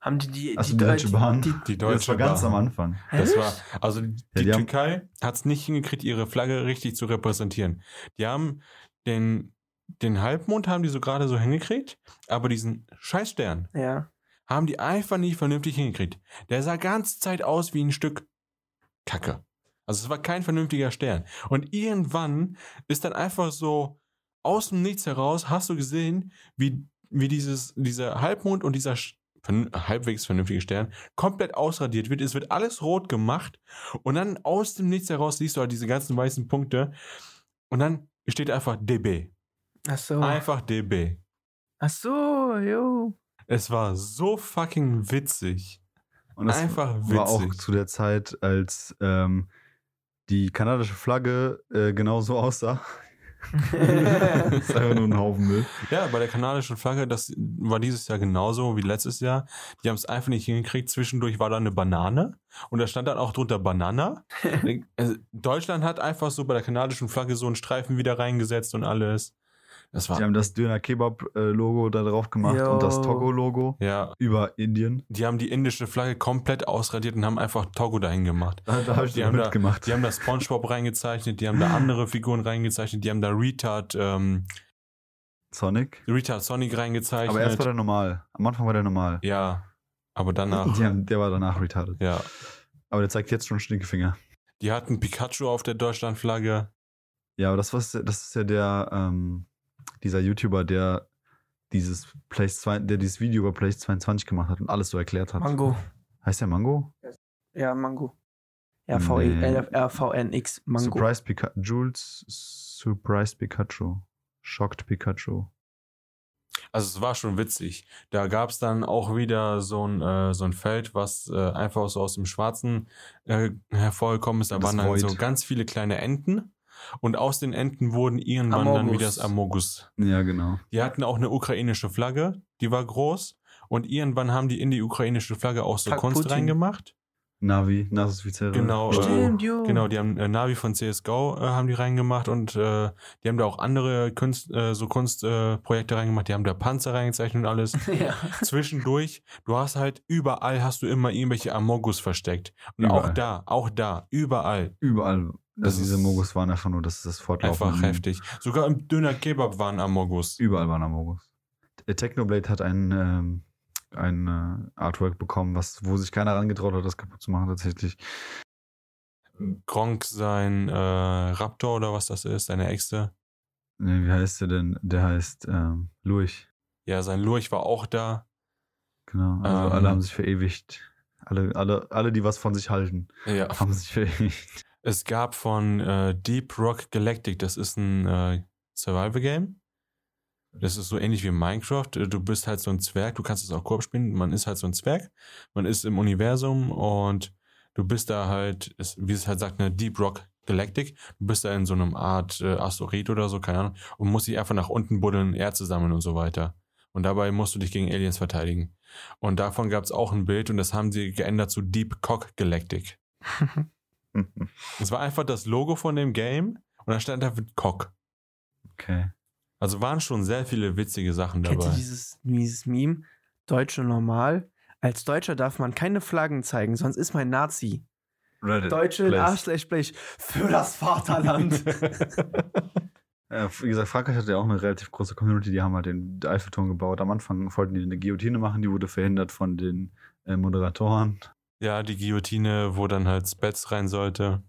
S2: Haben die die,
S1: Also
S2: die
S1: die Deutsche Bahn.
S2: Die,
S3: Die
S1: Ja, das
S3: deutsche
S1: war ganz
S3: Bahn.
S1: am Anfang.
S3: Das
S2: Hä?
S3: war, also die,
S1: die haben-
S3: Türkei hat es nicht hingekriegt, ihre Flagge richtig zu repräsentieren. Die haben den, den Halbmond haben die so gerade so hingekriegt, aber diesen Scheißstern
S2: ja.
S3: haben die einfach nicht vernünftig hingekriegt. Der sah ganze Zeit aus wie ein Stück Kacke. Also es war kein vernünftiger Stern. Und irgendwann ist dann einfach so aus dem Nichts heraus, hast du gesehen, wie, wie dieses, dieser Halbmond und dieser Sch- vernün- halbwegs vernünftige Stern komplett ausradiert wird. Es wird alles rot gemacht und dann aus dem Nichts heraus siehst du halt diese ganzen weißen Punkte und dann steht einfach DB.
S2: Ach so.
S3: Einfach DB.
S2: Ach so, jo.
S3: Es war so fucking witzig.
S1: Und das
S3: Einfach
S1: war auch
S3: witzig.
S1: zu der Zeit, als ähm, die kanadische Flagge äh, genauso genau aussah. das ist einfach nur ein Haufen Müll.
S3: Ja, bei der kanadischen Flagge, das war dieses Jahr genauso wie letztes Jahr. Die haben es einfach nicht hingekriegt. Zwischendurch war da eine Banane und da stand dann auch drunter Banana. also, Deutschland hat einfach so bei der kanadischen Flagge so einen Streifen wieder reingesetzt und alles. Das
S1: Die
S3: war,
S1: haben das Döner-Kebab-Logo da drauf gemacht und das
S2: Yo.
S1: Togo-Logo
S3: ja,
S1: über Indien.
S3: die haben die indische Flagge komplett ausradiert und haben einfach Togo dahin gemacht.
S1: Da, da habe ich
S3: Die
S1: nicht
S3: haben da-
S1: mitgemacht.
S3: Die haben da Spongebob reingezeichnet, die haben da andere Figuren reingezeichnet, die haben da Retard, ähm,
S1: Sonic.
S3: Retard Sonic reingezeichnet.
S1: Aber erst war der normal. Am Anfang war der normal.
S3: ja, aber danach,
S1: Die haben, der war danach retarded.
S3: ja.
S1: Aber der zeigt jetzt schon Stinkefinger.
S3: Die hatten Pikachu auf der Deutschlandflagge.
S1: Ja, aber das, was, das ist ja der, ähm, dieser YouTuber, der dieses Place 2, der dieses Video über Place 22 gemacht hat und alles so erklärt hat.
S2: Mango.
S1: Heißt der Mango?
S2: Ja, Mango. Ja,
S1: Nee.
S2: RVNX Mango.
S1: Surprise Pikachu. Jules Surprise Pikachu. Shocked Pikachu.
S3: Also es war schon witzig. Da gab es dann auch wieder so ein, äh, so ein Feld, was äh, einfach so aus dem Schwarzen äh, hervorgekommen ist. Da
S1: Das
S3: waren dann
S1: Void.
S3: so ganz viele kleine Enten. Und aus den Enten wurden irgendwann dann
S2: Amogus.
S3: wieder das Amogus.
S1: Ja, genau.
S3: Die hatten auch eine ukrainische Flagge, die war groß. Und irgendwann haben die in die ukrainische Flagge auch so
S2: Fuck
S3: Kunst
S2: Putin.
S3: reingemacht.
S1: Navi, Nasus Vizera.
S3: Genau,
S2: Stimmt, jo.
S3: Genau, die haben äh, Navi von CSGO äh, haben die reingemacht und äh, die haben da auch andere Kunst, äh, so Kunstprojekte äh, Projekte reingemacht. Die haben da Panzer reingezeichnet und alles.
S2: ja.
S3: Zwischendurch, du hast halt überall hast du immer irgendwelche Amogus versteckt. Und auch
S1: Überall.
S3: da, auch da, überall.
S1: Überall.
S3: Das
S1: Also diese
S3: ist-
S1: Mogus waren einfach nur, das ist das Fortlaufen.
S3: Einfach heftig. Sogar im Döner Kebab waren Amogus.
S1: Überall waren Amogus. Äh, Technoblade hat ein, ähm, ein äh, Artwork bekommen, was, wo sich keiner herangetraut hat, das kaputt zu machen tatsächlich.
S3: Gronk sein äh, Raptor oder was das ist, seine Echse.
S1: Nee, Ne, wie heißt der denn? Der heißt ähm, Lurch.
S3: Ja, sein Lurch war auch da.
S1: Genau. Also
S3: Ähm.
S1: alle haben sich verewigt. Alle, alle, alle, die was von sich halten,
S3: Ja.
S1: haben sich verewigt.
S3: Es gab von äh, Deep Rock Galactic, das ist ein äh, Survival-Game. Das ist so ähnlich wie Minecraft. Äh, Du bist halt so ein Zwerg, du kannst es auch Koop spielen. Man ist halt so ein Zwerg, man ist im Universum und du bist da halt, ist, wie es halt sagt, eine Deep Rock Galactic. Du bist da in so einem Art äh, Asteroid oder so, keine Ahnung, und musst dich einfach nach unten buddeln, Erze sammeln und so weiter. Und dabei musst du dich gegen Aliens verteidigen. Und davon gab es auch ein Bild und das haben sie geändert zu Deep Cock Galactic. Es war einfach das Logo von dem Game und da stand da mit Cock.
S1: okay.
S3: Also waren schon sehr viele witzige Sachen
S2: Kennt ihr
S3: dabei.
S2: dieses, dieses Meme? Deutsche normal. Als Deutscher darf man keine Flaggen zeigen, sonst ist man Nazi.
S1: Reddit.
S2: Deutsche
S1: Place.
S2: Arschlechblech für das Vaterland.
S1: Äh, wie gesagt, Frankreich hatte ja auch eine relativ große Community, die haben halt den Eiffelturm gebaut. Am Anfang wollten die eine Guillotine machen, die wurde verhindert von den äh, Moderatoren.
S3: Ja, die Guillotine, wo dann halt Spets rein sollte.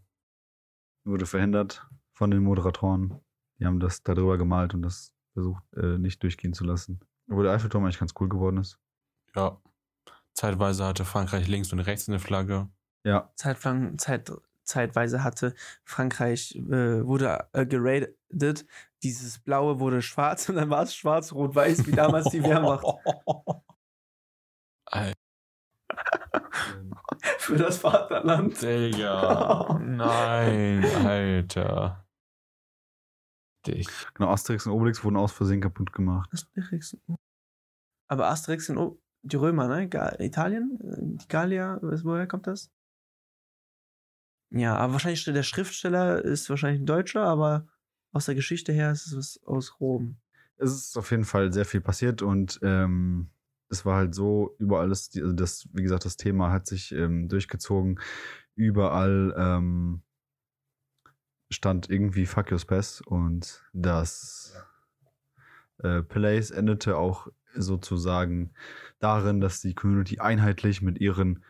S1: Wurde verhindert von den Moderatoren. Die haben das darüber gemalt und das versucht, äh, nicht durchgehen zu lassen. Obwohl der Eiffelturm eigentlich ganz cool geworden ist.
S3: Ja. Zeitweise hatte Frankreich links und rechts eine Flagge.
S1: Ja,
S2: Zeitlang, Zeit, zeitweise hatte Frankreich, äh, wurde äh, geradet. Dieses Blaue wurde schwarz und dann war es schwarz, rot, weiß, wie damals die Wehrmacht.
S3: Alter,
S2: Für das Vaterland.
S3: Digga. Nein, Alter. Dich.
S1: genau. Asterix und Obelix wurden aus Versehen kaputt gemacht.
S2: Asterix und O- Aber Asterix sind O- die Römer, ne? Ga Italien? Äh, Die Gallier, was- woher kommt das? Ja, aber wahrscheinlich der Schriftsteller ist wahrscheinlich ein Deutscher, aber aus der Geschichte her ist es was aus Rom.
S1: es ist auf jeden Fall sehr viel passiert und ähm, es war halt so, überall ist, die- also das, wie gesagt, das Thema hat sich ähm, durchgezogen. Überall ähm, stand irgendwie Fuck Your Space und das äh, Place endete auch sozusagen darin, dass die Community einheitlich mit ihren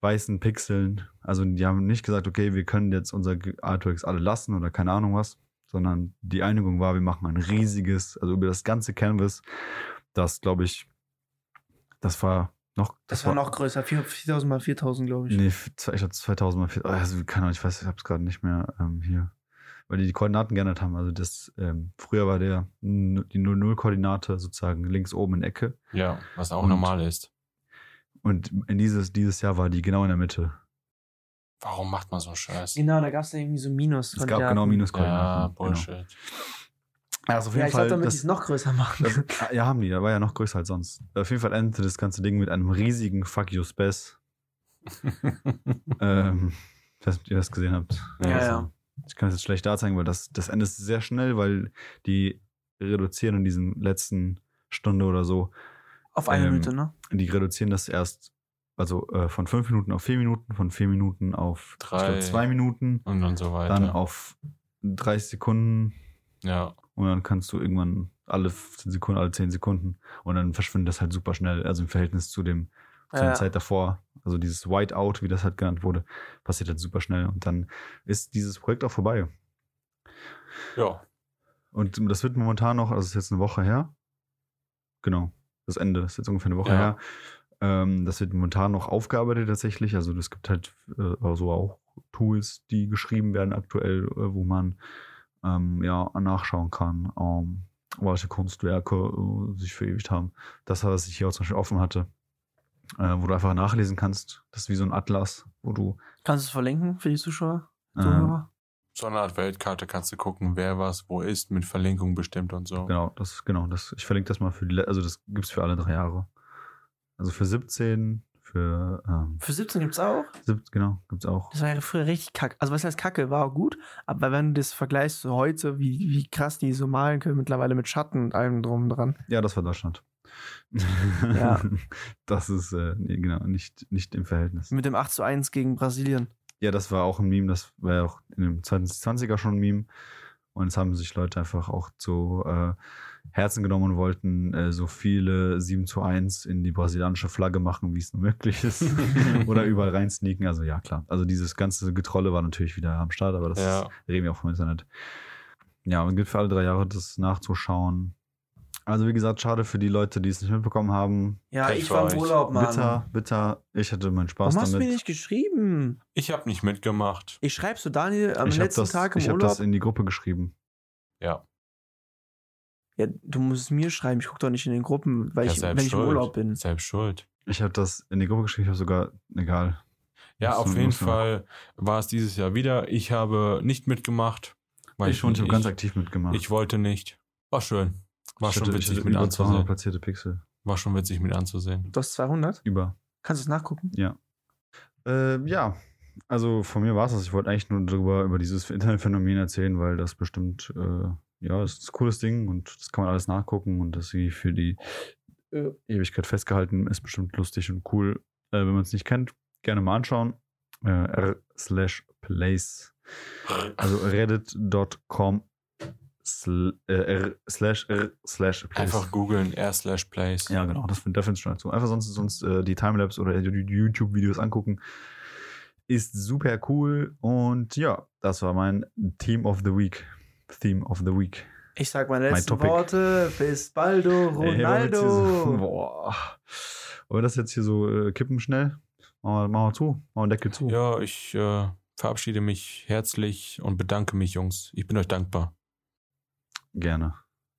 S1: weißen Pixeln, also die haben nicht gesagt, okay, wir können jetzt unser Artworks alle lassen oder keine Ahnung was, sondern die Einigung war, wir machen ein riesiges, also über das ganze Canvas, das glaube ich, das war noch,
S2: Das, war noch größer, 4000 mal 4000, glaube ich.
S1: nee, f- zwei- ich glaube 2000 mal, vier- also keine Ahnung, ich weiß, ich habe es gerade nicht mehr ähm, hier, weil die die Koordinaten geändert haben, also das, ähm, früher war der, N- die 0-0-Koordinate sozusagen links oben in Ecke
S3: Ja, was auch
S1: Und-
S3: normal ist.
S1: und in dieses, dieses Jahr war die genau in der Mitte.
S3: Warum macht man so einen Scheiß?
S2: Genau, da gab es irgendwie so Minus.
S1: Es gab genau Minuskoordinaten.
S3: Ja,
S1: genau.
S3: Bullshit.
S1: Also auf jeden
S2: Ja, ich
S1: Fall.
S2: glaube, damit die
S1: das-
S2: es noch größer machen.
S1: das, ah, ja, haben die, da war ja noch größer als sonst. Auf jeden Fall endete das ganze Ding mit einem riesigen Fuck you Space. ähm, ich weiß nicht, ob ihr das gesehen habt.
S2: Ja, ja.
S1: Ich kann es jetzt schlecht da zeigen, weil das, das endet sehr schnell, weil die reduzieren in diesen letzten Stunde oder so,
S2: Auf eine
S1: Ähm,
S2: Minute, ne?
S1: die reduzieren das erst, also äh, von fünf Minuten auf vier Minuten, von vier Minuten auf ich
S3: Drei.
S1: glaub, zwei Minuten,
S3: Und dann so weiter.
S1: dann auf 30 Sekunden
S3: Ja.
S1: Und dann kannst du irgendwann alle 15 Sekunden, alle 10 Sekunden und dann verschwindet das halt super schnell. Also im Verhältnis zu dem zu der
S2: Ja.
S1: Zeit davor, also dieses Whiteout, wie das halt genannt wurde, passiert halt super schnell und dann ist dieses Projekt auch vorbei.
S3: Ja.
S1: Und das wird momentan noch, also es ist jetzt eine Woche her. Genau, das Ende ist jetzt ungefähr eine Woche
S3: Ja.
S1: her. Ähm, das wird momentan noch aufgearbeitet tatsächlich. Also es gibt halt äh, also auch Tools, die geschrieben werden aktuell, äh, wo man ähm, ja nachschauen kann, ähm, welche Kunstwerke äh, sich verewigt haben. Das, was ich hier auch zum Beispiel offen hatte, äh, wo du einfach nachlesen kannst. Das ist wie so ein Atlas, wo du
S2: Kannst du es verlinken für die Zuschauer?
S1: äh,
S2: Zuhörer?
S3: So eine Art Weltkarte kannst du gucken, wer was wo ist, mit Verlinkung bestimmt und so.
S1: Genau, das, genau, das, ich verlinke das mal für die, le- also das gibt es für alle drei Jahre. Also für 17, für ähm,
S2: Für 17 gibt's auch.
S1: 17, genau, gibt es auch.
S2: Das war ja früher richtig kacke. Also was heißt kacke, war auch gut, aber wenn du das vergleichst zu heute, wie, wie krass die so malen können mittlerweile mit Schatten und allem drum und dran.
S1: Ja, das war Deutschland.
S2: Ja.
S1: Das ist, äh, nee, genau, nicht, nicht im Verhältnis.
S2: Mit dem 8 zu 1 gegen Brasilien.
S1: Ja, das war auch ein Meme, das war ja auch in dem 2020er schon ein Meme. Und es haben sich Leute einfach auch zu äh, Herzen genommen und wollten äh, so viele 7 zu 1 in die brasilianische Flagge machen, wie es nur möglich ist. oder überall rein sneaken. Also ja, klar. Also dieses ganze Getrolle war natürlich wieder am Start, aber das
S3: Ja.
S1: reden wir auch vom Internet. Ja, und gibt für alle drei Jahre das nachzuschauen. Also wie gesagt, schade für die Leute, die es nicht mitbekommen haben.
S2: Ja,
S3: Pech
S2: ich
S3: für
S2: war
S3: euch.
S2: im Urlaub, Mann.
S1: Bitter, bitter. Ich hatte meinen Spaß
S2: Warum hast du mir
S1: damit.
S2: nicht geschrieben?
S3: Ich habe nicht mitgemacht.
S2: Ich schreib's zu Daniel am
S1: ich habe
S2: letzten
S1: das,
S2: Tag im
S1: ich hab
S2: Urlaub.
S1: das in die Gruppe geschrieben.
S3: Ja.
S2: ja, du musst es mir schreiben. Ich guck doch nicht in den Gruppen, weil
S3: ja,
S2: ich, wenn ich im Urlaub bin.
S3: Selbst schuld.
S1: Ich habe das in die Gruppe geschrieben. Ich habe sogar, egal.
S3: Ja,
S1: Muss
S3: auf
S1: man-
S3: jeden
S1: muss man-
S3: Fall war es dieses Jahr wieder. Ich habe nicht mitgemacht. weil
S1: ich schon, ich habe ganz
S3: ich,
S1: aktiv mitgemacht.
S3: ich wollte nicht. War schön. War
S1: Ich
S3: schon
S1: hatte- ich
S3: witzig
S1: hatte
S3: mit
S1: über 200
S3: anzusehen.
S1: platzierte Pixel.
S3: War schon witzig mit anzusehen.
S2: Du hast 200?
S1: Über.
S2: Kannst du es nachgucken?
S1: Ähm, ja, also von mir war es das. Ich wollte eigentlich nur darüber, über dieses Internetphänomen erzählen, weil das bestimmt, äh, ja, das ist ein cooles Ding und das kann man alles nachgucken und das irgendwie für die äh, Ewigkeit festgehalten ist bestimmt lustig und cool. Äh, wenn man es nicht kennt, gerne mal anschauen. Äh, r slash place. Also reddit.com sl äh, r slash r slash place.
S3: Einfach googeln, r slash plays.
S1: Ja, genau, das find- da findest du schon dazu. Einfach sonst, sonst äh, die Timelapse oder die die YouTube-Videos angucken. Ist super cool. Und ja, das war mein Team of the Week. Theme of the Week.
S2: Ich sag meine letzten
S1: Topic.
S2: Worte. Bis baldo,
S1: Ey, wollen wir jetzt hier So,
S2: Ronaldo.
S1: boah. Wollen wir das jetzt hier so äh, kippen schnell? Machen wir, machen wir zu. Machen wir Deckel zu.
S3: Ja, ich äh, verabschiede mich herzlich und bedanke mich, Jungs. Ich bin euch dankbar.
S1: Gerne.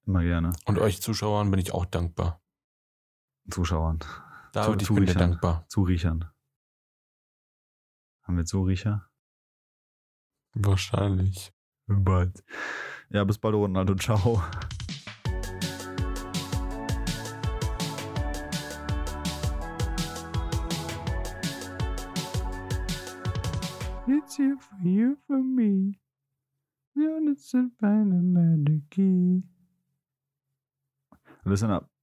S1: Immer gerne.
S3: Und euch Zuschauern bin ich auch dankbar.
S1: Zuschauern. Zu-
S3: David, ich bin dir
S1: Zurichern.
S3: dankbar.
S1: Zuriechern. Haben wir Zuriecher?
S3: Wahrscheinlich.
S1: Bald. Ja, bis bald, Ronaldo. Ciao.
S4: It's here for you, for me. The innocent find a magic key.
S1: Listen up.